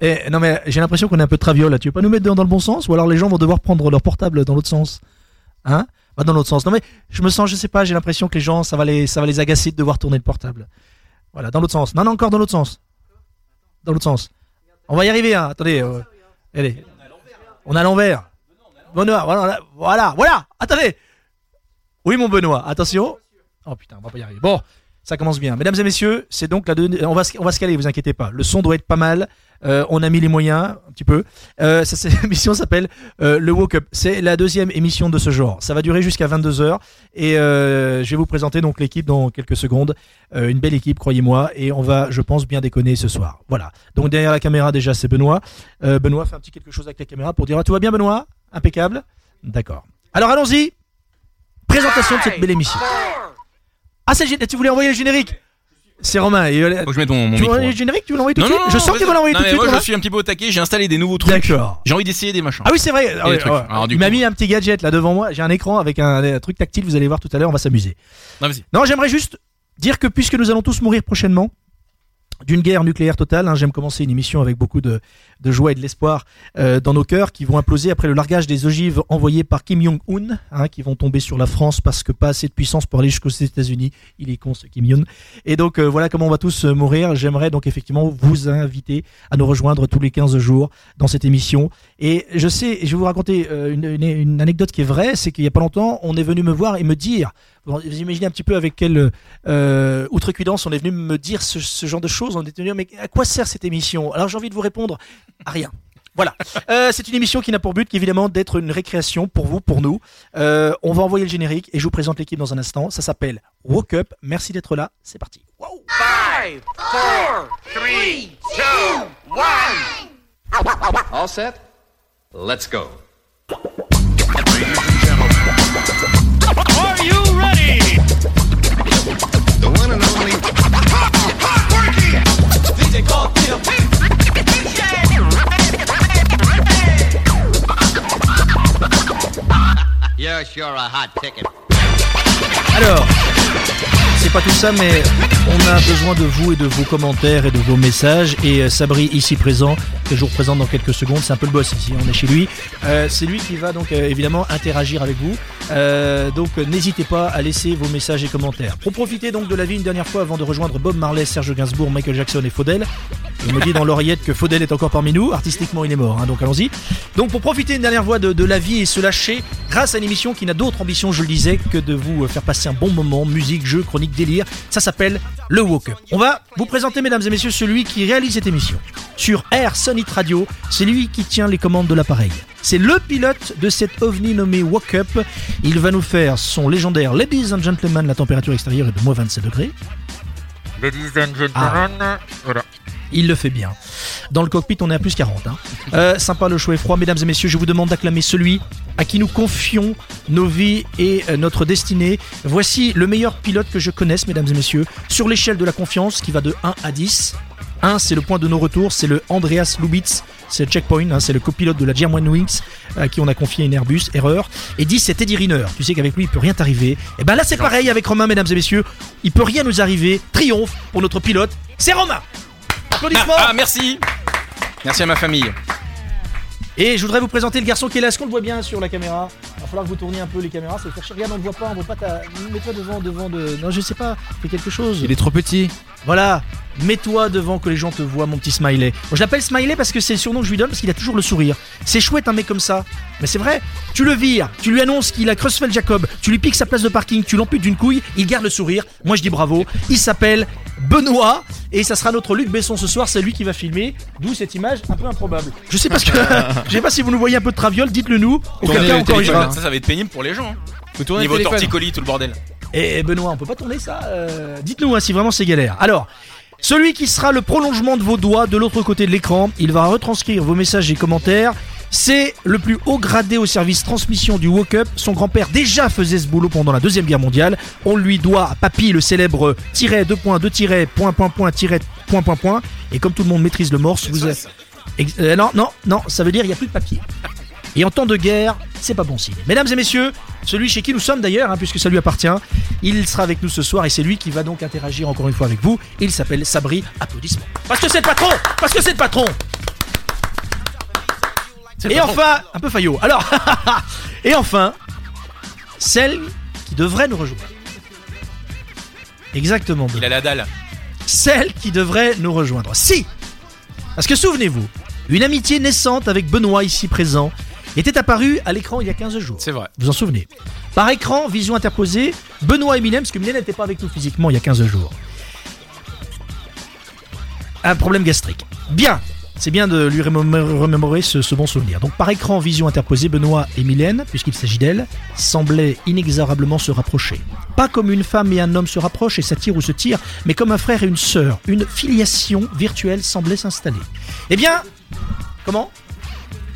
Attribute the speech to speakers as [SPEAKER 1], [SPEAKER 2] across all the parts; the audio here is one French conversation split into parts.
[SPEAKER 1] Eh, non mais j'ai l'impression qu'on est un peu traviole là. Tu veux pas nous mettre dans, dans le bon sens ou alors les gens vont devoir prendre leur portable dans l'autre sens, hein Pas dans l'autre sens. Non mais je me sens, je sais pas, j'ai l'impression que les gens, ça va les, ça va les agacer de devoir tourner le portable. Voilà, dans l'autre sens. Non, non, encore dans l'autre sens. Dans l'autre sens. On va y arriver. Hein. Attendez, euh, allez. On a l'envers. Benoît, voilà, voilà, voilà. Attendez. Oui, mon Benoît. Attention. Oh putain, on va pas y arriver. Bon, ça commence bien. Mesdames et messieurs, c'est donc la deux- on va se- on va se caler, vous inquiétez pas. Le son doit être pas mal. Euh, on a mis les moyens un petit peu. Euh, ça, c'est- l'émission s'appelle euh, le Woke Up. C'est la deuxième émission de ce genre. Ça va durer jusqu'à 22 h et euh, je vais vous présenter donc l'équipe dans quelques secondes. Euh, une belle équipe, croyez-moi, et on va, je pense, bien déconner ce soir. Voilà. Donc derrière la caméra déjà, c'est Benoît. Euh, Benoît fait un petit quelque chose avec la caméra pour dire ah, tout va bien, Benoît, impeccable. D'accord. Alors allons-y. Présentation de cette belle émission. Ah, c'est le gé- tu voulais envoyer le générique C'est Romain. il-
[SPEAKER 2] Faut que je mette mon,
[SPEAKER 1] Tu
[SPEAKER 2] mon
[SPEAKER 1] veux
[SPEAKER 2] micro. hein.
[SPEAKER 1] envoyer le générique Tu veux l'envoyer tout de
[SPEAKER 2] Non,
[SPEAKER 1] suite
[SPEAKER 2] non, non,
[SPEAKER 1] Je sens que tu veux l'envoyer
[SPEAKER 2] non,
[SPEAKER 1] tout de
[SPEAKER 2] mais
[SPEAKER 1] suite.
[SPEAKER 2] Moi,
[SPEAKER 1] Romain.
[SPEAKER 2] je suis un petit peu au taquet. J'ai installé des nouveaux trucs.
[SPEAKER 1] D'accord.
[SPEAKER 2] J'ai envie d'essayer des machins.
[SPEAKER 1] Ah oui, c'est vrai. Ah
[SPEAKER 2] des
[SPEAKER 1] ouais,
[SPEAKER 2] trucs.
[SPEAKER 1] ouais.
[SPEAKER 2] Alors, du
[SPEAKER 1] Il m'a
[SPEAKER 2] coup-
[SPEAKER 1] mis un petit gadget là devant moi. J'ai un écran avec un, euh, truc tactile. Vous allez voir tout à l'heure, on va s'amuser.
[SPEAKER 2] Non, vas-y.
[SPEAKER 1] Non, j'aimerais juste dire que puisque nous allons tous mourir prochainement d'une guerre nucléaire totale, hein, j'aime commencer une émission avec beaucoup de, de joie et de l'espoir euh, dans nos cœurs qui vont imploser après le largage des ogives envoyées par Kim Jong-un, hein, qui vont tomber sur la France parce que pas assez de puissance pour aller jusqu'aux États-Unis. Il est con ce Kim Jong. Et donc euh, voilà comment on va tous euh, mourir. J'aimerais donc effectivement vous inviter à nous rejoindre tous les 15 jours dans cette émission. Et je sais, je vais vous raconter euh, une, une- une anecdote qui est vraie, c'est qu'il y a pas longtemps, on est venu me voir et me dire, vous vous imaginez un petit peu avec quelle euh, outrecuidance on est venu me dire ce, ce genre de choses, on est venu, mais à quoi sert cette émission Alors j'ai envie de vous répondre, à rien. Voilà. Euh, c'est une émission qui n'a pour but qu'évidemment d'être une récréation pour vous, pour nous. Euh, on va envoyer le générique et je vous présente l'équipe dans un instant. Ça s'appelle Woke Up. Merci d'être là. C'est parti. Wow.
[SPEAKER 3] All set? Let's go.
[SPEAKER 4] You're sure a hot ticket.
[SPEAKER 1] Alors, c'est pas tout ça, mais on a besoin de vous et de vos commentaires et de vos messages. Et euh, Sabri, ici présent, que je vous représente dans quelques secondes, c'est un peu le boss ici, on est chez lui. Euh, c'est lui qui va donc euh, évidemment interagir avec vous. Euh, donc euh, n'hésitez pas à laisser vos messages et commentaires. Pour profiter donc de la vie une dernière fois avant de rejoindre Bob Marley, Serge Gainsbourg, Michael Jackson et Faudel, on me dit dans l'oreillette que Faudel est encore parmi nous. Artistiquement, il est mort, hein, donc allons-y. Donc, pour profiter une dernière fois de, de la vie et se lâcher, grâce à une émission qui n'a d'autre ambition, je le disais, que de vous euh, faire passer un bon moment, musique, jeu, chronique, délire, ça s'appelle le Woke Up. On va vous présenter, mesdames et messieurs, celui qui réalise cette émission. Sur Air Sonit Radio, c'est lui qui tient les commandes de l'appareil. C'est le pilote de cet ovni nommé Woke Up. Il va nous faire son légendaire Ladies and Gentlemen, la température extérieure est de moins 27 degrés.
[SPEAKER 5] Ladies and gentlemen,
[SPEAKER 1] Ah.
[SPEAKER 5] voilà.
[SPEAKER 1] Il le fait bien. Dans le cockpit, on est à plus 40. hein. Euh, sympa, le chaud et froid. Mesdames et messieurs, je vous demande d'acclamer celui à qui nous confions nos vies et euh, notre destinée. Voici le meilleur pilote que je connaisse, mesdames et messieurs, sur l'échelle de la confiance qui va de 1 à 10. 1, c'est le point de nos retours, c'est le Andreas Lubitz, c'est le checkpoint, hein, c'est le copilote de la Germanwings à qui on a confié une Airbus, erreur. Et 10, c'est Teddy Riner. Tu sais qu'avec lui, il peut rien t'arriver. Et ben là, c'est pareil avec Romain, mesdames et messieurs. Il peut rien nous arriver. Triomphe pour notre pilote, c'est Romain. Applaudissements.
[SPEAKER 2] Ah, merci. Merci à ma famille.
[SPEAKER 1] Et je voudrais vous présenter le garçon qui est là. Est-ce qu'on le voit bien sur la caméra Il va falloir que vous tourniez un peu les caméras. Ça va faire chier. Regarde, on le voit pas. On voit pas ta. Mets-toi devant, devant de. Non, je sais pas. Fais quelque chose.
[SPEAKER 6] Il est trop petit.
[SPEAKER 1] Voilà. Mets-toi devant que les gens te voient, mon petit smiley. Bon, je l'appelle smiley parce que c'est le surnom que je lui donne parce qu'il a toujours le sourire. C'est chouette un mec comme ça. Mais c'est vrai. Tu le vires. Tu lui annonces qu'il a Creutzfeldt Jacob. Tu lui piques sa place de parking. Tu l'amputes d'une couille. Il garde le sourire. Moi, je dis bravo. Il s'appelle Benoît. Et ça sera notre Luc Besson ce soir. C'est lui qui va filmer. D'où cette image un peu improbable. Je sais pas ce que. je sais pas si vous nous voyez un peu de traviole. Dites-le nous. Auquel
[SPEAKER 6] Tournez
[SPEAKER 1] cas,
[SPEAKER 6] le hein.
[SPEAKER 1] on corrigera.
[SPEAKER 2] Ça, ça va être pénible pour les gens. hein.
[SPEAKER 6] Faut tourner
[SPEAKER 2] Niveau
[SPEAKER 6] le téléphone.
[SPEAKER 2] torticolis, tout le bordel.
[SPEAKER 1] Et Benoît, on peut pas tourner ça euh, Dites-nous hein, si vraiment c'est galère. Alors, celui qui sera le prolongement de vos doigts de l'autre côté de l'écran, il va retranscrire vos messages et commentaires. C'est le plus haut gradé au service transmission du Woke Up. Son grand-père déjà faisait ce boulot pendant la Deuxième Guerre mondiale. On lui doit à Papy le célèbre tiret, deux points, deux tirets, point, point, point, tiret, point, point, point. Et comme tout le monde maîtrise le morse, vous avez... Ex- euh, non, non, non, ça veut dire il n'y a plus de papier. Et en temps de guerre, c'est pas bon signe. Mesdames et messieurs, celui chez qui nous sommes d'ailleurs, hein, puisque ça lui appartient, il sera avec nous ce soir et c'est lui qui va donc interagir encore une fois avec vous. Il s'appelle Sabri. Applaudissements. Parce que c'est le patron Parce que c'est le patron
[SPEAKER 2] C'est
[SPEAKER 1] Et
[SPEAKER 2] pas bon.
[SPEAKER 1] enfin, un peu faillot. Alors, et enfin, celle qui devrait nous rejoindre. Exactement. Benoît.
[SPEAKER 2] Il a la dalle.
[SPEAKER 1] Celle qui devrait nous rejoindre. Si Parce que souvenez-vous, une amitié naissante avec Benoît ici présent était apparue à l'écran il y a 15 jours.
[SPEAKER 2] C'est vrai.
[SPEAKER 1] Vous en souvenez Par écran, vision interposée, Benoît et Mylène, parce que Mylène n'était pas avec nous physiquement il y a 15 jours. Un problème gastrique. Bien c'est bien de lui remémo- remémorer ce, ce bon souvenir. Donc par écran, vision interposée, Benoît et Mylène, puisqu'il s'agit d'elle, semblaient inexorablement se rapprocher. Pas comme une femme et un homme se rapprochent et s'attirent ou se tirent, mais comme un frère et une sœur. Une filiation virtuelle semblait s'installer. Eh bien, comment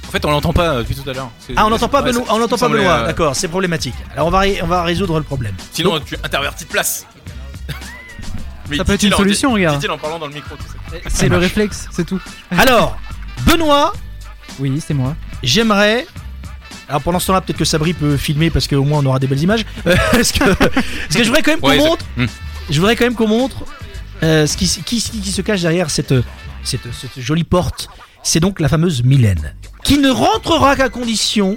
[SPEAKER 2] En fait, on l'entend pas euh, depuis tout à l'heure. C'est-
[SPEAKER 1] ah, on n'entend pas
[SPEAKER 2] Ouais,
[SPEAKER 1] Benoît,
[SPEAKER 2] ça-
[SPEAKER 1] on n'entend
[SPEAKER 2] ça
[SPEAKER 1] pas
[SPEAKER 2] me semblait,
[SPEAKER 1] Benoît,
[SPEAKER 2] euh,
[SPEAKER 1] d'accord, c'est problématique. Alors on va, ré- on va résoudre le problème.
[SPEAKER 2] Sinon, tu intervertis de place. Mais
[SPEAKER 6] Ça peut être une
[SPEAKER 2] dit-il en-
[SPEAKER 6] solution,
[SPEAKER 2] dit-
[SPEAKER 6] regarde.
[SPEAKER 2] dit-il en parlant dans le micro, tu sais.
[SPEAKER 6] C'est le réflexe, c'est tout.
[SPEAKER 1] Alors, Benoît,
[SPEAKER 6] Oui, c'est moi.
[SPEAKER 1] j'aimerais. Alors pendant ce temps-là, peut-être que Sabri peut filmer parce qu'au moins on aura des belles images. Euh, Est-ce que, est-ce que je voudrais quand même qu'on
[SPEAKER 2] Ouais, c'est-
[SPEAKER 1] montre
[SPEAKER 2] Hmm.
[SPEAKER 1] Je voudrais quand même qu'on montre euh, ce qui, s- qui, qui- qui se cache derrière cette, cette, cette jolie porte. C'est donc la fameuse Mylène, qui ne rentrera qu'à condition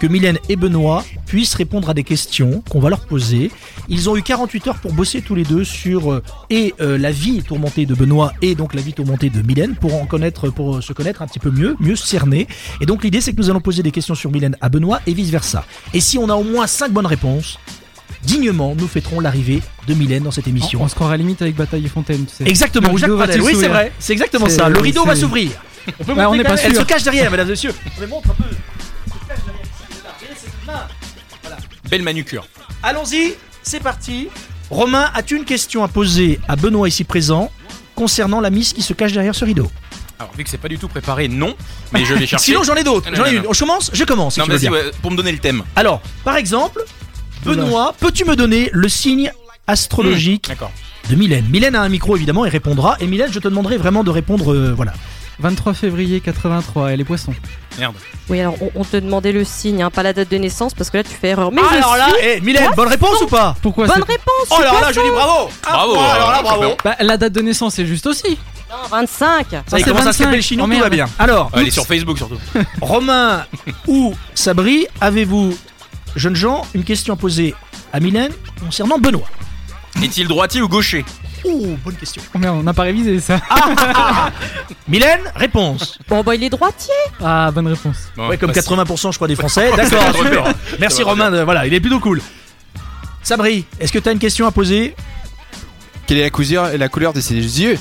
[SPEAKER 1] que Mylène et Benoît puissent répondre à des questions qu'on va leur poser. Ils ont eu 48 heures pour bosser tous les deux sur euh, et euh, la vie tourmentée de Benoît et donc la vie tourmentée de Mylène pour en connaître, pour euh, se connaître un petit peu mieux, mieux se cerner. Et donc l'idée c'est que nous allons poser des questions sur Mylène à Benoît et vice versa. Et si on a au moins 5 bonnes réponses, dignement nous fêterons l'arrivée de Mylène dans cette
[SPEAKER 6] On,
[SPEAKER 1] émission.
[SPEAKER 6] on se croirait limite avec Bataille et Fontaine, tu sais.
[SPEAKER 1] Exactement,
[SPEAKER 6] Oh, Le
[SPEAKER 1] ou Jacques
[SPEAKER 6] rideau va
[SPEAKER 1] Pradel.
[SPEAKER 6] t-il
[SPEAKER 1] Oui, c'est
[SPEAKER 6] s'ouvrir
[SPEAKER 1] vrai, c'est exactement
[SPEAKER 6] C'est-
[SPEAKER 1] ça. Le rideau va
[SPEAKER 6] c'est-
[SPEAKER 1] s'ouvrir. On peut
[SPEAKER 6] Ouais,
[SPEAKER 1] montrer
[SPEAKER 6] on n'est
[SPEAKER 1] quand
[SPEAKER 6] pas
[SPEAKER 1] même- Elle
[SPEAKER 6] sûr.
[SPEAKER 1] se cache derrière, mesdames et messieurs. On les montre un peu. Elle se cache derrière. Regardez cette main.
[SPEAKER 2] Belle manucure.
[SPEAKER 1] Allons-y, c'est parti. Romain, as-tu une question à poser à Benoît ici présent concernant la miss qui se cache derrière ce rideau
[SPEAKER 2] Alors, vu que c'est pas du tout préparé, non. Mais je vais chercher.
[SPEAKER 1] Sinon, j'en ai d'autres.
[SPEAKER 2] Non,
[SPEAKER 1] J'en ai
[SPEAKER 2] non,
[SPEAKER 1] une.
[SPEAKER 2] non.
[SPEAKER 1] Je commence Je commence. si
[SPEAKER 2] Non,
[SPEAKER 1] tu veux
[SPEAKER 2] vas-y,
[SPEAKER 1] bien.
[SPEAKER 2] ouais, pour me donner le thème.
[SPEAKER 1] Alors, par exemple, Benoît, peux-tu me donner le signe astrologique
[SPEAKER 2] D'accord.
[SPEAKER 1] de Mylène Mylène a un micro évidemment et répondra. Et Mylène, je te demanderai vraiment de répondre. euh, voilà.
[SPEAKER 6] Ah, 23 février 83, et les poissons.
[SPEAKER 2] Merde.
[SPEAKER 7] Oui, alors on, on te demandait le signe, hein, pas la date de naissance, parce que là tu fais erreur.
[SPEAKER 6] Ah,
[SPEAKER 7] Mais je
[SPEAKER 1] alors là,
[SPEAKER 7] suis-
[SPEAKER 1] eh, Mylène, bonne réponse ou pas
[SPEAKER 6] Pourquoi
[SPEAKER 7] bonne
[SPEAKER 6] eh, bah, c'est-
[SPEAKER 7] réponse.
[SPEAKER 1] Oh
[SPEAKER 7] je suis
[SPEAKER 1] alors là,
[SPEAKER 7] poisson.
[SPEAKER 1] je dis bravo Ah,
[SPEAKER 2] Bravo,
[SPEAKER 1] oh, alors là,
[SPEAKER 2] euh,
[SPEAKER 1] bravo
[SPEAKER 2] champion.
[SPEAKER 6] Bah, la date de naissance est juste aussi.
[SPEAKER 7] Non, 25.
[SPEAKER 1] Ça
[SPEAKER 6] Ah,
[SPEAKER 1] y
[SPEAKER 6] c'est
[SPEAKER 1] commence à se
[SPEAKER 6] 25.
[SPEAKER 1] taper le chinon,
[SPEAKER 6] Oh,
[SPEAKER 1] tout va
[SPEAKER 6] merde.
[SPEAKER 1] bien. Alors,
[SPEAKER 2] Elle est sur Facebook surtout.
[SPEAKER 1] Romain ou Sabri, avez-vous, jeunes gens, une question à poser à Mylène concernant Benoît
[SPEAKER 2] Est-il droitier ou gaucher
[SPEAKER 1] Oh, bonne question.
[SPEAKER 6] Oh merde, on n'a pas révisé ça.
[SPEAKER 1] Mylène, réponse.
[SPEAKER 7] Bon bah il est droitier.
[SPEAKER 6] Ah, bonne réponse.
[SPEAKER 2] Bon,
[SPEAKER 1] Ouais, comme
[SPEAKER 2] bah,
[SPEAKER 1] 80% je crois des Français. D'accord.
[SPEAKER 2] c'est
[SPEAKER 1] super.
[SPEAKER 2] dur.
[SPEAKER 1] Merci
[SPEAKER 2] Ça va
[SPEAKER 1] Romain, de- voilà, il est plutôt cool. Sabri, est-ce que tu as une question à poser
[SPEAKER 8] Quelle est la couleur, la couleur de ses yeux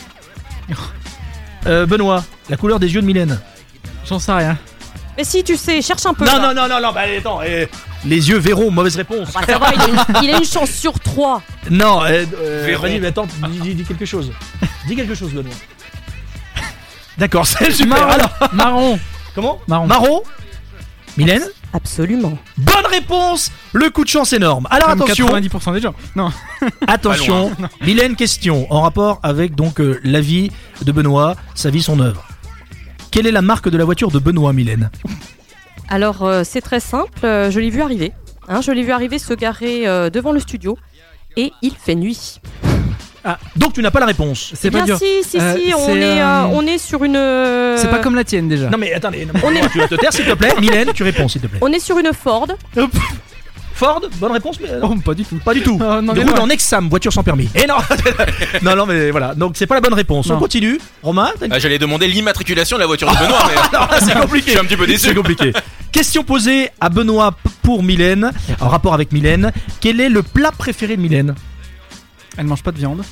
[SPEAKER 1] Euh, Benoît, la couleur des yeux de Mylène.
[SPEAKER 6] J'en sais rien.
[SPEAKER 7] Mais si tu sais, cherche un peu.
[SPEAKER 1] Non, non,
[SPEAKER 7] là.
[SPEAKER 1] non, non, non, bah, allez, attends. eh, les yeux verront, mauvaise réponse.
[SPEAKER 7] Bah, ça va, il a, une, il a une chance sur 3.
[SPEAKER 1] Non, euh, euh,
[SPEAKER 2] Véron.
[SPEAKER 1] vas-y, mais attends, dis, dis- dis quelque chose. Dis quelque chose, Benoît. D'accord, c'est super.
[SPEAKER 6] Marron.
[SPEAKER 1] Alors,
[SPEAKER 6] Marron.
[SPEAKER 1] comment
[SPEAKER 6] Marron.
[SPEAKER 1] Marron Mylène
[SPEAKER 7] Absolument.
[SPEAKER 1] Bonne réponse Le coup de chance énorme. Alors
[SPEAKER 6] Comme
[SPEAKER 1] attention,
[SPEAKER 6] 90% des gens. Non.
[SPEAKER 1] attention, Mylène, question en rapport avec donc euh, la vie de Benoît, sa vie, son œuvre. Quelle est la marque de la voiture de Benoît, Mylène
[SPEAKER 7] Alors euh, c'est très simple, euh, je l'ai vu arriver. Hein, je l'ai vu arriver se garer euh, devant le studio. Et il fait nuit.
[SPEAKER 1] Donc tu n'as pas la réponse.
[SPEAKER 6] C'est
[SPEAKER 7] Eh
[SPEAKER 6] pas
[SPEAKER 7] bien
[SPEAKER 6] dur.
[SPEAKER 7] si, si,
[SPEAKER 6] Euh,
[SPEAKER 7] si, on
[SPEAKER 6] c'est,
[SPEAKER 7] est,
[SPEAKER 6] euh,
[SPEAKER 7] euh, on est sur une. euh,
[SPEAKER 6] C'est pas comme la tienne déjà.
[SPEAKER 1] Non mais attendez, non, mais- tu vas te taire s'il te plaît. Mylène, tu réponds s'il te plaît.
[SPEAKER 7] On est sur une Ford.
[SPEAKER 1] Ford, bonne réponse, mais... euh,
[SPEAKER 6] Oh, pas du tout.
[SPEAKER 1] Pas du tout.
[SPEAKER 6] Oh, non,
[SPEAKER 1] Des
[SPEAKER 6] mais
[SPEAKER 1] routes
[SPEAKER 6] non.
[SPEAKER 1] en exam, voiture sans permis. Et non Non, non, mais voilà. Donc, c'est pas la bonne réponse. On
[SPEAKER 6] Non.
[SPEAKER 1] continue. Romain, t'as une-
[SPEAKER 2] Ah, J'allais demander l'immatriculation de la voiture de Benoît, mais euh,
[SPEAKER 1] Alors là, c'est
[SPEAKER 2] je
[SPEAKER 1] compliqué.
[SPEAKER 2] suis un petit peu déçu.
[SPEAKER 1] C'est compliqué. Question posée à Benoît p- pour Mylène, en rapport avec Mylène. Quel est le plat préféré de Mylène
[SPEAKER 6] Elle mange pas de viande.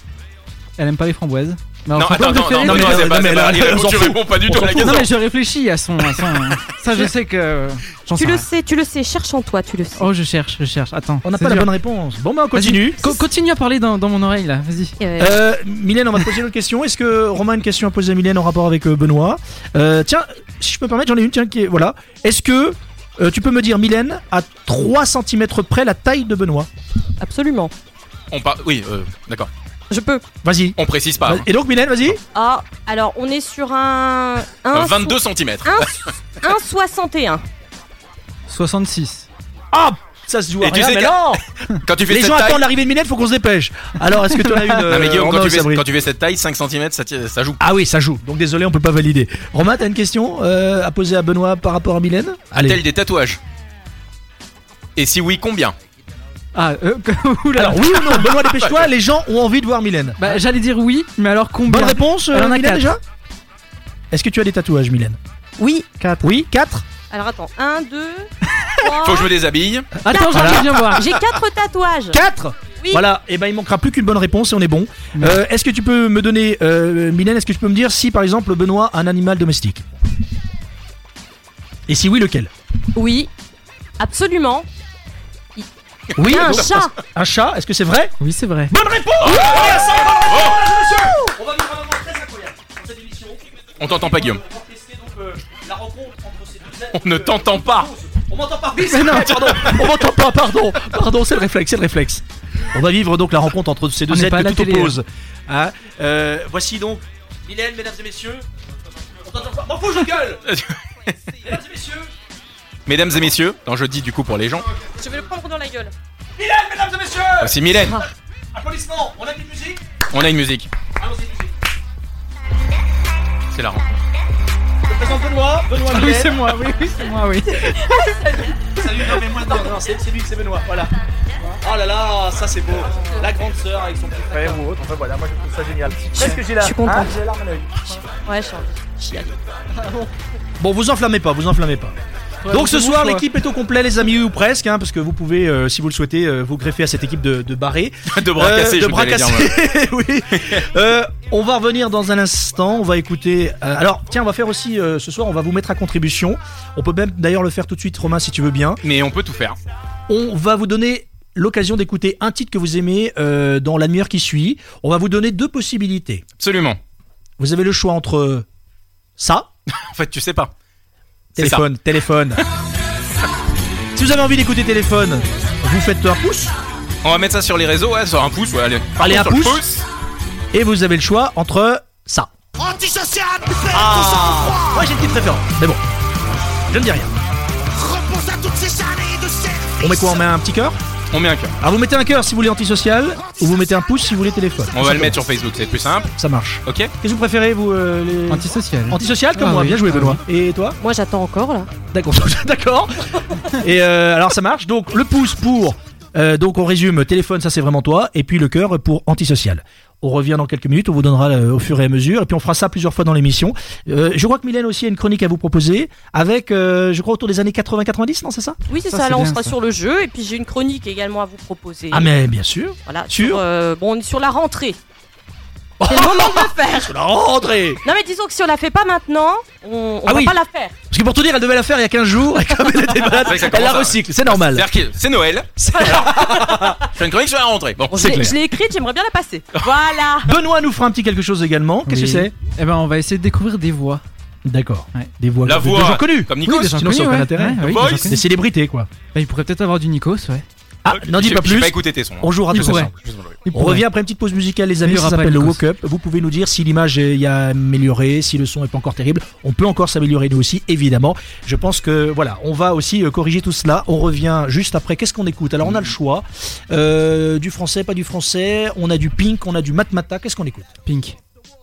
[SPEAKER 6] Elle aime pas les framboises. Mais
[SPEAKER 2] Non,
[SPEAKER 6] alors, son plat
[SPEAKER 2] attends, non,
[SPEAKER 6] préféré,
[SPEAKER 2] non, non,
[SPEAKER 6] mais-
[SPEAKER 1] mais-
[SPEAKER 2] non, c'est
[SPEAKER 1] non,
[SPEAKER 2] pas,
[SPEAKER 1] mais
[SPEAKER 2] c'est
[SPEAKER 1] là,
[SPEAKER 2] pas,
[SPEAKER 1] là, on
[SPEAKER 2] tu
[SPEAKER 1] s'en
[SPEAKER 2] réponds pas du
[SPEAKER 1] fout.
[SPEAKER 2] tout à
[SPEAKER 1] On
[SPEAKER 2] la
[SPEAKER 1] s'en
[SPEAKER 6] Non,
[SPEAKER 2] question.
[SPEAKER 6] mais je réfléchis à son. à son- Ça, je sais que. J'en sais
[SPEAKER 7] Tu le
[SPEAKER 6] rien.
[SPEAKER 7] sais, tu le sais, cherche en toi, tu le sais.
[SPEAKER 6] Oh, je cherche, je cherche. Attends.
[SPEAKER 1] On n'a
[SPEAKER 6] c'est
[SPEAKER 1] pas la
[SPEAKER 6] dur.
[SPEAKER 1] bonne réponse. Bon, bah, on continue.
[SPEAKER 6] Co- continue à parler dans, dans mon oreille là, vas-y.
[SPEAKER 7] Euh,
[SPEAKER 1] Euh, Mylène, on va te poser une autre question. Est-ce que Romain a une question à poser à Mylène en rapport avec euh, Benoît Euh, Tiens, si je peux me permettre, j'en ai une. Tiens, qui est. Voilà. Est-ce que. euh, tu peux me dire, Mylène, à 3 cm près la taille de Benoît.
[SPEAKER 7] Absolument.
[SPEAKER 2] On par- Oui, euh, d'accord.
[SPEAKER 7] Je peux.
[SPEAKER 1] Vas-y.
[SPEAKER 2] On précise pas. hein.
[SPEAKER 1] Et donc, Mylène, vas-y.
[SPEAKER 7] Ah, alors on est sur
[SPEAKER 2] Euh,
[SPEAKER 7] un. un
[SPEAKER 2] 22 cm.
[SPEAKER 7] un- un 61.
[SPEAKER 6] 66.
[SPEAKER 1] Ah ça se joue à
[SPEAKER 2] Et tu
[SPEAKER 1] rien,
[SPEAKER 2] sais
[SPEAKER 1] mais
[SPEAKER 2] qu'à-
[SPEAKER 1] non
[SPEAKER 2] Quand tu fais
[SPEAKER 1] Les
[SPEAKER 2] cette
[SPEAKER 1] gens
[SPEAKER 2] taille.
[SPEAKER 1] attendent l'arrivée de Minette, faut qu'on se dépêche. Alors, est-ce que tu en as une
[SPEAKER 2] Non, mais
[SPEAKER 1] euh,
[SPEAKER 2] Guillaume,
[SPEAKER 1] Romain ou
[SPEAKER 2] quand tu, fais,
[SPEAKER 1] Sabrine
[SPEAKER 2] quand tu fais cette taille, 5 cm, ça, tient- ça joue.
[SPEAKER 1] Ah oui, ça joue. Donc désolé, on peut pas valider. Romain, t'as une question euh, à poser à Benoît par rapport à Mylène
[SPEAKER 2] A-t-elle des tatouages Et si oui, combien
[SPEAKER 6] Ah, euh, oula.
[SPEAKER 1] Alors oui ou non Benoît, dépêche-toi, les gens ont envie de voir Mylène.
[SPEAKER 6] Bah, j'allais dire oui, mais alors combien
[SPEAKER 1] Bonne réponse, euh,
[SPEAKER 6] Elle en a
[SPEAKER 1] Mylène,
[SPEAKER 6] quatre.
[SPEAKER 1] déjà Est-ce que tu as des tatouages, Mylène
[SPEAKER 7] Oui.
[SPEAKER 1] Quatre. Oui, quatre
[SPEAKER 7] Alors attends, 1, 2, 3.
[SPEAKER 2] Faut que je me déshabille.
[SPEAKER 6] Attends, j'en
[SPEAKER 1] Voilà.
[SPEAKER 6] viens voir.
[SPEAKER 7] J'ai 4 tatouages.
[SPEAKER 1] Quatre
[SPEAKER 7] Oui.
[SPEAKER 1] Voilà, et ben il manquera plus qu'une bonne réponse et on est bon.
[SPEAKER 6] Ouais.
[SPEAKER 1] Euh, est-ce que tu peux me donner, euh, Mylène, est-ce que tu peux me dire si par exemple Benoît a un animal domestique Et si oui, lequel
[SPEAKER 7] Oui, absolument.
[SPEAKER 1] Oui,
[SPEAKER 7] Il y a un
[SPEAKER 1] donc-
[SPEAKER 7] chat.
[SPEAKER 1] un chat, est-ce que c'est vrai
[SPEAKER 6] Oui, c'est vrai.
[SPEAKER 1] Bonne réponse Oh
[SPEAKER 2] On t'entend pas, Guillaume. On ne t'entend pas.
[SPEAKER 1] On m'entend pas Mais non, pardon On m'entend pas, pardon Pardon, c'est le réflexe, c'est le réflexe On va vivre donc la rencontre entre ces
[SPEAKER 6] On
[SPEAKER 1] deux
[SPEAKER 6] n'est
[SPEAKER 1] êtres
[SPEAKER 6] pas à
[SPEAKER 1] que
[SPEAKER 6] la
[SPEAKER 1] tout
[SPEAKER 6] télé,
[SPEAKER 1] oppose. Hein, euh, voici donc Mylène, mesdames et messieurs. On t'entend pas M'en fous, je gueule Mesdames et messieurs
[SPEAKER 2] Mesdames et messieurs, non, je dis du coup pour les gens.
[SPEAKER 7] Je vais le prendre dans la gueule.
[SPEAKER 1] Mylène, mesdames et messieurs
[SPEAKER 2] Voici Mylène.
[SPEAKER 1] Applaudissements On a une musique
[SPEAKER 2] On a une musique.
[SPEAKER 1] Allons-y, musique
[SPEAKER 2] C'est la
[SPEAKER 1] Je présente Benoît, Benoît
[SPEAKER 6] Ah oui,
[SPEAKER 1] Mylène.
[SPEAKER 6] c'est moi, oui, oui, c'est moi, oui.
[SPEAKER 1] Salut, non mais moi, non, non, c'est c'est lui, c'est Benoît, voilà. Oh là là, ça c'est beau. La grande sœur avec son petit frère ou autre, enfin voilà, moi je trouve ça génial. Qu'est-ce que j'ai là
[SPEAKER 7] je suis contente.
[SPEAKER 1] Hein, j'ai larme à l'œil.
[SPEAKER 7] Ouais, je suis en-
[SPEAKER 1] Bon, vous enflammez pas, vous enflammez pas. Donc ce
[SPEAKER 6] c'est bon
[SPEAKER 1] soir,
[SPEAKER 6] choix.
[SPEAKER 1] l'équipe est au complet, les amis, ou presque, hein, parce que vous pouvez, euh, si vous le souhaitez, euh, vous greffer à cette équipe de, de barrés.
[SPEAKER 2] De bras
[SPEAKER 1] Euh,
[SPEAKER 2] cassés,
[SPEAKER 1] de
[SPEAKER 2] je
[SPEAKER 1] bras
[SPEAKER 2] voulais dire,
[SPEAKER 1] cassés, oui. Euh, on va revenir dans un instant, on va écouter... euh, alors, tiens, on va faire aussi, euh, ce soir, on va vous mettre à contribution. On peut même d'ailleurs le faire tout de suite, Romain, si tu veux bien.
[SPEAKER 2] Mais on peut tout faire.
[SPEAKER 1] On va vous donner l'occasion d'écouter un titre que vous aimez euh, dans la demi-heure qui suit. On va vous donner deux possibilités.
[SPEAKER 2] Absolument.
[SPEAKER 1] Vous avez le choix entre ça,
[SPEAKER 2] En fait, tu sais pas. C'est ça.
[SPEAKER 1] téléphone, téléphone. si vous avez envie d'écouter téléphone, vous faites un pouce
[SPEAKER 2] On va mettre ça sur les réseaux, ouais, sur un pouce, ouais, allez. Par
[SPEAKER 1] Allez,
[SPEAKER 2] contre,
[SPEAKER 1] un
[SPEAKER 2] sur le
[SPEAKER 1] pouce. et vous avez le choix entre ça.
[SPEAKER 9] Antisocial,
[SPEAKER 1] Moi j'ai une petite préférence, mais bon, je ne dis rien.
[SPEAKER 9] repose à toutes ces années de service.
[SPEAKER 1] On met quoi On met un petit cœur
[SPEAKER 2] On met un cœur.
[SPEAKER 1] Alors vous mettez un cœur si vous voulez antisocial, ou vous mettez un pouce si vous voulez téléphone.
[SPEAKER 2] On va le mettre sur Facebook, c'est plus simple.
[SPEAKER 1] Ça marche.
[SPEAKER 2] Ok
[SPEAKER 1] Qu'est-ce que vous préférez vous euh, les...
[SPEAKER 6] Antisocial.
[SPEAKER 1] Antisocial comme
[SPEAKER 6] Ah
[SPEAKER 1] moi,
[SPEAKER 6] oui,
[SPEAKER 1] bien joué
[SPEAKER 6] ah
[SPEAKER 1] Benoît. Et toi
[SPEAKER 7] Moi, j'attends encore là.
[SPEAKER 1] D'accord, d'accord. Et euh, alors ça marche. Donc le pouce pour. euh, donc on résume téléphone, ça c'est vraiment toi. Et puis le cœur pour antisocial. On revient dans quelques minutes. On vous donnera euh, au fur et à mesure. Et puis on fera ça plusieurs fois dans l'émission. Euh, je crois que Mylène aussi a une chronique à vous proposer avec, euh, je crois autour des années 80-90, non c'est ça
[SPEAKER 7] Oui, c'est
[SPEAKER 6] Ça,
[SPEAKER 7] ça.
[SPEAKER 6] c'est
[SPEAKER 7] Là, on
[SPEAKER 6] bien,
[SPEAKER 7] sera
[SPEAKER 6] ça.
[SPEAKER 7] sur le jeu. Et puis, j'ai une chronique également à vous proposer.
[SPEAKER 1] Ah mais bien sûr. Oh.
[SPEAKER 7] Voilà.
[SPEAKER 1] Sur
[SPEAKER 7] Sur, euh, bon, on est sur la rentrée. C'est le moment de le faire.
[SPEAKER 1] La rentrée.
[SPEAKER 7] Non, mais disons que si on la fait pas maintenant, on, on
[SPEAKER 1] Ah
[SPEAKER 7] va
[SPEAKER 1] oui.
[SPEAKER 7] pas la faire.
[SPEAKER 1] Parce que pour tout dire, elle devait la faire il y a 15 jours. Et comme elle était malade,
[SPEAKER 2] vrai que ça
[SPEAKER 1] elle
[SPEAKER 2] commence
[SPEAKER 1] la
[SPEAKER 2] à-
[SPEAKER 1] recycle. C'est normal.
[SPEAKER 2] C'est-à-dire que c'est Noël. Je fais une chronique sur la rentrée. Bon,
[SPEAKER 7] Bon, je
[SPEAKER 1] C'est
[SPEAKER 7] l'ai-
[SPEAKER 1] clair. Oh.
[SPEAKER 7] je l'ai écrite, j'aimerais bien la passer. voilà.
[SPEAKER 1] Benoît nous fera un petit quelque chose également. Qu'est-ce
[SPEAKER 6] Oui.
[SPEAKER 1] que c'est
[SPEAKER 6] Eh ben, on va essayer de découvrir des voix.
[SPEAKER 1] D'accord.
[SPEAKER 6] Ouais.
[SPEAKER 1] Des voix.
[SPEAKER 2] La
[SPEAKER 1] de- de
[SPEAKER 2] voix.
[SPEAKER 1] gens connus.
[SPEAKER 2] Comme Nikos.
[SPEAKER 1] Oui, des gens
[SPEAKER 6] Sinon,
[SPEAKER 1] connus,
[SPEAKER 6] ça
[SPEAKER 1] ça aurait
[SPEAKER 6] ouais.
[SPEAKER 1] intérêt.
[SPEAKER 6] Ouais, oui,
[SPEAKER 2] Voice.
[SPEAKER 6] des gens
[SPEAKER 1] Des
[SPEAKER 6] connus.
[SPEAKER 1] célébrités quoi.
[SPEAKER 6] Bah, il pourrait peut-être avoir du Nikos, ouais.
[SPEAKER 1] Ah, n'en dis
[SPEAKER 2] J'ai-
[SPEAKER 1] pas
[SPEAKER 2] J'ai
[SPEAKER 1] plus.
[SPEAKER 2] pas écouté tes sons. hein.
[SPEAKER 1] On jouera
[SPEAKER 6] Il
[SPEAKER 1] tous
[SPEAKER 6] pourrait.
[SPEAKER 1] ensemble. On
[SPEAKER 6] Il pourrait.
[SPEAKER 1] revient après une petite pause musicale, les amis.
[SPEAKER 6] Il y
[SPEAKER 1] Ça
[SPEAKER 6] aura pas
[SPEAKER 1] s'appelle
[SPEAKER 6] de
[SPEAKER 1] le
[SPEAKER 6] Nikos.
[SPEAKER 1] Woke Up. Vous pouvez nous dire si l'image est- y a amélioré, si le son est pas encore terrible. On peut encore s'améliorer nous aussi, évidemment. Je pense que voilà, on va aussi euh, corriger tout cela. On revient juste après. Qu'est-ce qu'on écoute Alors on a le choix Euh, du français, pas du français. On a du Pink, on a du Matmata. Qu'est-ce qu'on écoute
[SPEAKER 6] Pink.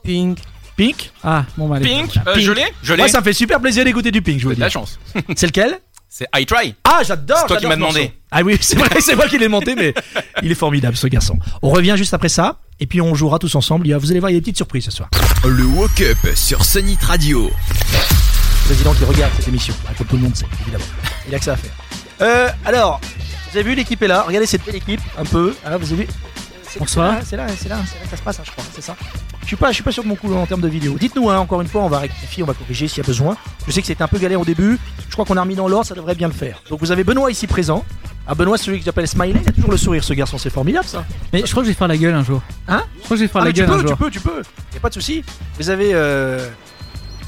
[SPEAKER 7] Pink.
[SPEAKER 1] Pink.
[SPEAKER 6] Ah, bon, bah, allez.
[SPEAKER 2] Pink, euh,
[SPEAKER 1] Pink.
[SPEAKER 2] je l'ai Je l'ai.
[SPEAKER 1] Moi, ça me fait super plaisir d'écouter du Pink. Je vous le dis.
[SPEAKER 2] C'est de la chance.
[SPEAKER 1] C'est lequel
[SPEAKER 2] C'est I Try.
[SPEAKER 1] Ah, j'adore.
[SPEAKER 2] C'est toi qui
[SPEAKER 1] j'adore
[SPEAKER 2] m'as
[SPEAKER 1] ce morceau.
[SPEAKER 2] demandé.
[SPEAKER 1] Ah oui, c'est vrai, c'est moi qui l'ai monté, mais il est formidable ce garçon. On revient juste après ça, et puis on jouera tous ensemble. Il y a- Vous allez voir, il y a des petites surprises ce soir.
[SPEAKER 10] Le Woke Up sur Sonic Radio.
[SPEAKER 1] président qui regarde cette émission. Ah, Comme tout le monde sait, évidemment. Il a que ça à faire. Euh, alors, vous avez vu l'équipe est là. Regardez cette belle équipe, un peu. Ah, vous avez vu C'est-
[SPEAKER 6] Bonsoir.
[SPEAKER 1] C'est là, c'est là, c'est là, c'est là que ça se passe, hein, je crois. hein, C'est ça. Je suis pas, je suis pas sûr de mon coup en termes de vidéo. Dites-nous hein, encore une fois, on va rectifier, on va corriger s'il y a besoin. Je sais que c'était un peu galère au début. Je crois qu'on a remis dans l'ordre, ça devrait bien le faire. Donc vous avez Benoît ici présent. Ah Benoît, celui que j'appelle Smiley, il a toujours le sourire, ce garçon, c'est formidable ça.
[SPEAKER 6] Mais je crois que je vais faire la gueule un jour.
[SPEAKER 1] Hein
[SPEAKER 6] Je crois que je vais faire
[SPEAKER 1] Ah,
[SPEAKER 6] la
[SPEAKER 1] mais tu
[SPEAKER 6] gueule
[SPEAKER 1] peux,
[SPEAKER 6] un
[SPEAKER 1] tu
[SPEAKER 6] jour.
[SPEAKER 1] peux, tu peux. Y a pas de souci. Vous avez. euh,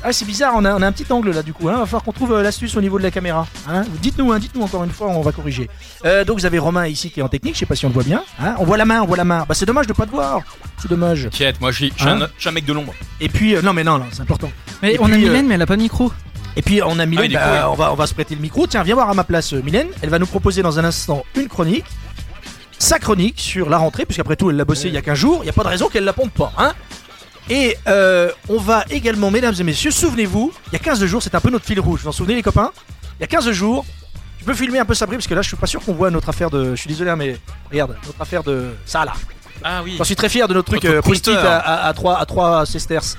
[SPEAKER 1] Ah, c'est bizarre, on a, on a un petit angle là du coup. Hein. Va falloir qu'on trouve euh, l'astuce au niveau de la caméra. Hein. Dites-nous, hein, dites-nous encore une fois, on va corriger. Euh, donc vous avez Romain ici qui est en technique, je sais pas si on le voit bien. hein. On voit la main, on voit la main. Bah c'est dommage de pas te voir. C'est dommage.
[SPEAKER 2] T'inquiète, moi je suis je suis
[SPEAKER 1] Hein
[SPEAKER 2] un- je suis un mec de l'ombre.
[SPEAKER 1] Et puis, euh, non mais non, non c'est important.
[SPEAKER 6] Mais
[SPEAKER 1] Et
[SPEAKER 6] on a
[SPEAKER 1] puis, euh,
[SPEAKER 6] Mylène, mais elle a pas de micro.
[SPEAKER 1] Et puis on a
[SPEAKER 2] Ah,
[SPEAKER 1] Mylène,
[SPEAKER 2] il est
[SPEAKER 1] bah,
[SPEAKER 2] cool.
[SPEAKER 1] on, va, on va se prêter le micro. Tiens, viens voir à ma place euh, Mylène. Elle va nous proposer dans un instant une chronique. Sa chronique sur la rentrée, puisqu'après tout elle l'a bossé il y a 15 jours. Il n'y a pas de raison qu'elle la pompe pas. Hein et euh, on va également, mesdames et messieurs, souvenez-vous, il y a 15 jours, c'est un peu notre fil rouge. Vous en souvenez les copains Il y a 15 jours, je peux filmer un peu ça parce que là je suis pas sûr qu'on voit notre affaire de... Je suis désolé, hein, mais regarde, notre affaire de... Ça là.
[SPEAKER 2] Ah oui.
[SPEAKER 1] J'en suis très fier de notre truc
[SPEAKER 2] Notre
[SPEAKER 1] euh, post-it
[SPEAKER 2] compteur.
[SPEAKER 1] à, à, à 3, à 3 sesterces.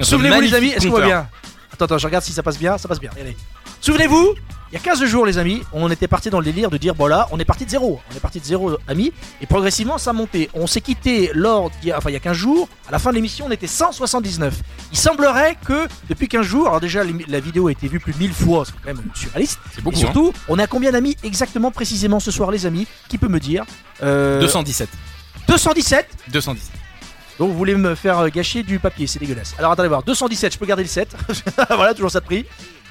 [SPEAKER 1] Souvenez-vous les
[SPEAKER 2] magnifique
[SPEAKER 1] amis, est-ce qu'on va
[SPEAKER 2] compteur.
[SPEAKER 1] bien Attends, attends, je regarde si ça passe bien, ça passe bien, regardez. Souvenez-vous, il y a 15 jours les amis, on était parti dans le délire de dire, bon là, on est parti de zéro, on est parti de zéro amis, et progressivement ça montait. On s'est quitté lors, d'il y a- enfin il y a 15 jours, à la fin de l'émission on était 179. Il semblerait que depuis 15 jours, alors déjà les- la vidéo a été vue plus de 1000 fois, c'est quand même surréaliste,
[SPEAKER 2] C'est hein.
[SPEAKER 1] et surtout, on a combien d'amis exactement précisément ce soir les amis, qui peut me dire Euh,
[SPEAKER 2] 217.
[SPEAKER 1] 217
[SPEAKER 2] 217.
[SPEAKER 1] donc vous voulez me faire euh, gâcher du papier, c'est dégueulasse. Alors attendez voir, 217, je peux garder le 7. voilà, toujours ça de prix.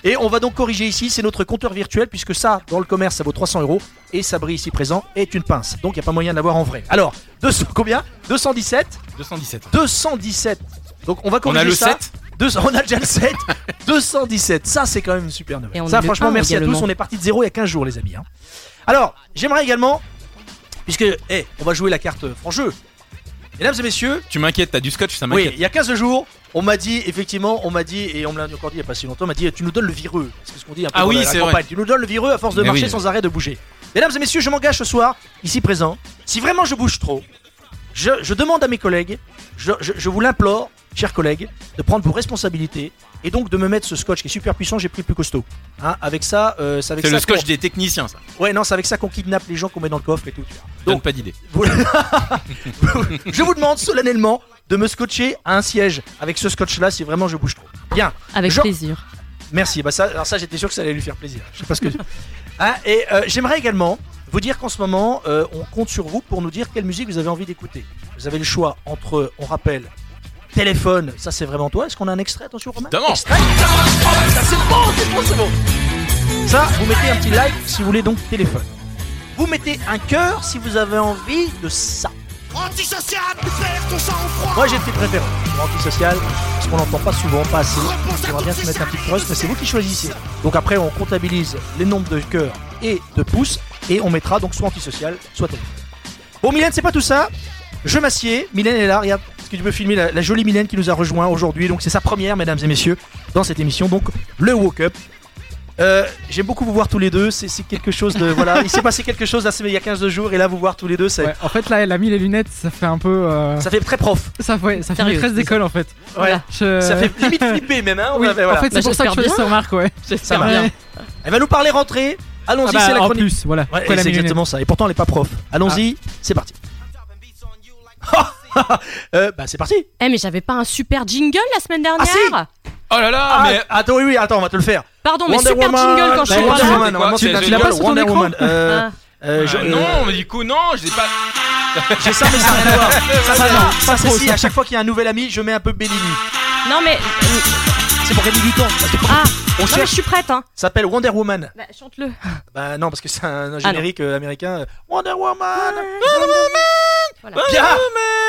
[SPEAKER 1] Et on va donc corriger ici, c'est notre compteur virtuel, puisque ça, dans le commerce, ça vaut 300 euros, et Sabri ici présent est une pince. Donc il n'y a pas moyen de l'avoir en vrai. Alors, 200, combien 217
[SPEAKER 2] 217.
[SPEAKER 1] 217. Donc on va
[SPEAKER 2] On
[SPEAKER 1] corriger
[SPEAKER 2] a le
[SPEAKER 1] ça.
[SPEAKER 2] 7.
[SPEAKER 1] 200 on a déjà le 7. 217. Ça, c'est quand même une super
[SPEAKER 7] Et on
[SPEAKER 1] nouvelle. Ça,
[SPEAKER 7] est le
[SPEAKER 1] franchement,
[SPEAKER 7] un
[SPEAKER 1] merci à tous.
[SPEAKER 7] également.
[SPEAKER 1] On est parti de zéro il y a 15 jours, les amis. hein. Alors, j'aimerais également, puisque, eh, on va jouer la carte euh, franc-jeu. Mesdames et messieurs,
[SPEAKER 2] Tu m'inquiètes, t'as du scotch, ça
[SPEAKER 1] oui,
[SPEAKER 2] m'inquiète.
[SPEAKER 1] il y a 15 jours, on m'a dit, effectivement, on m'a dit, et on me l'a encore dit il n'y a pas si longtemps, on m'a dit, tu nous donnes le vireux. C'est ce qu'on dit un peu
[SPEAKER 2] Ah
[SPEAKER 1] dans
[SPEAKER 2] oui,
[SPEAKER 1] la- la
[SPEAKER 2] c'est vrai.
[SPEAKER 1] campagne. Tu nous donnes le vireux à force de
[SPEAKER 2] Mais
[SPEAKER 1] marcher
[SPEAKER 2] oui.
[SPEAKER 1] sans arrêt, de bouger. Mesdames et messieurs, je m'engage ce soir, ici présent. Si vraiment je bouge trop, je, je demande à mes collègues, je, je- je vous l'implore, chers collègues, de prendre vos responsabilités et donc de me mettre ce scotch qui est super puissant, j'ai pris le plus costaud. Hein, avec ça, euh, c'est avec
[SPEAKER 2] C'est
[SPEAKER 1] ça
[SPEAKER 2] le scotch
[SPEAKER 1] qu'on-
[SPEAKER 2] des techniciens, ça.
[SPEAKER 1] Ouais, non, c'est avec ça qu'on kidnappe les gens qu'on met dans le coffre et tout. tu vois.
[SPEAKER 2] Donne
[SPEAKER 1] Donc,
[SPEAKER 2] pas d'idée.
[SPEAKER 1] vous- je vous demande solennellement de me scotcher à un siège avec ce scotch là si vraiment je bouge trop. Bien,
[SPEAKER 7] Avec
[SPEAKER 1] Jean-
[SPEAKER 7] plaisir.
[SPEAKER 1] merci. Bah ça, alors ça j'étais sûr que ça allait lui faire plaisir. Je sais pas ce que. Hein, et euh, j'aimerais également vous dire qu'en ce moment euh, on compte sur vous pour nous dire quelle musique vous avez envie d'écouter. Vous avez le choix entre, on rappelle, téléphone. Ça c'est vraiment toi. Est-ce qu'on a un extrait Attention Romain.
[SPEAKER 2] Évidemment.
[SPEAKER 1] Extrait Oh, putain, c'est bon, c'est bon, c'est bon. Ça, vous mettez un petit like si vous voulez donc téléphone. Vous mettez un cœur si vous avez envie de ça.
[SPEAKER 9] Antisocial, perds ton sang-froid.
[SPEAKER 1] Moi j'ai le petit préféré, antisocial, parce qu'on l'entend pas souvent, pas assez.
[SPEAKER 9] Repose à
[SPEAKER 1] J'aimerais bien
[SPEAKER 9] toutes
[SPEAKER 1] se
[SPEAKER 9] ces
[SPEAKER 1] mettre un petit
[SPEAKER 9] salées
[SPEAKER 1] cross, mais c'est vous qui choisissez. Donc après on comptabilise les nombres de cœurs et de pouces et on mettra donc soit antisocial, soit téléphone. Bon Mylène, c'est pas tout ça. Je m'assieds, Mylène est là, regarde, est-ce que tu peux filmer la, la jolie Mylène qui nous a rejoint aujourd'hui Donc c'est sa première, mesdames et messieurs, dans cette émission, donc le Woke Up. Euh, J'aime beaucoup vous voir tous les deux, c'est c'est quelque chose de... voilà, il s'est passé quelque chose là, c'est il y a 15 jours, et là vous voir tous les deux, c'est-
[SPEAKER 6] Ouais, en fait, là, elle a mis les lunettes, ça fait un peu. euh,
[SPEAKER 1] ça fait très prof.
[SPEAKER 6] Ça, ouais, ça fait
[SPEAKER 7] Sérieux.
[SPEAKER 6] maîtresse d'école en fait.
[SPEAKER 7] Voilà.
[SPEAKER 6] Je-
[SPEAKER 1] Ça fait limite flipper même, hein on
[SPEAKER 6] Euh, Oui,
[SPEAKER 1] avait-
[SPEAKER 6] en
[SPEAKER 1] voilà.
[SPEAKER 6] fait, c'est
[SPEAKER 7] Bah,
[SPEAKER 6] pour ça que je
[SPEAKER 7] j'espère
[SPEAKER 6] fais cette
[SPEAKER 7] bien.
[SPEAKER 6] remarque, ouais.
[SPEAKER 1] Ça va.
[SPEAKER 6] Ouais.
[SPEAKER 1] Elle va nous parler rentrée. Allons-y,
[SPEAKER 6] Ah bah,
[SPEAKER 1] c'est la
[SPEAKER 6] en
[SPEAKER 1] chronique.
[SPEAKER 6] plus, voilà.
[SPEAKER 1] Ouais,
[SPEAKER 6] Pourquoi elle
[SPEAKER 1] c'est
[SPEAKER 6] a mis les lunettes
[SPEAKER 1] exactement ça. Et pourtant, elle n'est pas prof. Allons-y, c'est parti. Euh, bah, c'est parti.
[SPEAKER 7] Eh, mais j'avais pas un super jingle la semaine dernière
[SPEAKER 2] Oh là là,
[SPEAKER 1] Ah,
[SPEAKER 2] mais.
[SPEAKER 1] Attends, oui, oui, attends, on va te le faire.
[SPEAKER 7] Pardon, mais super jingle quand je
[SPEAKER 1] bah,
[SPEAKER 7] suis pas
[SPEAKER 1] Wonder
[SPEAKER 7] là.
[SPEAKER 1] Woman, normalement,
[SPEAKER 2] Tu
[SPEAKER 1] c'est
[SPEAKER 2] l'as-
[SPEAKER 1] un
[SPEAKER 2] tu
[SPEAKER 1] jingle,
[SPEAKER 2] l'as pas sur
[SPEAKER 6] ton
[SPEAKER 1] Wonder
[SPEAKER 6] écran
[SPEAKER 1] Woman. Euh,
[SPEAKER 7] Ah.
[SPEAKER 1] euh, je-
[SPEAKER 2] Ah non, mais du coup, non, je l'ai pas.
[SPEAKER 1] j'ai ça, mais ça n'a rien à voir. Ça, ça, ça, ça, c'est si, à chaque fois qu'il y a un nouvel ami, je mets un peu Bellini.
[SPEAKER 7] Non, mais.
[SPEAKER 1] C'est pour gagner du temps. parce que On
[SPEAKER 7] Ah, non, mais je
[SPEAKER 1] cherche.
[SPEAKER 7] suis prête, hein.
[SPEAKER 1] Ça s'appelle Wonder Woman.
[SPEAKER 7] Bah, chante-le.
[SPEAKER 1] Bah non, parce que c'est un
[SPEAKER 7] non.
[SPEAKER 1] générique euh, américain. euh, Wonder Woman.
[SPEAKER 7] Voilà.
[SPEAKER 1] Bien,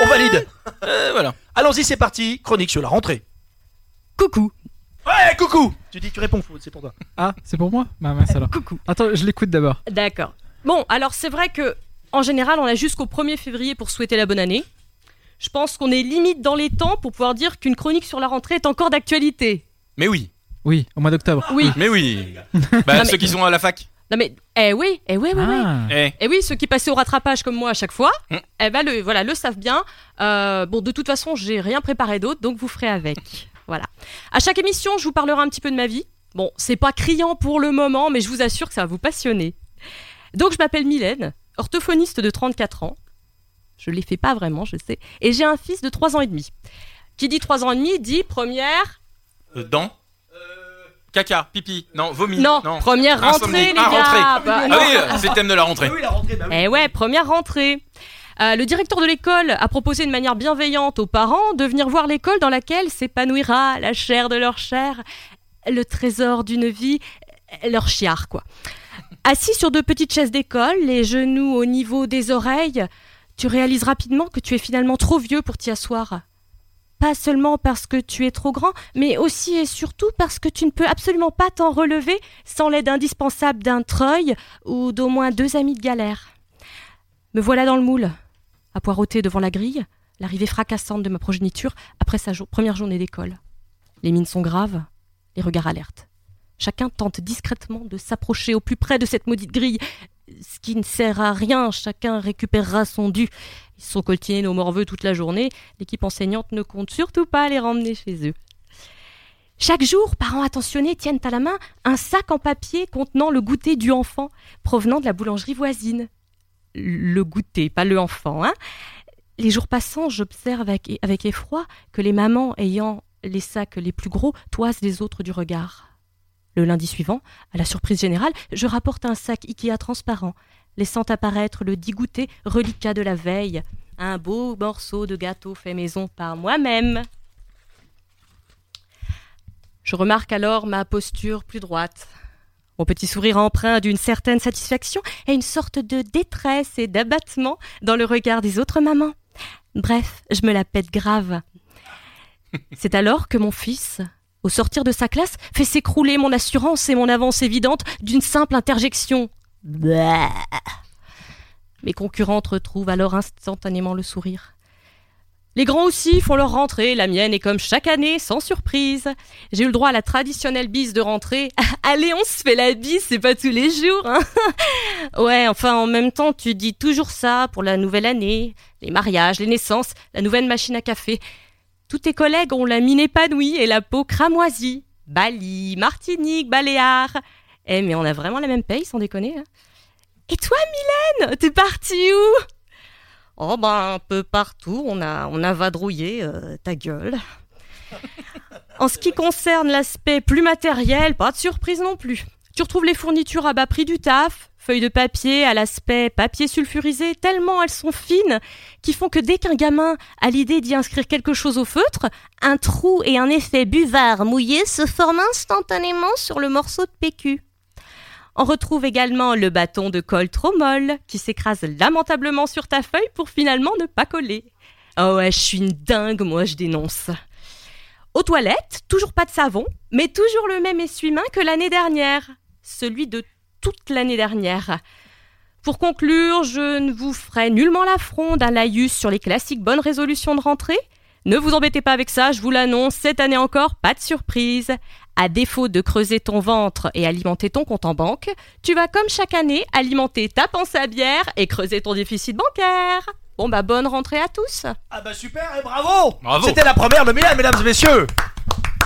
[SPEAKER 1] on valide.
[SPEAKER 2] Euh, voilà.
[SPEAKER 1] Allons-y, c'est parti. Chronique sur la rentrée.
[SPEAKER 7] Coucou.
[SPEAKER 1] Ouais, coucou. Tu dis, tu réponds, Fou, c'est pour toi.
[SPEAKER 6] Ah, c'est pour moi Bah mince alors.
[SPEAKER 7] Coucou.
[SPEAKER 6] Attends, je l'écoute d'abord.
[SPEAKER 7] D'accord. Bon, alors c'est vrai que en général, on a jusqu'au 1er février pour souhaiter la bonne année. Je pense qu'on est limite dans les temps pour pouvoir dire qu'une chronique sur la rentrée est encore d'actualité.
[SPEAKER 2] Mais oui,
[SPEAKER 6] Oui, au mois d'octobre.
[SPEAKER 7] Oui.
[SPEAKER 1] Ah.
[SPEAKER 2] mais oui. Bah,
[SPEAKER 7] Non, mais-
[SPEAKER 2] ceux qui sont à la fac.
[SPEAKER 7] Non mais eh oui, eh oui, oui, oui.
[SPEAKER 6] Ah.
[SPEAKER 2] Eh.
[SPEAKER 7] Eh oui, ceux qui passaient au rattrapage comme moi à chaque fois,
[SPEAKER 2] Mm.
[SPEAKER 7] eh ben le voilà, le savent bien. Euh, bon, de toute façon, j'ai rien préparé d'autre, donc vous ferez avec. voilà. À chaque émission, je vous parlerai un petit peu de ma vie. Bon, c'est pas criant pour le moment, mais je vous assure que ça va vous passionner. Donc, je m'appelle Mylène, orthophoniste de 34 ans. Je les fais pas vraiment, je sais. Et j'ai un fils de 3 ans et demi. Qui dit 3 ans et demi dit première.
[SPEAKER 2] Euh, Dans Caca, pipi, Mm. non, vomi.
[SPEAKER 7] Non, première rentrée,
[SPEAKER 2] Insomnie.
[SPEAKER 7] les
[SPEAKER 2] Ah,
[SPEAKER 7] gars.
[SPEAKER 2] rentrée.
[SPEAKER 7] Bah,
[SPEAKER 2] Ah oui, euh, c'est le thème de la rentrée.
[SPEAKER 1] Oui, la rentrée, bah oui.
[SPEAKER 7] Eh ouais, première rentrée. Euh, le directeur de l'école a proposé de manière bienveillante aux parents de venir voir l'école dans laquelle s'épanouira la chair de leur chair, le trésor d'une vie, leur chiard, quoi. Assis sur de petites chaises d'école, les genoux au niveau des oreilles, tu réalises rapidement que tu es finalement trop vieux pour t'y asseoir. pas seulement parce que tu es trop grand, mais aussi et surtout parce que tu ne peux absolument pas t'en relever sans l'aide indispensable d'un treuil ou d'au moins deux amis de galère. Me voilà dans le moule, à poireauter devant la grille, l'arrivée fracassante de ma progéniture après sa jour- première journée d'école. Les mines sont graves, les regards alertes. Chacun tente discrètement de s'approcher au plus près de cette maudite grille, ce qui ne sert à rien, chacun récupérera son dû. Ils se sont coltinés nos morveux toute la journée, l'équipe enseignante ne compte surtout pas les ramener chez eux. Chaque jour, parents attentionnés tiennent à la main un sac en papier contenant le goûter du enfant, provenant de la boulangerie voisine. Le goûter, pas le enfant, hein Les jours passants, j'observe avec, avec effroi que les mamans ayant les sacs les plus gros toisent les autres du regard. Le lundi suivant, à la surprise générale, je rapporte un sac Ikea transparent, laissant apparaître le dégoûté reliquat de la veille, un beau morceau de gâteau fait maison par moi-même. Je remarque alors ma posture plus droite, mon petit sourire empreint d'une certaine satisfaction et une sorte de détresse et d'abattement dans le regard des autres mamans. Bref, je me la pète grave. C'est alors que mon fils, au sortir de sa classe, fait s'écrouler mon assurance et mon avance évidente d'une simple interjection. Bleh. Mes concurrentes retrouvent alors instantanément le sourire. Les grands aussi font leur rentrée, la mienne est comme chaque année, sans surprise. J'ai eu le droit à la traditionnelle bise de rentrée. Allez, on se fait la bise, c'est pas tous les jours. hein. ouais, enfin, en même temps, tu dis toujours ça pour la nouvelle année, les mariages, les naissances, la nouvelle machine à café. Tous tes collègues ont la mine épanouie et la peau cramoisie. Bali, Martinique, Baléares. Eh, mais on a vraiment la même paye, sans déconner. hein. Et toi, Mylène, t'es partie où Oh, ben, un peu partout. On a, on a vadrouillé euh, ta gueule. En ce qui concerne l'aspect plus matériel, pas de surprise non plus. Tu retrouves les fournitures à bas prix du taf, feuilles de papier à l'aspect papier sulfurisé, tellement elles sont fines qui font que dès qu'un gamin a l'idée d'y inscrire quelque chose au feutre, un trou et un effet buvard mouillé se forment instantanément sur le morceau de PQ. On retrouve également le bâton de colle trop molle qui s'écrase lamentablement sur ta feuille pour finalement ne pas coller. Oh ouais, je suis une dingue, moi je dénonce. Aux toilettes, toujours pas de savon, mais toujours le même essuie-main que l'année dernière. Celui de toute l'année dernière. Pour conclure, je ne vous ferai nullement l'affront d'un laïus sur les classiques bonnes résolutions de rentrée. Ne vous embêtez pas avec ça, je vous l'annonce, cette année encore, pas de surprise. À défaut de creuser ton ventre et alimenter ton compte en banque, tu vas comme chaque année alimenter ta pensée à bière et creuser ton déficit bancaire. Bon bah bonne rentrée à tous.
[SPEAKER 1] Ah bah super et bravo
[SPEAKER 2] Bravo.
[SPEAKER 1] C'était la première de Mylène, mesdames et messieurs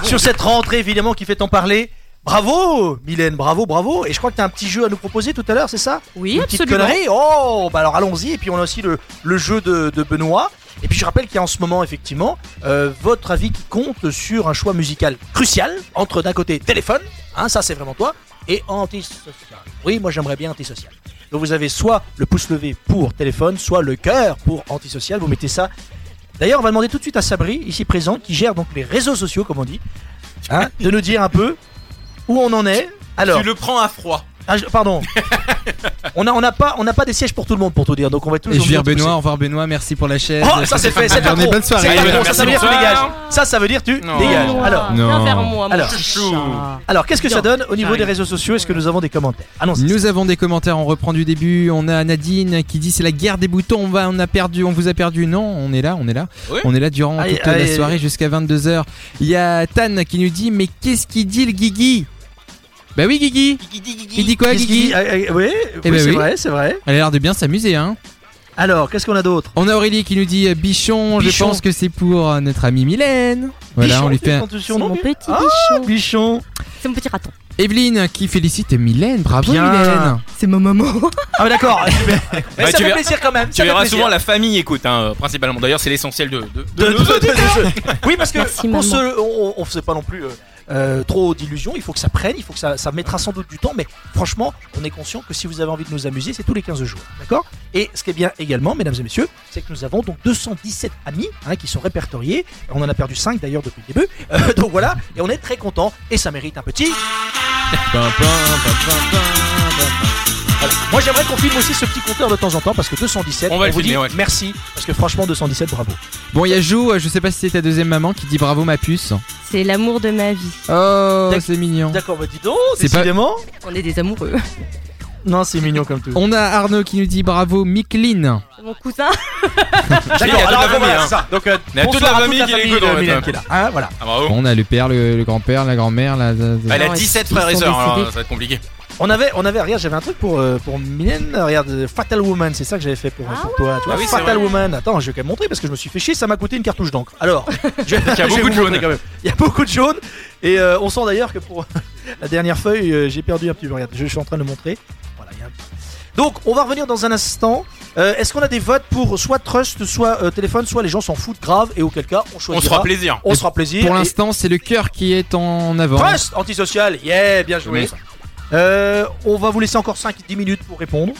[SPEAKER 1] Sur cette rentrée, évidemment, qui fait tant parler. Bravo, Mylène, bravo, bravo. Et je crois que tu as un petit jeu à nous proposer tout à l'heure, c'est ça
[SPEAKER 7] Oui,
[SPEAKER 1] Une petite
[SPEAKER 7] absolument.
[SPEAKER 1] connerie Oh, bah alors allons-y. Et puis on a aussi le, le jeu de, de Benoît. Et puis je rappelle qu'il y a en ce moment, effectivement, euh, votre avis qui compte sur un choix musical crucial entre d'un côté téléphone, hein, ça c'est vraiment toi, et antisocial. Oui, moi j'aimerais bien antisocial. Donc vous avez soit le pouce levé pour téléphone, soit le cœur pour antisocial. Vous mettez ça. D'ailleurs, on va demander tout de suite à Sabri, ici présente, qui gère donc les réseaux sociaux, comme on dit, hein, de nous dire un peu où on en est. Alors,
[SPEAKER 2] Tu le prends à froid.
[SPEAKER 1] ah, je- pardon. on n'a on a pas, on n'a pas des sièges pour tout le monde, pour tout dire. Donc on va tous.
[SPEAKER 8] Et je
[SPEAKER 1] on va
[SPEAKER 8] vire
[SPEAKER 1] tous pousser.
[SPEAKER 8] Benoît, au revoir Benoît, merci pour la chaise.
[SPEAKER 1] Oh, ça c'est fait, c'est un
[SPEAKER 8] Journée,
[SPEAKER 1] pro.
[SPEAKER 8] bonne soirée.
[SPEAKER 1] C'est un
[SPEAKER 8] Allez,
[SPEAKER 1] pro,
[SPEAKER 2] merci,
[SPEAKER 1] ça, ça veut dire que tu
[SPEAKER 2] bonsoir.
[SPEAKER 1] dégages. Ça, ça veut dire tu
[SPEAKER 8] Non.
[SPEAKER 1] dégages.
[SPEAKER 7] Benoît,
[SPEAKER 1] Alors,
[SPEAKER 7] Oh, viens
[SPEAKER 8] Non.
[SPEAKER 7] vers moi, mon
[SPEAKER 1] Alors.
[SPEAKER 2] Chouchou.
[SPEAKER 7] chat.
[SPEAKER 1] alors qu'est-ce que ça donne au niveau
[SPEAKER 6] J'arrive.
[SPEAKER 1] des réseaux sociaux Est-ce que nous avons des commentaires Ah Annonce.
[SPEAKER 8] Nous avons des commentaires, on reprend du début. On a Nadine qui dit c'est la guerre des boutons, on, va, on a perdu, on vous a perdu. Non, on est là, on est là.
[SPEAKER 2] Oui.
[SPEAKER 8] On est là durant
[SPEAKER 1] Allez,
[SPEAKER 8] toute
[SPEAKER 1] allez.
[SPEAKER 8] la soirée jusqu'à 22h. Il y a Tan qui nous dit mais qu'est-ce qu'il dit le Guigui Bah oui, Guigui Il dit quoi,
[SPEAKER 1] Qu'est-ce qu'il
[SPEAKER 8] Guigui
[SPEAKER 1] dit Ah, ah, Oui, oui,
[SPEAKER 8] ben
[SPEAKER 1] c'est
[SPEAKER 8] oui.
[SPEAKER 1] vrai, c'est vrai.
[SPEAKER 8] Elle a l'air de bien s'amuser, hein.
[SPEAKER 1] Alors, qu'est-ce qu'on a d'autre
[SPEAKER 8] On a Aurélie qui nous dit euh, Bichon, je
[SPEAKER 1] Bichon.
[SPEAKER 8] pense que c'est pour euh, notre amie Mylène. Voilà,
[SPEAKER 1] Bichon,
[SPEAKER 8] on lui
[SPEAKER 1] tu
[SPEAKER 8] fait un-
[SPEAKER 1] prends tout
[SPEAKER 7] C'est
[SPEAKER 1] sur
[SPEAKER 7] mon
[SPEAKER 1] nom, lui
[SPEAKER 7] petit
[SPEAKER 1] Ah,
[SPEAKER 7] bichon.
[SPEAKER 1] Bichon.
[SPEAKER 7] C'est mon petit raton.
[SPEAKER 8] Evelyne qui félicite Mylène, bravo
[SPEAKER 1] Bien.
[SPEAKER 8] Mylène.
[SPEAKER 7] C'est ma maman.
[SPEAKER 1] Ah ouais, d'accord. Mais
[SPEAKER 2] Bah,
[SPEAKER 1] ça
[SPEAKER 2] tu
[SPEAKER 1] fait
[SPEAKER 2] verras-
[SPEAKER 1] plaisir quand même.
[SPEAKER 2] Tu
[SPEAKER 1] ça fait
[SPEAKER 2] verras
[SPEAKER 1] plaisir.
[SPEAKER 2] souvent la famille écoute, hein, euh, principalement. D'ailleurs, c'est l'essentiel de, de,
[SPEAKER 1] de,
[SPEAKER 2] de nos
[SPEAKER 1] de- de- de- Oui, parce que
[SPEAKER 7] Merci,
[SPEAKER 1] on
[SPEAKER 7] maman.
[SPEAKER 1] se, on, on fait pas non plus euh, euh, trop d'illusions. Il faut que ça prenne, il faut que ça, ça mettra sans doute du temps. Mais franchement, on est conscient que si vous avez envie de nous amuser, c'est tous les 15 jours, d'accord Et ce qui est bien également, mesdames et messieurs, c'est que nous avons donc 217 amis hein, qui sont répertoriés. On en a perdu 5 d'ailleurs depuis le début. Euh, donc voilà, et on est très content. Et ça mérite un petit. Voilà. Moi, j'aimerais qu'on filme aussi ce petit compteur de temps en temps parce que 217,
[SPEAKER 2] On va le
[SPEAKER 1] vous
[SPEAKER 2] filmer,
[SPEAKER 1] dit
[SPEAKER 2] ouais.
[SPEAKER 1] merci parce que franchement, 217, bravo.
[SPEAKER 8] Bon, il y a Jo, euh, je sais pas si c'est ta deuxième maman, qui dit bravo ma puce.
[SPEAKER 7] C'est l'amour de ma vie.
[SPEAKER 8] Oh,
[SPEAKER 1] Tac.
[SPEAKER 8] c'est mignon.
[SPEAKER 1] D'accord, bah dis donc,
[SPEAKER 8] C'est pas-
[SPEAKER 1] décidément.
[SPEAKER 7] On est des amoureux.
[SPEAKER 1] Non, c'est mignon comme tout.
[SPEAKER 8] On a Arnaud qui nous dit bravo Miklin.
[SPEAKER 7] C'est Mon cousin.
[SPEAKER 2] Il y a
[SPEAKER 1] D'accord,
[SPEAKER 2] toute
[SPEAKER 1] alors
[SPEAKER 2] la famille,
[SPEAKER 1] voilà,
[SPEAKER 2] hein.
[SPEAKER 1] c'est ça. Donc, euh,
[SPEAKER 2] Il y a toute
[SPEAKER 1] bonsoir
[SPEAKER 2] la
[SPEAKER 1] à
[SPEAKER 2] famille qui est
[SPEAKER 1] de
[SPEAKER 2] écoute, en fait.
[SPEAKER 1] Mylène qui est là. Hein, voilà.
[SPEAKER 2] Ah, bravo.
[SPEAKER 8] On a le père, le, le grand-père, la grand-mère, la. la- la-
[SPEAKER 2] Elle a
[SPEAKER 7] Non,
[SPEAKER 2] 17
[SPEAKER 7] ils-
[SPEAKER 2] frères
[SPEAKER 7] ils
[SPEAKER 2] et
[SPEAKER 7] sont
[SPEAKER 2] sœurs, alors
[SPEAKER 7] décédés.
[SPEAKER 2] ça va être compliqué.
[SPEAKER 1] On avait, on avait, regarde, j'avais un truc pour, euh, pour Mylène, regarde, euh, Fatal Woman, c'est ça que j'avais fait pour,
[SPEAKER 7] Ah
[SPEAKER 1] pour toi, tu vois,
[SPEAKER 2] Ah oui, c'est
[SPEAKER 1] Fatal
[SPEAKER 2] vrai.
[SPEAKER 1] Woman, attends, je vais quand même montrer parce que je me suis fait chier, ça m'a coûté une cartouche d'encre. Alors, je, vais-
[SPEAKER 2] y a
[SPEAKER 1] je vais
[SPEAKER 2] beaucoup
[SPEAKER 1] vous
[SPEAKER 2] de jaune.
[SPEAKER 1] montrer quand même. Il y a beaucoup de jaune, et euh, on sent d'ailleurs que pour la dernière feuille, euh, j'ai perdu un petit peu, regarde, je, suis en train de le montrer. Voilà, il y a un petit- Donc, on va revenir dans un instant. Euh, Est-ce qu'on a des votes pour soit Trust, soit euh, téléphone, soit les gens s'en foutent grave, et auquel cas, on
[SPEAKER 2] On se
[SPEAKER 1] choisira.
[SPEAKER 2] fera plaisir.
[SPEAKER 1] on se fera plaisir.
[SPEAKER 8] Pour
[SPEAKER 1] et-
[SPEAKER 8] l'instant, c'est le cœur qui est en avant.
[SPEAKER 1] Trust antisocial, yeah, bien joué.
[SPEAKER 2] Oui.
[SPEAKER 1] Euh, on va vous laisser encore 5-10 minutes pour répondre.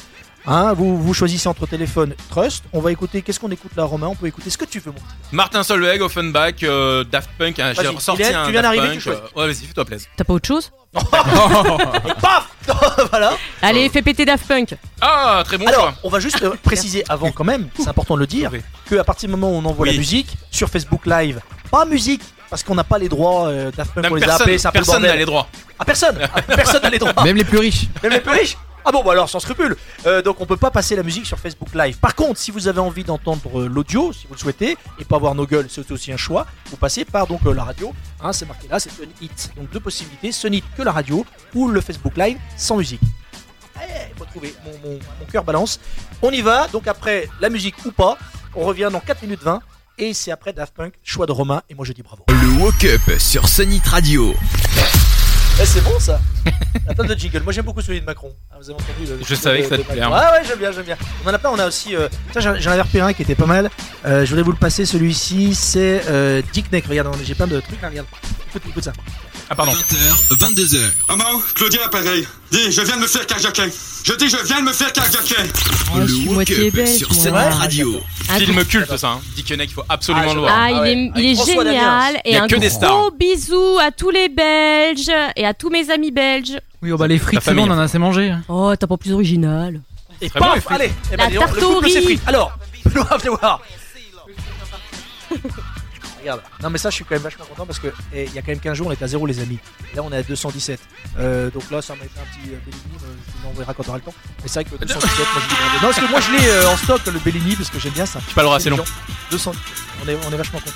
[SPEAKER 1] Hein, vous, vous choisissez entre téléphone, trust. On va écouter, qu'est-ce qu'on écoute là, Romain On peut écouter ce que tu veux. mon petit.
[SPEAKER 2] Martin Solveig, Offenbach, euh, Daft Punk, hein, j'ai
[SPEAKER 1] Vas-y,
[SPEAKER 2] ressorti
[SPEAKER 1] Mylène,
[SPEAKER 2] un
[SPEAKER 1] tu viens
[SPEAKER 2] Daft
[SPEAKER 1] d'arriver,
[SPEAKER 2] Punk,
[SPEAKER 1] tu choisis.
[SPEAKER 2] euh, Ouais, vas-y, fais-toi plaisir.
[SPEAKER 7] T'as pas autre chose
[SPEAKER 1] Et paf Voilà. Euh,
[SPEAKER 7] Allez, fais péter Daft Punk.
[SPEAKER 2] Ah, très bon
[SPEAKER 1] Alors,
[SPEAKER 2] choix.
[SPEAKER 1] on va juste euh, préciser avant quand même, c'est important de le dire,
[SPEAKER 2] Oui.
[SPEAKER 1] qu'à partir du moment où on envoie
[SPEAKER 2] Oui.
[SPEAKER 1] la musique sur Facebook Live, pas musique parce qu'on n'a pas les droits euh, Daft Punk,
[SPEAKER 2] Même
[SPEAKER 1] on les a
[SPEAKER 2] personne
[SPEAKER 1] appelés, c'est un peu le
[SPEAKER 2] personne n'a
[SPEAKER 1] bordel.
[SPEAKER 2] les droits.
[SPEAKER 1] Ah, personne Ah, Personne n'a les droits
[SPEAKER 8] Même les plus riches.
[SPEAKER 1] Même les plus riches Ah bon, bah alors sans scrupule. Euh, donc on peut pas passer la musique sur Facebook Live. Par contre, si vous avez envie d'entendre euh, l'audio, si vous le souhaitez, et pas voir nos gueules, c'est aussi un choix. Vous passez par donc euh, la radio. Hein, c'est marqué là, c'est Sony Hit. Donc deux possibilités, Sony Hit que la radio ou le Facebook Live sans musique. Eh, faut trouver. Mon, mon- mon cœur balance. On y va. Donc après la musique ou pas, on revient dans 4 minutes 20 et c'est après Daft Punk, choix de Romain et moi je dis bravo.
[SPEAKER 10] Le Woke Up sur Sunnit Radio.
[SPEAKER 1] Eh, c'est bon ça La table de jingle. Moi j'aime beaucoup celui de Macron. Ah, vous avez entendu le-
[SPEAKER 2] Je savais
[SPEAKER 1] de-
[SPEAKER 2] que ça
[SPEAKER 1] de
[SPEAKER 2] te
[SPEAKER 1] Macron.
[SPEAKER 2] plairait.
[SPEAKER 1] Ah ouais, j'aime bien, j'aime bien. On en a plein, on a aussi. Euh... tiens, j'en j'en avais repéré un qui était pas mal. Euh, je voulais vous le passer, celui-ci. C'est euh, Dick Neck. Regarde, j'ai plein de trucs là, regarde. Écoute, écoute ça.
[SPEAKER 2] Ah, pardon.
[SPEAKER 10] 20h, 22h.
[SPEAKER 9] Maman, Claudia l'appareil. Dis, je viens de me faire carjaquer. Je dis, je viens de me faire carjaquer.
[SPEAKER 7] Ah, je suis
[SPEAKER 10] Le Woke
[SPEAKER 7] moitié
[SPEAKER 10] Up
[SPEAKER 7] belge,
[SPEAKER 10] sur
[SPEAKER 7] moi.
[SPEAKER 10] Sunnit
[SPEAKER 1] vrai
[SPEAKER 10] Radio.
[SPEAKER 7] Ah,
[SPEAKER 2] Film culte, ça. Hein. Dick Henneck, il faut absolument
[SPEAKER 1] Ah, je-
[SPEAKER 2] le voir.
[SPEAKER 7] Ah,
[SPEAKER 1] Ah ouais,
[SPEAKER 7] il est,
[SPEAKER 1] avec
[SPEAKER 7] il est
[SPEAKER 1] François Damiens.
[SPEAKER 7] génial.
[SPEAKER 2] Il y
[SPEAKER 7] Et
[SPEAKER 2] a
[SPEAKER 7] un
[SPEAKER 2] que des stars.
[SPEAKER 7] gros bisou à tous les Belges et à tous mes amis belges.
[SPEAKER 6] Oui, oh bah les frites, c'est bon,
[SPEAKER 2] famille.
[SPEAKER 6] on en a assez mangé. hein.
[SPEAKER 7] Oh, t'as pas plus original.
[SPEAKER 1] Et
[SPEAKER 2] Très bon, les
[SPEAKER 1] paf,
[SPEAKER 2] frites.
[SPEAKER 1] allez eh
[SPEAKER 7] La
[SPEAKER 1] dis donc, le couple
[SPEAKER 7] tartourie.
[SPEAKER 1] s'est pris. Alors, nous allons voir. Regarde. Non mais ça je suis quand même vachement content parce que eh, il y a quand même 15 jours on était à zéro les amis. Et là on est à 217. Euh, donc là ça m'a été un petit euh, Bellini, mais je vous l'enverrai quand on aura le temps. Mais c'est vrai que 217 moi je l'ai demandé. Non parce que moi je l'ai euh, en stock le Bellini parce que j'aime bien ça.
[SPEAKER 2] J'ai pas le bras assez long.
[SPEAKER 1] 200. On est, on est vachement content.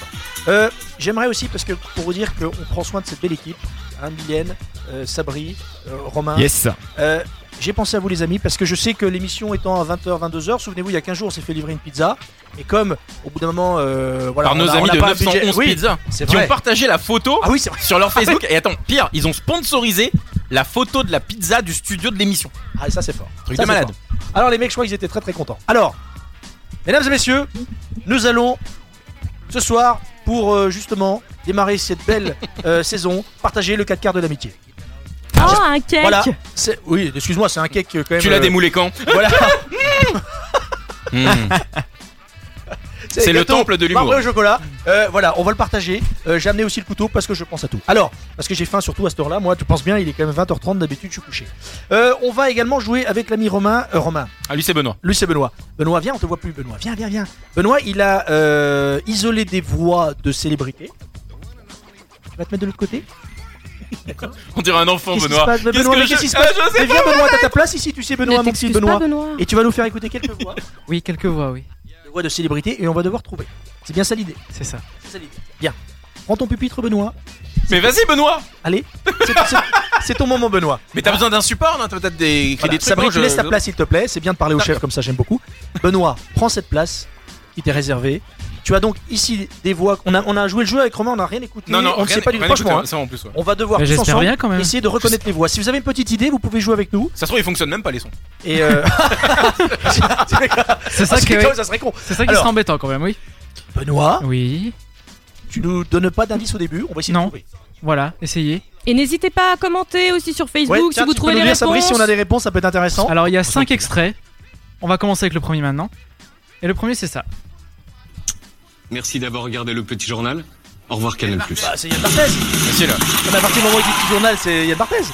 [SPEAKER 1] Euh, J'aimerais aussi parce que pour vous dire qu'on prend soin de cette belle équipe, hein, Mylène, euh, Sabri, euh, Romain,
[SPEAKER 8] Yes.
[SPEAKER 1] euh, j'ai pensé à vous les amis parce que je sais que l'émission étant à 20h, 22h, souvenez-vous, il y a 15 jours, on s'est fait livrer une pizza. Et comme au bout d'un moment, euh, voilà,
[SPEAKER 2] Par
[SPEAKER 1] on
[SPEAKER 2] nos
[SPEAKER 1] a- on
[SPEAKER 2] amis
[SPEAKER 1] a
[SPEAKER 2] de
[SPEAKER 1] pas un budget-
[SPEAKER 2] 911
[SPEAKER 1] oui,
[SPEAKER 2] Pizza
[SPEAKER 1] c'est
[SPEAKER 2] qui
[SPEAKER 1] vrai.
[SPEAKER 2] ont partagé la photo
[SPEAKER 1] Ah oui, c'est vrai.
[SPEAKER 2] sur leur Facebook. Et attends, pire, ils ont sponsorisé la photo de la pizza du studio de l'émission.
[SPEAKER 1] Ah, ça c'est fort.
[SPEAKER 2] Truc
[SPEAKER 1] Ça,
[SPEAKER 2] de
[SPEAKER 1] c'est
[SPEAKER 2] malade.
[SPEAKER 1] fort. Alors les mecs, je crois qu'ils étaient très très contents. Alors, mesdames et messieurs, nous allons ce soir pour euh, justement démarrer cette belle euh, saison, partager le 4 quarts de l'amitié.
[SPEAKER 7] Oh, un cake.
[SPEAKER 1] Ah, Voilà. C'est- Oui, excuse-moi, c'est un cake euh, quand même.
[SPEAKER 2] Tu l'as
[SPEAKER 1] euh,
[SPEAKER 2] démoulé quand
[SPEAKER 1] Voilà.
[SPEAKER 2] Hmm. C'est le
[SPEAKER 1] gâteau,
[SPEAKER 2] temple de l'humour.
[SPEAKER 1] marbré au chocolat. Euh, voilà, on va le partager. Euh, j'ai amené aussi le couteau parce que je pense à tout. Alors, parce que j'ai faim surtout à cette heure-là. Moi, tu penses bien, il est quand même 20h30. D'habitude, je suis couché. Euh, on va également jouer avec l'ami Romain. euh, Romain,
[SPEAKER 2] Ah, lui, c'est Benoît.
[SPEAKER 1] lui, c'est Benoît. Benoît, viens, on te voit plus, Benoît. Viens, viens, viens. Benoît, il a euh, isolé des voix de célébrités. Tu vas te mettre de l'autre côté
[SPEAKER 2] On dirait un enfant,
[SPEAKER 1] Qu'est-ce qui
[SPEAKER 2] Benoît.
[SPEAKER 1] se passe, Benoît, mais qu'est-ce qui se
[SPEAKER 2] Ah,
[SPEAKER 1] passe
[SPEAKER 2] je
[SPEAKER 1] Mais
[SPEAKER 2] sais
[SPEAKER 1] viens, Benoît, t'as ta place ici, tu sais, Benoît,
[SPEAKER 7] ne
[SPEAKER 1] mon petit
[SPEAKER 7] t'excuse pas,
[SPEAKER 1] Benoît.
[SPEAKER 7] Benoît.
[SPEAKER 1] Et tu vas nous faire écouter quelques voix,
[SPEAKER 6] Oui, quelques voix, oui.
[SPEAKER 1] des voix de célébrités, et on va devoir trouver. C'est bien ça l'idée.
[SPEAKER 6] C'est ça.
[SPEAKER 1] C'est ça l'idée. Bien. Prends ton pupitre, Benoît.
[SPEAKER 2] Mais vas-y, Benoît
[SPEAKER 1] Allez, c'est- c'est- c'est ton moment, Benoît.
[SPEAKER 2] Mais t'as besoin d'un support, non T'as peut-être des... écrit
[SPEAKER 1] Voilà,
[SPEAKER 2] des trucs.
[SPEAKER 1] Sabri,
[SPEAKER 2] non,
[SPEAKER 1] tu
[SPEAKER 2] je-
[SPEAKER 1] laisses ta place, s'il te plaît. C'est bien de parler au chef comme ça, j'aime beaucoup. Benoît, prends cette place qui t'est réservée. Tu as donc ici des voix. On a, on a joué le jeu avec Romain, on n'a rien écouté.
[SPEAKER 2] Non, non,
[SPEAKER 1] on ne
[SPEAKER 2] rien-
[SPEAKER 1] sait pas du tout.
[SPEAKER 2] rien
[SPEAKER 1] Franchement,
[SPEAKER 2] écoute, ça, en plus, ouais.
[SPEAKER 1] hein, on va devoir
[SPEAKER 6] Mais
[SPEAKER 1] tous
[SPEAKER 6] j'espère
[SPEAKER 1] ensemble
[SPEAKER 6] bien quand même.
[SPEAKER 1] essayer de reconnaître les voix. Si vous avez une petite idée, vous pouvez jouer avec nous.
[SPEAKER 2] Ça se trouve, ils fonctionnent même pas les sons.
[SPEAKER 1] Et euh,
[SPEAKER 6] C'est ça,
[SPEAKER 1] parce
[SPEAKER 6] que,
[SPEAKER 1] que Ah, comme ça serait con.
[SPEAKER 6] c'est ça qui
[SPEAKER 1] Alors-
[SPEAKER 6] serait embêtant quand même, oui.
[SPEAKER 1] Benoît,
[SPEAKER 6] Oui.
[SPEAKER 1] tu nous donnes pas d'indice au début. On va essayer de
[SPEAKER 6] Non.
[SPEAKER 1] trouver.
[SPEAKER 6] Voilà, essayez.
[SPEAKER 7] Et n'hésitez pas à commenter aussi sur Facebook
[SPEAKER 1] Ouais,
[SPEAKER 7] si
[SPEAKER 1] tiens,
[SPEAKER 7] vous
[SPEAKER 1] tu peux
[SPEAKER 7] trouvez
[SPEAKER 1] nous
[SPEAKER 7] les
[SPEAKER 1] dire,
[SPEAKER 7] réponses.
[SPEAKER 1] Sabri, si on a des réponses, ça peut être intéressant.
[SPEAKER 6] Alors il y a 5 extraits. On va commencer avec le premier maintenant. Et le premier c'est ça.
[SPEAKER 11] Merci d'avoir regardé le petit journal. Au revoir Canal+.
[SPEAKER 1] Bah, c'est Yann Barthès.
[SPEAKER 2] Facile.
[SPEAKER 1] Mais à partir du moment où il dit petit journal, c'est Yann Barthès.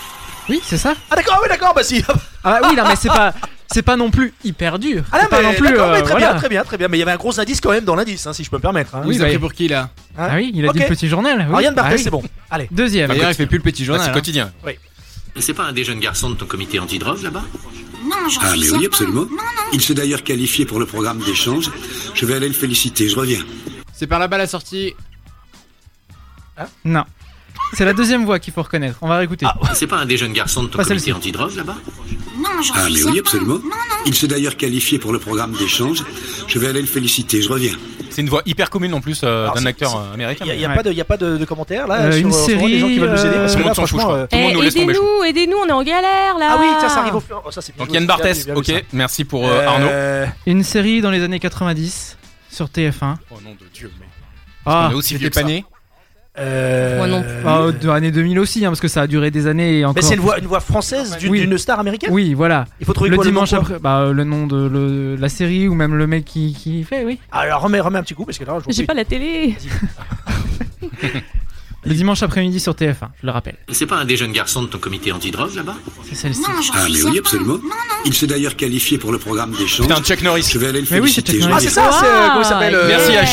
[SPEAKER 6] Oui, c'est ça.
[SPEAKER 1] Ah d'accord, ah oui d'accord, bah si.
[SPEAKER 6] Ah bah oui, non mais c'est pas c'est pas non plus hyper dur.
[SPEAKER 1] Ah non,
[SPEAKER 6] C'est pas
[SPEAKER 1] mais
[SPEAKER 6] non plus
[SPEAKER 1] d'accord, mais
[SPEAKER 6] euh,
[SPEAKER 1] très
[SPEAKER 6] voilà.
[SPEAKER 1] bien, très bien, très bien. Mais il y avait un gros indice quand même dans l'indice, hein, si je peux me permettre. Hein.
[SPEAKER 6] Oui, Il s'est bah, pris
[SPEAKER 8] pour qui là
[SPEAKER 1] Hein
[SPEAKER 6] Ah oui, il a dit
[SPEAKER 1] Ok.
[SPEAKER 6] le petit journal. oui.
[SPEAKER 1] Ariane Barthé,
[SPEAKER 6] Ah oui.
[SPEAKER 1] c'est bon. Allez.
[SPEAKER 11] Bah,
[SPEAKER 6] Deuxième.
[SPEAKER 8] D'ailleurs, il fait plus le petit journal.
[SPEAKER 2] Bah, c'est
[SPEAKER 8] hein.
[SPEAKER 2] quotidien.
[SPEAKER 11] C'est pas un des jeunes garçons de ton comité antidrogue là-bas
[SPEAKER 12] Non, j'en
[SPEAKER 9] Ah,
[SPEAKER 12] suis
[SPEAKER 9] mais
[SPEAKER 12] certain.
[SPEAKER 9] oui, absolument. Il s'est d'ailleurs qualifié pour le programme d'échange. Je vais aller le féliciter, je reviens.
[SPEAKER 8] C'est par là-bas la sortie.
[SPEAKER 6] Non. C'est la deuxième voix qu'il faut reconnaître. On va réécouter.
[SPEAKER 11] Ah, C'est pas un des jeunes garçons de ton
[SPEAKER 6] Pas
[SPEAKER 11] comité
[SPEAKER 6] celle-ci.
[SPEAKER 11] antidrogue là-bas
[SPEAKER 12] Non, j'en
[SPEAKER 9] Ah,
[SPEAKER 12] suis
[SPEAKER 9] mais
[SPEAKER 12] certain.
[SPEAKER 9] oui, absolument. Il s'est d'ailleurs qualifié pour le programme d'échange. Je vais aller le féliciter, je reviens.
[SPEAKER 2] C'est une voix hyper commune en plus euh,
[SPEAKER 1] Alors,
[SPEAKER 2] d'un
[SPEAKER 1] c'est-
[SPEAKER 2] acteur
[SPEAKER 1] c'est-
[SPEAKER 2] euh, américain.
[SPEAKER 1] Il n'y a,
[SPEAKER 6] Ouais.
[SPEAKER 1] pas de, il y a pas de, de commentaires là
[SPEAKER 6] Euh,
[SPEAKER 1] sur,
[SPEAKER 6] une
[SPEAKER 1] euh, sur les gens qui veulent nous aider. Parce que là,
[SPEAKER 2] série, euh, tout le monde s'en fout, je
[SPEAKER 1] franchement,
[SPEAKER 2] crois.
[SPEAKER 1] euh,
[SPEAKER 2] Tout le monde
[SPEAKER 7] Eh,
[SPEAKER 2] nous laisse tomber, je
[SPEAKER 7] Aidez-nous, aidez-nous, on est en galère là.
[SPEAKER 1] Ah oui, tiens, ça arrive au fur. oh, ça, c'est bien
[SPEAKER 2] Donc
[SPEAKER 1] joué,
[SPEAKER 2] Yann
[SPEAKER 1] c'est bien
[SPEAKER 2] Barthès,
[SPEAKER 1] vu, bien vu,
[SPEAKER 2] ok,
[SPEAKER 1] ça.
[SPEAKER 2] merci pour euh, Arnaud.
[SPEAKER 1] Euh,
[SPEAKER 6] Une série dans les années 90 sur TF1.
[SPEAKER 2] Oh nom de Dieu, mais.
[SPEAKER 6] Ah,
[SPEAKER 2] On est aussi vieux
[SPEAKER 8] C'était
[SPEAKER 2] que ça.
[SPEAKER 8] pané.
[SPEAKER 1] euh,
[SPEAKER 7] Moi non plus.
[SPEAKER 6] bah, de l'année 2000 aussi, hein, parce que ça a duré des années et encore.
[SPEAKER 1] Mais c'est une voix, une voix française d'une
[SPEAKER 6] Oui.
[SPEAKER 1] d'une star américaine.
[SPEAKER 6] Oui, voilà.
[SPEAKER 1] Il faut trouver
[SPEAKER 6] le
[SPEAKER 1] quoi, nom,
[SPEAKER 6] dimanche
[SPEAKER 1] quoi
[SPEAKER 6] après, bah, euh, le nom de le- la série ou même le mec qui, qui fait, oui.
[SPEAKER 1] Ah, Alors remets, remets un petit coup parce que là, je vous
[SPEAKER 7] J'ai
[SPEAKER 1] prie.
[SPEAKER 7] pas la télé.
[SPEAKER 6] Le dimanche après-midi sur TF1, je le rappelle.
[SPEAKER 11] C'est pas un des jeunes garçons de ton comité antidrogue là-bas
[SPEAKER 6] C'est celle-ci.
[SPEAKER 12] Non, j'en
[SPEAKER 9] Ah,
[SPEAKER 12] suis
[SPEAKER 9] mais
[SPEAKER 12] certain.
[SPEAKER 9] oui, absolument. Il s'est d'ailleurs qualifié pour le programme d'échange.
[SPEAKER 2] Putain, Chuck Norris.
[SPEAKER 9] Je vais aller le
[SPEAKER 6] Mais oui, c'est
[SPEAKER 9] féliciter, je
[SPEAKER 6] Chuck
[SPEAKER 1] Ah,
[SPEAKER 9] reviens.
[SPEAKER 1] c'est ça, c'est euh, comment il s'appelle euh,
[SPEAKER 2] Merci à
[SPEAKER 7] Ouais,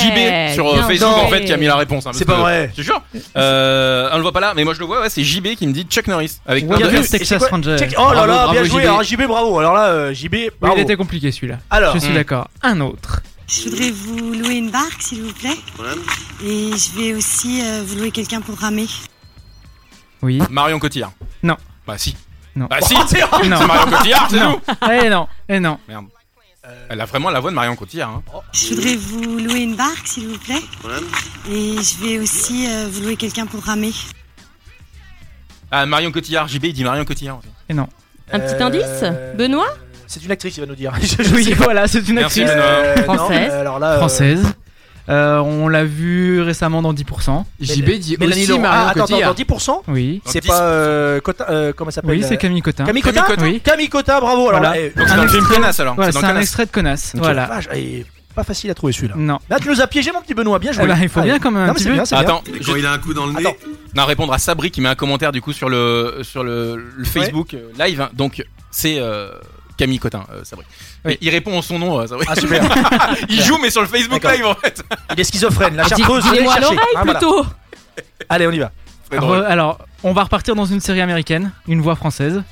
[SPEAKER 2] JB sur euh,
[SPEAKER 7] bien
[SPEAKER 2] Facebook
[SPEAKER 7] joué.
[SPEAKER 2] en fait qui a mis la réponse. hein, parce
[SPEAKER 1] C'est pas
[SPEAKER 2] que-
[SPEAKER 1] vrai.
[SPEAKER 2] Je te jure. Euh, on le voit pas là, mais moi je le vois. Ouais, c'est JB qui me dit Chuck Norris avec
[SPEAKER 6] Ouais,
[SPEAKER 2] plein
[SPEAKER 6] bien
[SPEAKER 2] de
[SPEAKER 6] vu,
[SPEAKER 2] S.
[SPEAKER 1] Et c'est
[SPEAKER 6] Texas
[SPEAKER 1] quoi
[SPEAKER 6] Ranger.
[SPEAKER 1] Check- Oh
[SPEAKER 8] Bravo,
[SPEAKER 1] là là, bien
[SPEAKER 8] bravo,
[SPEAKER 1] joué.
[SPEAKER 8] JB.
[SPEAKER 1] Alors JB, bravo. Alors là, euh, JB,
[SPEAKER 6] Oui,
[SPEAKER 1] bravo.
[SPEAKER 6] il était compliqué celui-là.
[SPEAKER 1] Alors,
[SPEAKER 6] Je suis
[SPEAKER 2] hmm.
[SPEAKER 6] d'accord. Un autre.
[SPEAKER 12] Je voudrais vous louer une barque, s'il vous plaît. Et je vais aussi euh, vous louer quelqu'un pour ramer.
[SPEAKER 6] Oui.
[SPEAKER 2] Marion Cotillard.
[SPEAKER 6] Non.
[SPEAKER 2] Bah si.
[SPEAKER 6] Non.
[SPEAKER 2] Bah si. C'est
[SPEAKER 1] Ah,
[SPEAKER 6] Non.
[SPEAKER 2] Marion Cotillard, c'est
[SPEAKER 6] non.
[SPEAKER 2] nous.
[SPEAKER 6] Eh non. Eh non.
[SPEAKER 2] Elle a vraiment la voix de Marion Cotillard. hein.
[SPEAKER 12] Je voudrais vous louer une barque, s'il vous plaît. Et je vais aussi euh, vous louer quelqu'un pour ramer.
[SPEAKER 2] Ah Marion Cotillard. JB il dit Marion Cotillard. aussi.
[SPEAKER 6] Eh non.
[SPEAKER 7] Un petit
[SPEAKER 1] Euh,
[SPEAKER 7] indice Benoît
[SPEAKER 1] c'est une actrice, il va nous dire. Je- je
[SPEAKER 6] Oui,
[SPEAKER 1] sais pas.
[SPEAKER 6] voilà, c'est une
[SPEAKER 2] Merci,
[SPEAKER 6] actrice
[SPEAKER 2] Benoît.
[SPEAKER 1] Euh, non,
[SPEAKER 7] Française.
[SPEAKER 1] euh, alors là, euh,
[SPEAKER 6] française. Euh, on l'a vu récemment dans 10%.
[SPEAKER 8] JB dit
[SPEAKER 1] euh, Mélanie
[SPEAKER 8] aussi
[SPEAKER 1] Laurent. Ah,
[SPEAKER 8] Marion
[SPEAKER 1] attends, attends,
[SPEAKER 8] Cotillard.
[SPEAKER 1] attends, 10%.
[SPEAKER 6] Oui.
[SPEAKER 2] Dans
[SPEAKER 1] C'est
[SPEAKER 2] 10%.
[SPEAKER 1] pas euh, Cotin- euh, comment ça s'appelle
[SPEAKER 6] Oui, c'est
[SPEAKER 1] euh,
[SPEAKER 6] Camille Cotin.
[SPEAKER 1] Camille Cotin
[SPEAKER 6] Cotin, oui.
[SPEAKER 1] Camille Cotin, bravo. Alors,
[SPEAKER 6] Voilà.
[SPEAKER 1] eh,
[SPEAKER 2] Donc c'est
[SPEAKER 6] Un
[SPEAKER 2] dans le film
[SPEAKER 6] extrait.
[SPEAKER 2] Connasse alors.
[SPEAKER 6] Voilà,
[SPEAKER 2] c'est
[SPEAKER 6] c'est
[SPEAKER 2] dans
[SPEAKER 6] un
[SPEAKER 2] Connasse.
[SPEAKER 6] extrait de connasse.
[SPEAKER 1] quelle
[SPEAKER 6] Voilà.
[SPEAKER 1] vache, eh, pas facile à trouver celui-là.
[SPEAKER 6] Non.
[SPEAKER 1] Là, tu nous as piégé, mon petit Benoît. Bien joué.
[SPEAKER 6] Eh ben, il faut
[SPEAKER 1] Allez.
[SPEAKER 6] bien quand même un
[SPEAKER 1] Non, mais
[SPEAKER 6] petit
[SPEAKER 1] c'est
[SPEAKER 6] peu.
[SPEAKER 1] bien, c'est bien.
[SPEAKER 2] Attends,
[SPEAKER 11] Mais
[SPEAKER 2] je
[SPEAKER 11] quand il a un coup dans le nez,
[SPEAKER 1] Attends.
[SPEAKER 2] on va répondre à Sabri qui met un commentaire du coup sur le sur le, le Facebook euh, live. hein. Donc c'est euh, Camille Cotin, euh, Sabri.
[SPEAKER 6] Oui.
[SPEAKER 2] Et Il répond en son nom, euh, Sabri.
[SPEAKER 1] Ah, super.
[SPEAKER 2] il joue mais sur le Facebook
[SPEAKER 1] D'accord.
[SPEAKER 2] live en fait.
[SPEAKER 1] Il est schizophrène. La chartreuse, allez le
[SPEAKER 7] Dis-moi Ah, à
[SPEAKER 1] chercher.
[SPEAKER 7] l'oreille
[SPEAKER 1] Hein, voilà.
[SPEAKER 7] plutôt.
[SPEAKER 1] Allez, on y va.
[SPEAKER 2] Très
[SPEAKER 6] Re-
[SPEAKER 2] drôle.
[SPEAKER 6] alors, on va repartir dans une série américaine, une voix française.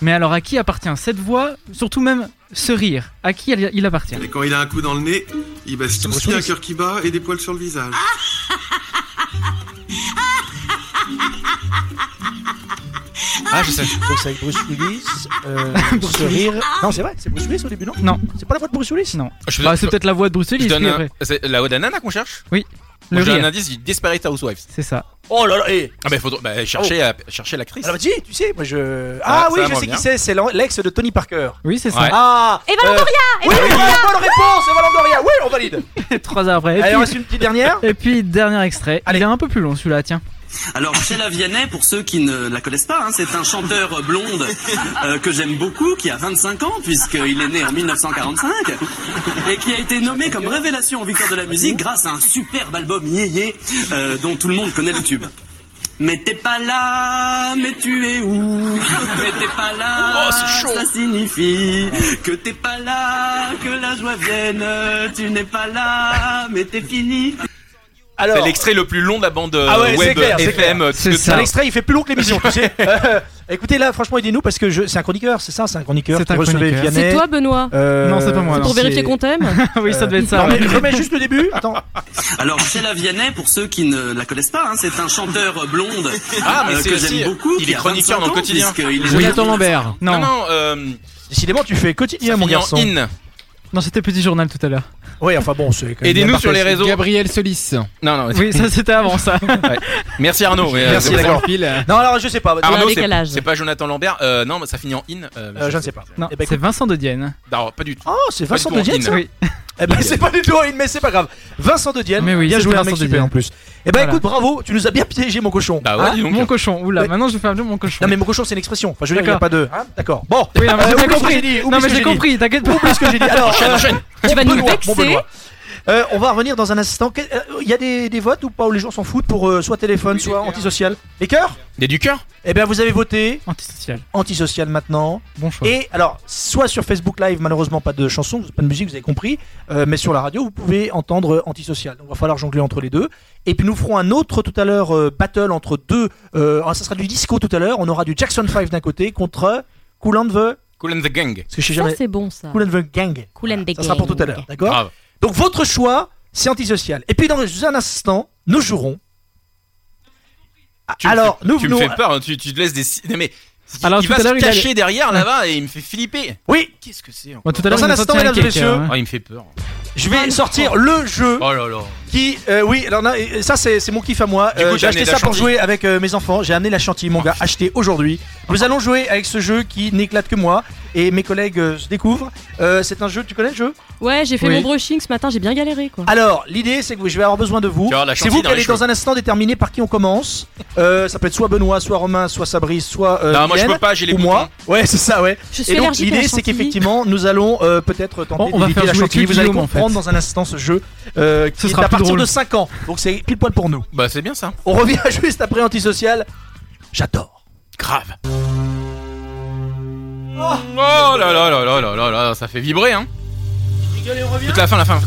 [SPEAKER 6] Mais alors, à qui appartient cette voix Surtout même ce rire. À qui elle- il appartient
[SPEAKER 9] Et quand il a un coup dans le nez, il baisse tout
[SPEAKER 1] Bruce Willis.
[SPEAKER 9] cœur qui bat et des poils sur le visage.
[SPEAKER 2] Ah je sais.
[SPEAKER 1] Donc c'est avec Bruce Willis. Euh, ce rire. Non, c'est vrai, c'est Bruce Willis au début, non
[SPEAKER 6] Non.
[SPEAKER 1] C'est pas la voix de Bruce Willis
[SPEAKER 6] Non.
[SPEAKER 2] Je-
[SPEAKER 6] Bah,
[SPEAKER 2] je-
[SPEAKER 6] c'est peut-être la voix de Bruce
[SPEAKER 2] je
[SPEAKER 6] Willis,
[SPEAKER 2] donne
[SPEAKER 6] oui,
[SPEAKER 2] un-
[SPEAKER 6] après.
[SPEAKER 2] c'est la voix d'un nana qu'on cherche.
[SPEAKER 6] Le
[SPEAKER 2] Moi, J'ai un
[SPEAKER 6] rire.
[SPEAKER 2] indice, je dis Desperate Housewives.
[SPEAKER 6] C'est ça.
[SPEAKER 1] Oh là là, eh
[SPEAKER 2] Ah bah, faudra bah, chercher, à- chercher l'actrice.
[SPEAKER 1] Alors, dis, Ah, tu sais, moi je. Ah
[SPEAKER 2] ça
[SPEAKER 1] oui,
[SPEAKER 2] me
[SPEAKER 1] je sais
[SPEAKER 2] revient.
[SPEAKER 1] qui c'est, c'est l'en- l'ex de Tony Parker.
[SPEAKER 6] Oui, c'est ça.
[SPEAKER 2] Ouais.
[SPEAKER 1] Ah
[SPEAKER 7] Et Valendoria
[SPEAKER 1] euh, Oui, bonne réponse, Eva Longoria Oui, on valide
[SPEAKER 6] Trois heures après. Et
[SPEAKER 1] Allez, on
[SPEAKER 6] puis-
[SPEAKER 1] reste une petite dernière
[SPEAKER 6] Et puis, dernier extrait. Il est un peu plus long celui-là, tiens.
[SPEAKER 13] Alors Sheila Vianney, pour ceux qui ne la connaissent pas, hein, c'est un chanteur blonde euh, que j'aime beaucoup, qui a 25 ans puisqu'il est né en 1945 et qui a été nommé comme révélation aux victoires de la musique grâce à un superbe album Yé Yé euh, dont tout le monde connaît le tube. Mais t'es pas là, mais tu es où Mais t'es pas là,
[SPEAKER 2] Oh, c'est chaud.
[SPEAKER 13] ça signifie que t'es pas là, que la joie vienne, tu n'es pas là, mais t'es fini.
[SPEAKER 1] Alors,
[SPEAKER 2] C'est l'extrait le plus long de la bande euh,
[SPEAKER 1] Ah ouais, c'est
[SPEAKER 2] web
[SPEAKER 1] clair, c'est
[SPEAKER 2] FM. euh,
[SPEAKER 6] C'est
[SPEAKER 2] de-
[SPEAKER 1] c'est un
[SPEAKER 6] ça.
[SPEAKER 1] extrait, il fait plus long que l'émission, tu sais. Euh, écoutez, là, franchement, aidez-nous parce que je... c'est un chroniqueur, c'est ça, c'est un chroniqueur.
[SPEAKER 6] C'est
[SPEAKER 1] qui
[SPEAKER 6] un
[SPEAKER 1] recevait
[SPEAKER 6] chroniqueur.
[SPEAKER 1] Vianney.
[SPEAKER 7] C'est toi Benoît
[SPEAKER 1] Euh,
[SPEAKER 6] Non, c'est pas moi,
[SPEAKER 1] c'est
[SPEAKER 6] non.
[SPEAKER 7] Pour vérifier qu'on t'aime
[SPEAKER 6] oui, ça devait être ça.
[SPEAKER 1] Non, mais remets juste le début. Attends.
[SPEAKER 13] Alors Sheila Vianney, pour ceux qui ne la connaissent pas, hein, c'est un chanteur blonde euh,
[SPEAKER 2] Ah, mais c'est
[SPEAKER 13] que
[SPEAKER 2] aussi-
[SPEAKER 13] j'aime beaucoup.
[SPEAKER 2] il
[SPEAKER 13] qui
[SPEAKER 2] est
[SPEAKER 13] a 25
[SPEAKER 2] chroniqueur dans le
[SPEAKER 13] ans,
[SPEAKER 2] quotidien.
[SPEAKER 13] puisqu'il est
[SPEAKER 8] Jonathan Lambert.
[SPEAKER 2] Non,
[SPEAKER 6] Non, non,
[SPEAKER 2] non, euh,
[SPEAKER 1] Décidément, tu fais quotidien,
[SPEAKER 2] ça
[SPEAKER 1] mon
[SPEAKER 2] finit en
[SPEAKER 1] garçon.
[SPEAKER 2] in.
[SPEAKER 6] c'était Petit Journal tout à l'heure.
[SPEAKER 1] Oui, enfin bon, c'est. quand même
[SPEAKER 2] Aidez-nous
[SPEAKER 1] bien
[SPEAKER 2] sur les
[SPEAKER 1] parfait.
[SPEAKER 2] réseaux.
[SPEAKER 8] Gabriel Solis.
[SPEAKER 2] Non, non,
[SPEAKER 6] Oui, ça c'était avant ça.
[SPEAKER 2] merci Arnaud. mais, euh,
[SPEAKER 1] Merci,
[SPEAKER 2] c'est-
[SPEAKER 1] d'accord.
[SPEAKER 8] Pile. euh,
[SPEAKER 1] Non, alors je sais
[SPEAKER 6] Ah.
[SPEAKER 1] pas.
[SPEAKER 7] Il y a un
[SPEAKER 2] Arnaud, c'est
[SPEAKER 7] décalage.
[SPEAKER 2] c'est pas Jonathan Lambert. Euh, non, mais ça finit en in. euh,
[SPEAKER 1] Euh, je ne sais pas.
[SPEAKER 6] Non,
[SPEAKER 1] Eh ben,
[SPEAKER 6] c'est Vincent de Dienne.
[SPEAKER 2] Non, pas du tout.
[SPEAKER 1] Oh, c'est Vincent
[SPEAKER 2] Pas du tout en
[SPEAKER 1] Dedienne, ça
[SPEAKER 2] in.
[SPEAKER 6] Oui.
[SPEAKER 1] Eh ben, c'est pas du tout en in, mais c'est pas grave. Vincent Dedienne,
[SPEAKER 6] Mais oui,
[SPEAKER 1] bien
[SPEAKER 6] c'est
[SPEAKER 1] joué, un
[SPEAKER 6] Vincent
[SPEAKER 1] mec
[SPEAKER 6] de
[SPEAKER 1] super
[SPEAKER 6] Dienne.
[SPEAKER 1] en plus. Eh ben,
[SPEAKER 6] Voilà.
[SPEAKER 1] écoute, bravo, tu nous as bien piégé, mon cochon.
[SPEAKER 2] Bah ouais,
[SPEAKER 1] Hein
[SPEAKER 2] dis donc.
[SPEAKER 6] Mon cochon. Oula,
[SPEAKER 1] Ouais.
[SPEAKER 6] maintenant je vais faire un jeu mon cochon.
[SPEAKER 1] non, mais mon cochon, c'est une expression. Enfin, je veux dire, il n'y a
[SPEAKER 6] D'accord.
[SPEAKER 1] pas de. hein, D'accord. Bon.
[SPEAKER 6] Oui, non, mais
[SPEAKER 1] Euh,
[SPEAKER 6] j'ai bien
[SPEAKER 1] oublie ce que
[SPEAKER 6] compris.
[SPEAKER 1] j'ai dit, oublie
[SPEAKER 6] non,
[SPEAKER 1] ce
[SPEAKER 6] mais
[SPEAKER 1] que
[SPEAKER 6] j'ai
[SPEAKER 1] j'ai dit.
[SPEAKER 6] compris, t'inquiète pas.
[SPEAKER 1] Oublie ce que j'ai dit. Alors, euh,
[SPEAKER 7] Tu vas
[SPEAKER 1] bon
[SPEAKER 7] nous
[SPEAKER 1] Benoît,
[SPEAKER 7] vexer.
[SPEAKER 1] bon Benoît. Euh, on va revenir dans un instant. Que- euh, Il y a des, des votes ou pas où les gens s'en foutent pour euh, soit téléphone, soit antisocial Les cœurs
[SPEAKER 2] Des du cœur
[SPEAKER 1] Eh bien, vous avez voté.
[SPEAKER 6] Antisocial.
[SPEAKER 1] Antisocial maintenant.
[SPEAKER 6] Bon choix.
[SPEAKER 1] Et alors, soit sur Facebook Live, malheureusement pas de chansons, pas de musique, vous avez compris, euh, mais sur la radio, vous pouvez entendre euh, Antisocial. Donc, il va falloir jongler entre les deux. Et puis, nous ferons un autre tout à l'heure euh, battle entre deux. euh, alors, ça sera du disco tout à l'heure. On aura du Jackson 5 d'un côté contre Cool and the.
[SPEAKER 2] Cool and the Gang.
[SPEAKER 1] Parce que je sais jamais.
[SPEAKER 7] Ça, c'est bon, ça.
[SPEAKER 1] Cool and the Gang.
[SPEAKER 7] Cool and the
[SPEAKER 1] Ça sera pour tout à
[SPEAKER 7] gang.
[SPEAKER 1] l'heure, d'accord Donc votre choix, c'est antisocial. Et puis dans un instant, nous jouerons. Ah,
[SPEAKER 2] me
[SPEAKER 1] Alors,
[SPEAKER 2] fais-
[SPEAKER 1] nous
[SPEAKER 2] tu me
[SPEAKER 1] venons.
[SPEAKER 2] fais peur, hein, tu, tu te laisses des. si- Non, mais.
[SPEAKER 1] Alors,
[SPEAKER 2] il
[SPEAKER 1] tout
[SPEAKER 2] va
[SPEAKER 1] à l'heure,
[SPEAKER 2] se
[SPEAKER 1] il
[SPEAKER 2] cacher
[SPEAKER 1] allait-
[SPEAKER 2] derrière là-bas et il me fait flipper.
[SPEAKER 1] Oui.
[SPEAKER 2] Qu'est-ce que c'est
[SPEAKER 1] Bon, tout à l'heure, Dans un il nous instant, mesdames et sortit un messieurs, cake, hein.
[SPEAKER 2] Ah, il me fait peur.
[SPEAKER 1] Je vais sortir le jeu
[SPEAKER 2] Oh là là.
[SPEAKER 1] qui, euh, oui, alors là, et- et ça c'est c'est mon kiff à moi.
[SPEAKER 2] Du
[SPEAKER 1] Euh,
[SPEAKER 2] coup,
[SPEAKER 1] J'ai
[SPEAKER 2] t'as amené
[SPEAKER 1] acheté
[SPEAKER 2] la
[SPEAKER 1] ça pour
[SPEAKER 2] chantilly.
[SPEAKER 1] jouer
[SPEAKER 2] Ah,
[SPEAKER 1] avec euh, mes enfants. J'ai amené la chantilly, mon gars, acheté aujourd'hui. Nous allons jouer avec ce jeu qui n'éclate que moi et mes collègues euh, se découvrent. Euh, c'est un jeu, tu connais le jeu
[SPEAKER 7] Ouais, j'ai fait
[SPEAKER 1] Oui. Ah,
[SPEAKER 7] mon brushing ce matin, j'ai bien galéré quoi.
[SPEAKER 1] Alors, l'idée, c'est que je vais avoir besoin de vous.
[SPEAKER 2] Tu vas avoir la
[SPEAKER 1] C'est
[SPEAKER 2] chantilly
[SPEAKER 1] vous qui
[SPEAKER 2] dans les
[SPEAKER 1] allez dans
[SPEAKER 2] cheveux.
[SPEAKER 1] un instant déterminer par qui on commence. Euh, ça peut être soit Benoît, soit Romain, soit Fabrice, soit. euh,
[SPEAKER 2] Non, moi, je
[SPEAKER 1] Mylène,
[SPEAKER 2] peux pas, j'ai les
[SPEAKER 1] Ou moi. Ouais, c'est ça, ouais.
[SPEAKER 2] Je suis
[SPEAKER 1] Et donc,
[SPEAKER 2] allergique à la
[SPEAKER 1] l'idée, c'est
[SPEAKER 2] chantilly.
[SPEAKER 1] qu'effectivement, nous allons euh, peut-être
[SPEAKER 6] Bon,
[SPEAKER 1] tenter
[SPEAKER 6] on va
[SPEAKER 1] d'éviter
[SPEAKER 6] faire
[SPEAKER 1] la
[SPEAKER 6] jouer
[SPEAKER 1] chantilly.
[SPEAKER 6] que
[SPEAKER 1] Vous allez
[SPEAKER 6] Guillaume, en fait.
[SPEAKER 1] comprendre dans un instant ce jeu euh, qui
[SPEAKER 6] Ce
[SPEAKER 1] est
[SPEAKER 6] sera
[SPEAKER 1] à
[SPEAKER 6] plus
[SPEAKER 1] partir
[SPEAKER 6] drôle.
[SPEAKER 1] de 5 ans. Donc, c'est pile poil pour nous.
[SPEAKER 2] Bah, c'est bien ça.
[SPEAKER 1] On revient juste après Antisocial. J'adore.
[SPEAKER 2] Grave. Oh, là là là là là là là, ça fait vibrer hein. Toute la fin, la fin.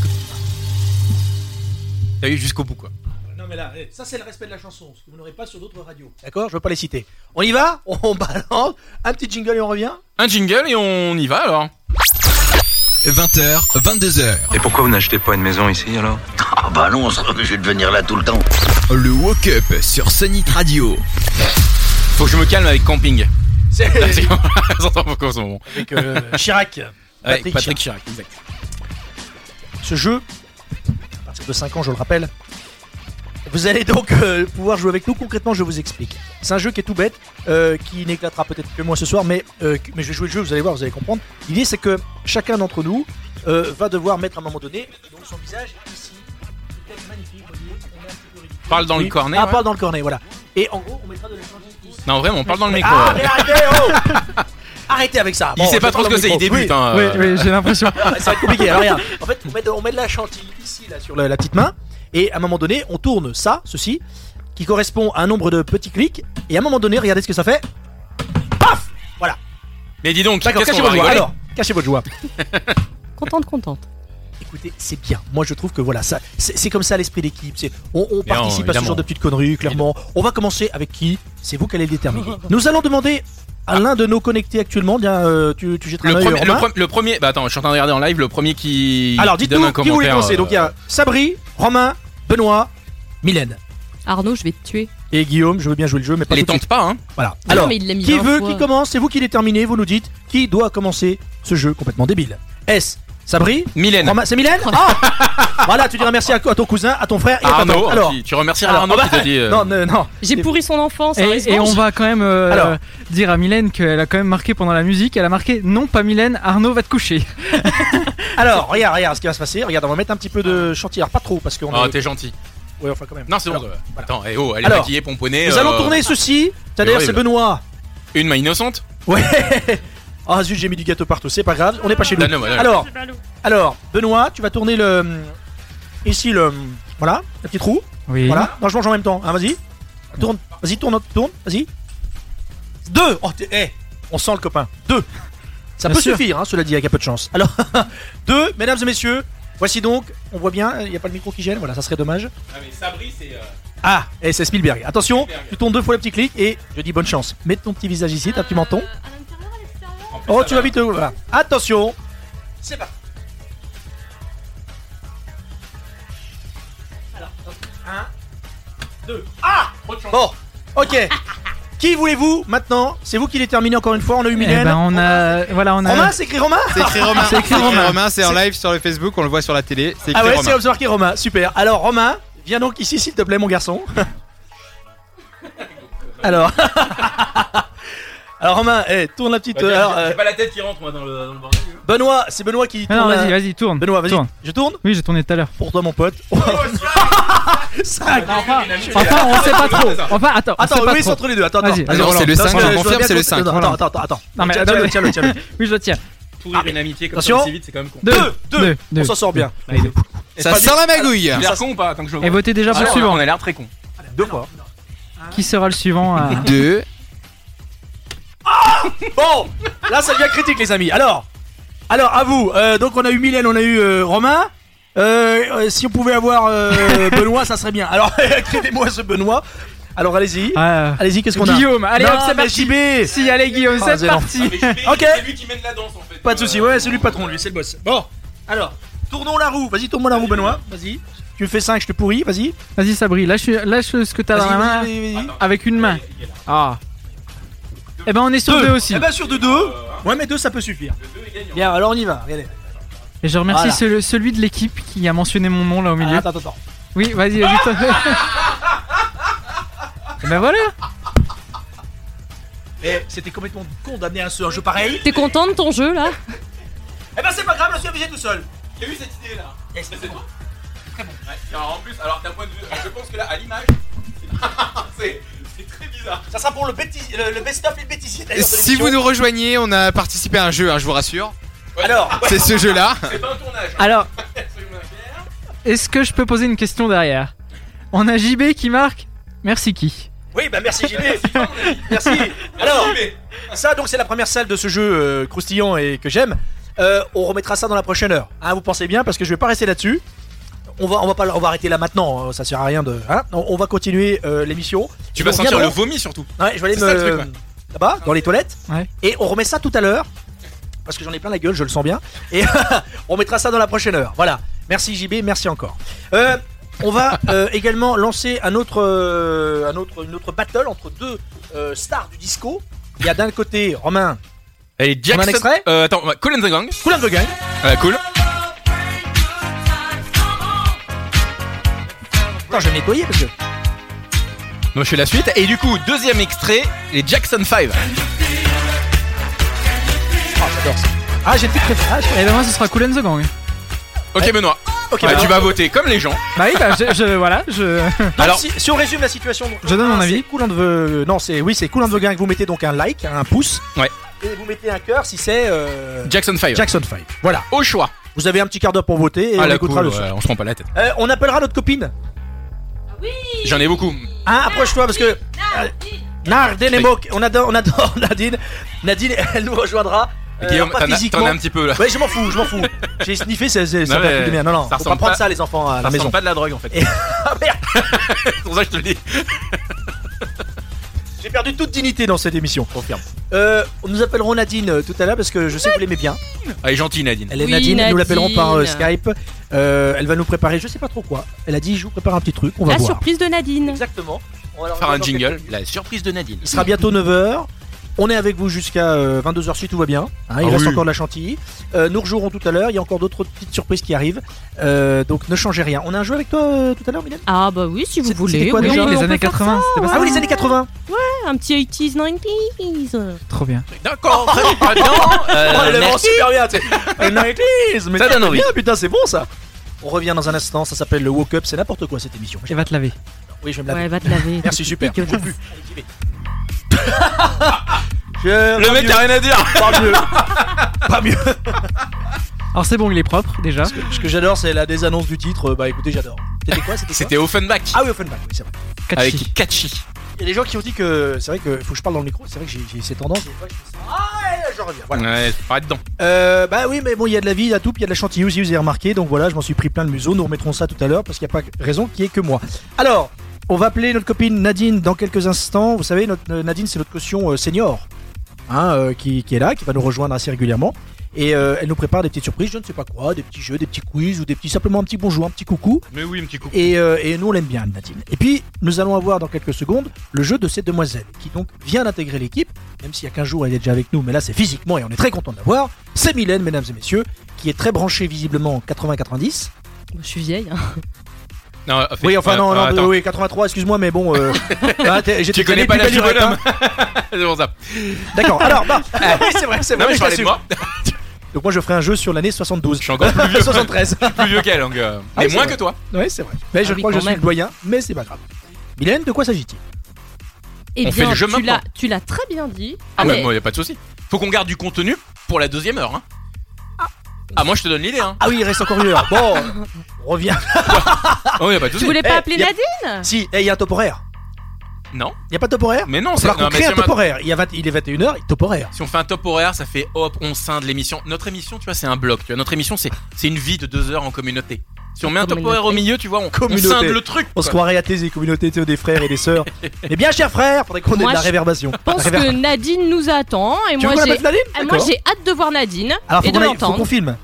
[SPEAKER 2] T'as eu jusqu'au bout quoi.
[SPEAKER 1] Non, mais là, eh, ça, c'est le respect de la chanson, ce que vous n'aurez pas sur d'autres radios. D'accord Je veux pas les citer. On y va On balance. Un petit jingle et on revient
[SPEAKER 2] Un jingle et on y va alors.
[SPEAKER 10] 20h, 22h.
[SPEAKER 14] Et pourquoi vous n'achetez pas une maison ici alors
[SPEAKER 10] Ah bah non, on sera obligé de venir là tout le temps. Le Woke Up sur Sonic Radio.
[SPEAKER 2] Faut que je me calme avec camping.
[SPEAKER 1] C'est-
[SPEAKER 2] Ça entend beaucoup en ce moment.
[SPEAKER 1] Avec euh, Chirac.
[SPEAKER 2] Avec
[SPEAKER 1] Patrick
[SPEAKER 2] Patrick Chirac, exact.
[SPEAKER 1] ce jeu, à partir de 5 ans, je le rappelle. Vous allez donc euh, pouvoir jouer avec nous. Concrètement, je vous explique. C'est un jeu qui est tout bête, euh, qui n'éclatera peut-être que moi ce soir, mais, euh, mais je vais jouer le jeu, vous allez voir, vous allez comprendre. L'idée, c'est que chacun d'entre nous euh, va devoir mettre à un moment donné donc son visage ici. Peut-être magnifique, vous voyez, on est un petit peu ridicule.
[SPEAKER 2] Parle dans le
[SPEAKER 1] Oui.
[SPEAKER 2] cornet,
[SPEAKER 1] Ah,
[SPEAKER 2] ouais.
[SPEAKER 1] parle dans le cornet, voilà. Et en gros, on mettra de la chantilly ici.
[SPEAKER 2] Non, vraiment, on parle dans le micro.
[SPEAKER 1] Ah,
[SPEAKER 2] ouais.
[SPEAKER 1] mais arrêtez, oh Arrêtez avec ça.
[SPEAKER 2] Il sait
[SPEAKER 1] je
[SPEAKER 2] pas trop
[SPEAKER 1] parle
[SPEAKER 2] ce que
[SPEAKER 1] dans
[SPEAKER 2] c'est,
[SPEAKER 1] le
[SPEAKER 2] il
[SPEAKER 1] micro.
[SPEAKER 2] débute, hein, euh. Oui, oui, j'ai l'impression.
[SPEAKER 1] Ouais, ça va être compliqué. Alors, regarde. En fait, on met, de, on met de la chantilly ici, là, sur le- la petite main. Et à un moment donné, on tourne ça, ceci, qui correspond à un nombre de petits clics. Et à un moment donné, regardez ce que ça fait.
[SPEAKER 2] Mais dis donc,
[SPEAKER 1] D'accord,
[SPEAKER 2] qu'est-ce
[SPEAKER 1] cachez
[SPEAKER 2] qu'on va
[SPEAKER 1] votre joie.
[SPEAKER 2] rigoler
[SPEAKER 1] Alors, cachez votre joie.
[SPEAKER 7] Contente, contente.
[SPEAKER 1] Écoutez, c'est bien. Moi, je trouve que voilà, ça, c'est c'est comme ça l'esprit d'équipe. C'est- On, on
[SPEAKER 2] Bien,
[SPEAKER 1] participe à ce
[SPEAKER 2] évidemment.
[SPEAKER 1] genre de petites conneries, clairement. On va commencer avec qui C'est vous qui allez le déterminer. Nous allons demander à l'un de nos connectés actuellement. Bien, euh, tu, tu jetteras
[SPEAKER 2] le
[SPEAKER 1] un œil,
[SPEAKER 2] premier, le,
[SPEAKER 1] Romain.
[SPEAKER 2] pre- le premier, bah attends, je suis en train de regarder en live le premier qui.
[SPEAKER 1] Alors,
[SPEAKER 2] qui
[SPEAKER 1] dites-nous
[SPEAKER 2] donne un
[SPEAKER 1] qui vous voulez
[SPEAKER 2] commentaire,
[SPEAKER 1] commencer.
[SPEAKER 2] euh,
[SPEAKER 1] Donc, il y a Sabri, Romain, Benoît, Mylène.
[SPEAKER 7] Arnaud, je vais te tuer.
[SPEAKER 1] Et Guillaume, je veux bien jouer le jeu, mais pas
[SPEAKER 2] Les
[SPEAKER 1] tout de
[SPEAKER 2] tente
[SPEAKER 1] suite.
[SPEAKER 2] pas, hein.
[SPEAKER 1] Voilà.
[SPEAKER 7] Non,
[SPEAKER 1] Alors,
[SPEAKER 7] mais il l'a mis
[SPEAKER 1] qui
[SPEAKER 7] 20
[SPEAKER 1] veut,
[SPEAKER 7] fois.
[SPEAKER 1] qui commence C'est vous qui déterminez, vous nous dites qui doit commencer ce jeu complètement débile. Est-ce Sabri
[SPEAKER 2] Mylène.
[SPEAKER 1] Romain- C'est Mylène Ah Voilà, tu diras merci à, à ton cousin, à ton frère et à ta
[SPEAKER 2] Arnaud,
[SPEAKER 1] tante. Alors,
[SPEAKER 2] tu, tu remercieras
[SPEAKER 1] alors,
[SPEAKER 2] Arnaud
[SPEAKER 1] ah
[SPEAKER 2] qui
[SPEAKER 1] bah,
[SPEAKER 2] t'a dit. euh,
[SPEAKER 1] Non, non, non.
[SPEAKER 7] J'ai pourri son enfance. hein,
[SPEAKER 6] Et,
[SPEAKER 7] laisse
[SPEAKER 6] et on
[SPEAKER 7] manger.
[SPEAKER 6] va quand même euh,
[SPEAKER 1] Alors.
[SPEAKER 6] dire à Mylène qu'elle a quand même marqué pendant la musique. Elle a marqué non, pas Mylène, Arnaud va te coucher.
[SPEAKER 1] Alors, regarde, regarde ce qui va se passer. Regarde, on va mettre un petit peu de chantilly. Alors, pas trop, parce qu'on
[SPEAKER 2] Oh,
[SPEAKER 1] est-
[SPEAKER 2] Ah. t'es gentil.
[SPEAKER 1] Ouais, enfin, quand même.
[SPEAKER 2] Non, c'est bon.
[SPEAKER 1] Alors,
[SPEAKER 2] euh, Attends, eh oh, elle est
[SPEAKER 1] Alors,
[SPEAKER 2] maquillée, pomponnée.
[SPEAKER 1] Nous
[SPEAKER 2] euh,
[SPEAKER 1] allons tourner ceci. Tiens,
[SPEAKER 2] c'est
[SPEAKER 1] D'ailleurs, c'est
[SPEAKER 2] horrible.
[SPEAKER 1] Benoît.
[SPEAKER 2] Une main innocente
[SPEAKER 1] Ouais. Ah zut, j'ai mis du gâteau partout, c'est pas grave, on n'est pas chez nous.
[SPEAKER 2] Ah non, bah non.
[SPEAKER 1] Alors, alors, Benoît, tu vas tourner le hum, ici le hum, voilà, le petit trou.
[SPEAKER 6] Oui.
[SPEAKER 1] Voilà. Non, je mange en même temps. Hein, vas-y. Tourne. Vas-y, tourne, tourne. Vas-y. Deux. Oh, t'es- eh, on sent le copain. Deux. Ça
[SPEAKER 6] Bien
[SPEAKER 1] peut
[SPEAKER 6] sûr.
[SPEAKER 1] suffire, hein, cela dit, avec un peu de chance. Alors, deux, mesdames et messieurs. Voici donc, on voit bien, il n'y a pas le micro qui gêne, voilà, ça serait dommage.
[SPEAKER 2] Ah, mais Sabri, c'est.
[SPEAKER 1] Ah, et c'est Spielberg. Attention,
[SPEAKER 2] Spielberg.
[SPEAKER 1] tu tournes deux fois le petit clic et je dis bonne chance. Mets ton petit visage ici, ta petit menton. Oh, tu vas vite. euh, voilà. Attention. C'est parti. Alors, un, deux. Ah Bon, ok. qui voulez-vous maintenant C'est vous qui les terminez encore une fois. On a eu
[SPEAKER 6] Eh
[SPEAKER 1] Mylène.
[SPEAKER 6] ben, on a. Voilà, on a.
[SPEAKER 1] Romain, c'est écrit Romain
[SPEAKER 15] C'est écrit Romain.
[SPEAKER 6] C'est écrit Romain.
[SPEAKER 15] c'est en live sur le Facebook, on le voit sur la télé. C'est écrit
[SPEAKER 1] Ah ouais, c'est
[SPEAKER 15] Romain.
[SPEAKER 1] observé Romain. Super. Alors, Romain, viens donc ici, s'il te plaît, mon garçon. Alors. Alors, Romain, eh, tourne la petite. euh, alors, euh,
[SPEAKER 2] Bah, pas la tête qui rentre, moi, dans le, bordel.
[SPEAKER 1] Benoît, c'est Benoît qui
[SPEAKER 6] Ah non,
[SPEAKER 1] tourne. la-
[SPEAKER 6] vas-y, vas-y, tourne.
[SPEAKER 1] Benoît, vas-y.
[SPEAKER 6] Tourne.
[SPEAKER 1] Je tourne
[SPEAKER 6] Oui, j'ai tourné tout à l'heure.
[SPEAKER 1] Pour toi, mon pote. Ça-
[SPEAKER 6] Enfin, on sait pas trop. Enfin, attends. on
[SPEAKER 1] Attends,
[SPEAKER 6] sait Ah, pas
[SPEAKER 1] oui,
[SPEAKER 6] trop.
[SPEAKER 1] c'est entre les deux. Attends,
[SPEAKER 6] Vas-y,
[SPEAKER 1] attends. Attends,
[SPEAKER 6] vas-y, Roland.
[SPEAKER 1] attends, parce que je dois bien
[SPEAKER 6] cinq.
[SPEAKER 1] compter-
[SPEAKER 6] Voilà.
[SPEAKER 1] Attends, attends, attends.
[SPEAKER 6] Non, mais
[SPEAKER 1] Tiens, tiens, tiens, tiens, tiens.
[SPEAKER 6] Oui, je le tiens.
[SPEAKER 2] Pourrir une amitié comme ça
[SPEAKER 1] ah, Attention.
[SPEAKER 2] aussi vite, c'est quand même con.
[SPEAKER 6] Deux,
[SPEAKER 1] Deux, deux. On s'en sort Eh ben, bien.
[SPEAKER 6] Allez, deux.
[SPEAKER 8] Ça sent la magouille.
[SPEAKER 2] T'as l'air con ou pas Attends que je
[SPEAKER 6] Et votez déjà pour
[SPEAKER 2] Ah,
[SPEAKER 6] le
[SPEAKER 2] on a-
[SPEAKER 6] suivant.
[SPEAKER 2] On a l'air très con. Deux fois.
[SPEAKER 6] Qui sera le suivant euh, à...
[SPEAKER 8] Deux.
[SPEAKER 1] Bon, là ça devient critique les amis. Alors, alors à vous. Euh, donc on a eu Mylène, on a eu euh, Romain. Euh, euh, si on pouvait avoir euh, Benoît, ça serait bien. Alors écrivez-moi ce Benoît. Alors allez-y.
[SPEAKER 6] euh,
[SPEAKER 1] Allez-y, qu'est-ce qu'on a
[SPEAKER 6] Ah. Guillaume, allez
[SPEAKER 1] Non,
[SPEAKER 6] hop, c'est
[SPEAKER 1] mais
[SPEAKER 6] parti.
[SPEAKER 1] JB.
[SPEAKER 6] Si, allez Guillaume,
[SPEAKER 1] Ah,
[SPEAKER 6] c'est
[SPEAKER 1] zéro.
[SPEAKER 6] parti.
[SPEAKER 1] Ok. Pas de souci. Ouais, c'est lui le patron, lui, c'est le boss. Bon, alors tournons la roue. Vas-y, tourne-moi la roue, Benoît. Vas-y. Tu me fais 5, je te pourris. Vas-y.
[SPEAKER 6] Vas-y Sabri, lâche, lâche ce que t'as
[SPEAKER 1] Vas-y,
[SPEAKER 6] dans la main
[SPEAKER 1] vas-y, vas-y, vas-y.
[SPEAKER 6] avec une main. Ah. Eh ben on est sur deux, aussi.
[SPEAKER 1] Eh ben sur de deux. Ouais, mais deux ça peut suffire. Bien, alors on y va. Regardez.
[SPEAKER 6] Et je remercie
[SPEAKER 1] Voilà.
[SPEAKER 6] celui, celui de l'équipe qui a mentionné mon nom là au milieu.
[SPEAKER 1] Ah, attends, attends, attends.
[SPEAKER 6] Oui, vas-y, vas-y. Et ben voilà.
[SPEAKER 1] Eh, c'était complètement con d'amener un seul jeu pareil.
[SPEAKER 7] T'es content de ton jeu là
[SPEAKER 1] Eh ben c'est pas grave, je suis obligé tout seul. Eh,
[SPEAKER 2] J'ai eu cette idée là. C'est bon. Très bon. en plus, alors d'un point de vue, je pense que là, à l'image, c'est c'est très bizarre.
[SPEAKER 1] Ça sera pour le, bêtis- le, le best-of et bêtisier d'ailleurs. de
[SPEAKER 8] Si
[SPEAKER 1] l'émission.
[SPEAKER 8] vous nous rejoignez, on a participé à un jeu, hein, je vous rassure.
[SPEAKER 1] Alors,
[SPEAKER 8] C'est ce jeu-là.
[SPEAKER 6] Alors, est-ce que je peux poser une question derrière On a JB qui marque. Merci qui
[SPEAKER 1] Oui, bah merci JB. merci. Alors, ça donc c'est la première salle de ce jeu euh, croustillant et que j'aime. Euh, on remettra ça dans la prochaine heure. Hein, vous pensez bien parce que je vais pas rester là-dessus. On va, on va pas, on va arrêter là maintenant. hein, Ça sert à rien de. hein. on, on va continuer euh, l'émission.
[SPEAKER 2] Tu
[SPEAKER 1] Et
[SPEAKER 2] vas
[SPEAKER 1] nous
[SPEAKER 2] sentir le
[SPEAKER 1] reviendrons-
[SPEAKER 2] vomi surtout.
[SPEAKER 1] Ouais, je vais aller
[SPEAKER 2] C'est ça, le
[SPEAKER 1] me
[SPEAKER 2] truc,
[SPEAKER 1] là-bas dans les toilettes.
[SPEAKER 6] Ouais.
[SPEAKER 1] Et on remet ça tout à l'heure parce que j'en ai plein la gueule, je le sens bien. Et on mettra ça dans la prochaine heure. Voilà. Merci JB, merci encore. Euh, on va euh, également lancer un autre, euh, un autre, une autre battle entre deux euh, stars du disco. Il y a d'un côté Romain. On
[SPEAKER 2] Et
[SPEAKER 1] a un
[SPEAKER 2] Jackson.
[SPEAKER 1] extrait
[SPEAKER 2] euh, attends, ouais, Cool and the Gang.
[SPEAKER 1] Cool and the Gang.
[SPEAKER 2] cool.
[SPEAKER 1] Attends, je vais me nettoyer parce que.
[SPEAKER 2] Donc je fais la suite. Et du coup, deuxième extrait, les Jackson 5.
[SPEAKER 1] Ah, j'adore ça. Ah, j'ai peut-être préféré.
[SPEAKER 6] Et ben moi ce sera Cool and the Gang.
[SPEAKER 2] Ok, Benoît.
[SPEAKER 1] Ok,
[SPEAKER 2] Bah,
[SPEAKER 1] Benoît.
[SPEAKER 2] tu vas voter comme les gens.
[SPEAKER 6] Bah oui, bah je, je- voilà, je.
[SPEAKER 1] Donc, si, si on résume la situation, donc,
[SPEAKER 6] Je donne mon
[SPEAKER 1] c'est
[SPEAKER 6] avis.
[SPEAKER 1] Cool and the- non, c'est oui, c'est Cool and the Gang. Vous mettez donc un like, un pouce,
[SPEAKER 2] Ouais.
[SPEAKER 1] et vous mettez un cœur si c'est euh,
[SPEAKER 2] Jackson 5.
[SPEAKER 1] Jackson 5. Voilà.
[SPEAKER 2] Au choix.
[SPEAKER 1] Vous avez un petit quart d'heure pour voter et
[SPEAKER 2] Ah,
[SPEAKER 1] on
[SPEAKER 2] la
[SPEAKER 1] écoutera
[SPEAKER 2] cool,
[SPEAKER 1] le son.
[SPEAKER 2] ouais, on se prend pas la tête.
[SPEAKER 1] Euh, on appellera notre copine.
[SPEAKER 2] J'en ai beaucoup.
[SPEAKER 1] Hein, approche-toi parce que. euh, Nardine et Moque, on adore, on adore Nadine. Nadine, elle nous rejoindra. Euh,
[SPEAKER 2] Guillaume,
[SPEAKER 1] pas
[SPEAKER 2] t'en as-
[SPEAKER 1] physiquement.
[SPEAKER 2] t'en as un petit peu, là.
[SPEAKER 1] Ouais, je m'en fous, je m'en fous. J'ai sniffé, c'est, c'est, ça
[SPEAKER 2] Non,
[SPEAKER 1] fait
[SPEAKER 2] mais
[SPEAKER 1] plus de bien. Non, non,
[SPEAKER 2] ça
[SPEAKER 1] faut pas
[SPEAKER 2] ressemble
[SPEAKER 1] prendre
[SPEAKER 2] pas-
[SPEAKER 1] ça, les enfants, à
[SPEAKER 2] ça
[SPEAKER 1] la
[SPEAKER 2] ressemble
[SPEAKER 1] maison. ah,
[SPEAKER 2] pas de la drogue en fait. C'est pour ça que je te le dis.
[SPEAKER 1] J'ai perdu toute dignité dans cette émission. Euh, nous appellerons Nadine euh, tout à l'heure parce que je sais que vous l'aimez bien.
[SPEAKER 2] Elle est gentille, Nadine.
[SPEAKER 1] Elle est Nadine, nous l'appellerons par euh, Skype. Euh, elle va nous préparer, je sais pas trop quoi. Elle a dit, je vous prépare un petit truc, on va
[SPEAKER 7] La
[SPEAKER 1] voir.
[SPEAKER 7] surprise de Nadine.
[SPEAKER 1] Exactement.
[SPEAKER 2] Faire un jingle, la surprise de Nadine.
[SPEAKER 1] Il sera bientôt 9h. On est avec vous jusqu'à 22h si tout va bien. hein, il
[SPEAKER 2] Ah
[SPEAKER 1] reste
[SPEAKER 2] oui.
[SPEAKER 1] encore de la chantilly. Euh, nous rejouerons tout à l'heure. Il y a encore d'autres petites surprises qui arrivent. Euh, donc ne changez rien. On a un jeu avec toi euh, tout à l'heure, Mylène
[SPEAKER 7] Ah bah oui, si vous
[SPEAKER 1] C'est-
[SPEAKER 7] voulez.
[SPEAKER 1] c'était quoi
[SPEAKER 7] oui,
[SPEAKER 1] déjà
[SPEAKER 7] on peut-
[SPEAKER 1] Les
[SPEAKER 7] on peut
[SPEAKER 1] années
[SPEAKER 7] faire
[SPEAKER 1] 80,
[SPEAKER 7] ça,
[SPEAKER 1] c'était pas ça Ah oui, les années 80.
[SPEAKER 7] Ouais, un petit 80s, 90s.
[SPEAKER 6] Trop bien.
[SPEAKER 2] D'accord, très bien. Ah, non, euh,
[SPEAKER 1] Oh, elle le vend
[SPEAKER 2] merci.
[SPEAKER 1] super bien. tu sais. Et Nighties, mais
[SPEAKER 2] Ça donne
[SPEAKER 1] c'est
[SPEAKER 2] envie.
[SPEAKER 1] bien, putain, c'est bon ça. Ah On revient dans un instant. Ça s'appelle le Woke Up. C'est n'importe quoi cette émission.
[SPEAKER 6] Et va te laver.
[SPEAKER 1] Oui, je vais me laver.
[SPEAKER 7] Ouais, va te laver.
[SPEAKER 1] Merci, super.
[SPEAKER 7] Dégueulasse.
[SPEAKER 1] J'en peux plus. Allez, j'y vais. Je-
[SPEAKER 2] Le
[SPEAKER 1] pas
[SPEAKER 2] mec
[SPEAKER 1] mieux.
[SPEAKER 2] a rien à dire.
[SPEAKER 1] Pas mieux. Pas mieux.
[SPEAKER 6] Alors c'est bon, il est propre déjà.
[SPEAKER 1] Ce que j'adore, c'est la désannonce du titre. Bah écoutez, j'adore. C'était quoi C'était quoi
[SPEAKER 2] C'était Offenbach
[SPEAKER 1] Ah oui, Offenbach, oui, c'est vrai.
[SPEAKER 2] avec Kachi.
[SPEAKER 1] Il y a des gens qui ont dit que c'est vrai que faut que je parle dans le micro, c'est vrai que j'ai j'ai ces tendances. des fois, je fais ça. Ah, et là, je reviens. Voilà.
[SPEAKER 2] Ouais, arrête dedans.
[SPEAKER 1] Euh, bah oui, mais bon, il y a de la vie, il y a tout, puis il y a de la chantilly aussi, vous avez remarqué. Donc voilà, je m'en suis pris plein le museau. Nous remettrons ça tout à l'heure parce qu'il n'y a pas raison qu'il y ait que moi. Alors, on va appeler notre copine Nadine dans quelques instants. Vous savez, notre, euh, Nadine, c'est notre caution euh, senior hein, euh, qui, qui est là, qui va nous rejoindre assez régulièrement. Et euh, elle nous prépare des petites surprises, je ne sais pas quoi, des petits jeux, des petits quiz ou des petits simplement un petit bonjour, un petit coucou.
[SPEAKER 2] Mais oui, un petit coup.
[SPEAKER 1] Et, euh, et nous, on l'aime bien, Nadine. Et puis, nous allons avoir dans quelques secondes le jeu de cette demoiselle, qui donc vient d'intégrer l'équipe, même s'il y a 15 jours, elle est déjà avec nous, mais là, c'est physiquement et on est très content de la voir. C'est Mylène, mesdames et messieurs, qui est très branchée visiblement en 80-90.
[SPEAKER 7] Bon, Je suis vieille. hein.
[SPEAKER 2] Non, euh, fais-
[SPEAKER 1] Oui, enfin,
[SPEAKER 2] euh,
[SPEAKER 1] non,
[SPEAKER 2] euh,
[SPEAKER 1] non,
[SPEAKER 2] attends.
[SPEAKER 1] oui, 83, excuse-moi, mais bon. Euh, ah, t'es- j'étais
[SPEAKER 2] Tu connais
[SPEAKER 1] tanné
[SPEAKER 2] pas la
[SPEAKER 1] depuis
[SPEAKER 2] vie de
[SPEAKER 1] Belle
[SPEAKER 2] l'homme.
[SPEAKER 1] Lurette,
[SPEAKER 2] C'est pour ça.
[SPEAKER 1] hein. D'accord, alors, bah, oui, c'est vrai, c'est
[SPEAKER 2] Non,
[SPEAKER 1] vrai.
[SPEAKER 2] mais je parlais de
[SPEAKER 1] t'assume.
[SPEAKER 2] moi.
[SPEAKER 1] Donc, moi, je ferai un jeu sur l'année 72. Je suis
[SPEAKER 2] encore plus vieux.
[SPEAKER 1] 73.
[SPEAKER 2] Plus vieux qu'elle, donc. euh,
[SPEAKER 1] Ah oui,
[SPEAKER 2] Mais
[SPEAKER 1] c'est
[SPEAKER 2] moins
[SPEAKER 1] vrai.
[SPEAKER 2] que toi.
[SPEAKER 1] Oui, c'est vrai. Mais je
[SPEAKER 7] Ah oui,
[SPEAKER 1] crois que
[SPEAKER 7] quand
[SPEAKER 1] je suis
[SPEAKER 7] même.
[SPEAKER 1] le doyen, mais c'est pas grave. Mylène, de quoi s'agit-il
[SPEAKER 7] Eh
[SPEAKER 2] On fait
[SPEAKER 7] bien,
[SPEAKER 2] le jeu
[SPEAKER 7] tu
[SPEAKER 2] maintenant.
[SPEAKER 7] l'as, tu l'as très bien dit.
[SPEAKER 2] Ah,
[SPEAKER 7] mais
[SPEAKER 2] ouais, moi, y a pas de souci. Faut qu'on garde du contenu pour la deuxième heure. hein. Ah, moi je te donne l'idée, hein.
[SPEAKER 1] Ah oui, il reste encore une heure. Bon, on revient.
[SPEAKER 2] Oh, y a pas de souci.
[SPEAKER 7] Tu voulais pas
[SPEAKER 1] Eh,
[SPEAKER 7] appeler
[SPEAKER 1] y a-
[SPEAKER 7] Nadine
[SPEAKER 1] Si, eh, il y a un top horaire.
[SPEAKER 2] Non.
[SPEAKER 1] Il n'y a pas de top horaire
[SPEAKER 2] Mais non,
[SPEAKER 1] c'est
[SPEAKER 2] non,
[SPEAKER 1] qu'on
[SPEAKER 2] mais
[SPEAKER 1] crée
[SPEAKER 2] si
[SPEAKER 1] un
[SPEAKER 2] on
[SPEAKER 1] top
[SPEAKER 2] a-
[SPEAKER 1] horaire. Il, y a 20 il est 21h, top horaire.
[SPEAKER 2] Si on fait un top horaire, ça fait hop, on scinde l'émission. Notre émission, tu vois, c'est un bloc. Tu vois, notre émission, c'est c'est une vie de deux heures en communauté. Si on met un top horaire au milieu, tu vois, on, on
[SPEAKER 1] Communauté.
[SPEAKER 2] scinde le truc.
[SPEAKER 1] On se croirait à tes communautés tu sais, des frères et des sœurs. Eh bien, chers frères, faudrait qu'on ait de
[SPEAKER 7] Moi,
[SPEAKER 1] la
[SPEAKER 7] je
[SPEAKER 1] réverbation.
[SPEAKER 7] Je pense
[SPEAKER 1] La réver-
[SPEAKER 7] que Nadine nous attend et
[SPEAKER 1] Tu
[SPEAKER 7] moi
[SPEAKER 1] veux qu'on
[SPEAKER 7] j'ai
[SPEAKER 1] l'appelle Nadine
[SPEAKER 7] Ah, moi
[SPEAKER 1] D'accord.
[SPEAKER 7] j'ai hâte de voir Nadine
[SPEAKER 1] Alors, faut
[SPEAKER 7] et de
[SPEAKER 1] qu'on aille- faut qu'on
[SPEAKER 7] l'entendre.
[SPEAKER 1] filme.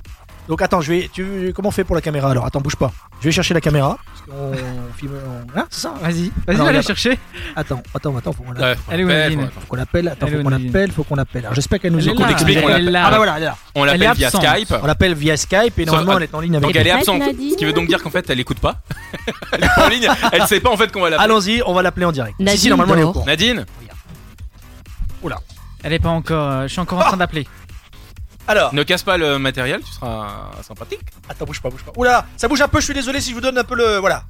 [SPEAKER 1] Donc, attends, je vais. Tu, comment on fait pour la caméra alors Attends, bouge pas. Je vais chercher la caméra. Parce qu'on filme. on- hein, c'est ça
[SPEAKER 6] Vas-y,
[SPEAKER 1] Alors,
[SPEAKER 6] vas-y, va la
[SPEAKER 1] regarde.
[SPEAKER 6] chercher.
[SPEAKER 1] Attends, attends, attends, faut qu'on
[SPEAKER 2] Ouais,
[SPEAKER 1] l'appelle.
[SPEAKER 2] faut
[SPEAKER 6] Allez,
[SPEAKER 2] l'appeler,
[SPEAKER 6] Nadine.
[SPEAKER 2] faut
[SPEAKER 1] Faut qu'on l'appelle, attends,
[SPEAKER 6] Elle est
[SPEAKER 1] faut
[SPEAKER 6] où,
[SPEAKER 1] qu'on
[SPEAKER 6] Nadine
[SPEAKER 1] l'appelle, faut qu'on l'appelle. Alors, j'espère qu'elle nous
[SPEAKER 6] Elle est
[SPEAKER 1] écoute.
[SPEAKER 6] là,
[SPEAKER 2] l'explique, on
[SPEAKER 6] elle est
[SPEAKER 2] l'appelle.
[SPEAKER 6] là.
[SPEAKER 1] Ah bah voilà, elle est là.
[SPEAKER 2] On
[SPEAKER 6] Elle est
[SPEAKER 2] l'appelle via
[SPEAKER 6] absente.
[SPEAKER 2] Skype.
[SPEAKER 1] On l'appelle via Skype et
[SPEAKER 2] Sauf-
[SPEAKER 1] normalement Ah, elle est en ligne avec
[SPEAKER 2] Donc elle est absente.
[SPEAKER 7] Nadine
[SPEAKER 2] Ce qui veut donc dire qu'en fait, elle écoute pas. elle est pas en ligne. Elle sait pas en fait qu'on va l'appeler.
[SPEAKER 1] Allons-y, on va l'appeler en direct.
[SPEAKER 7] Nadine
[SPEAKER 1] si, si, normalement, elle est au
[SPEAKER 7] dort.
[SPEAKER 1] courant.
[SPEAKER 2] Nadine
[SPEAKER 6] Elle est pas encore. euh, je suis encore en train d'appeler.
[SPEAKER 1] Alors,
[SPEAKER 2] Ne casse pas le matériel, tu seras sympathique.
[SPEAKER 1] attends, bouge pas, bouge pas. Oula, ça bouge un peu, je suis désolé si je vous donne un peu le. Voilà.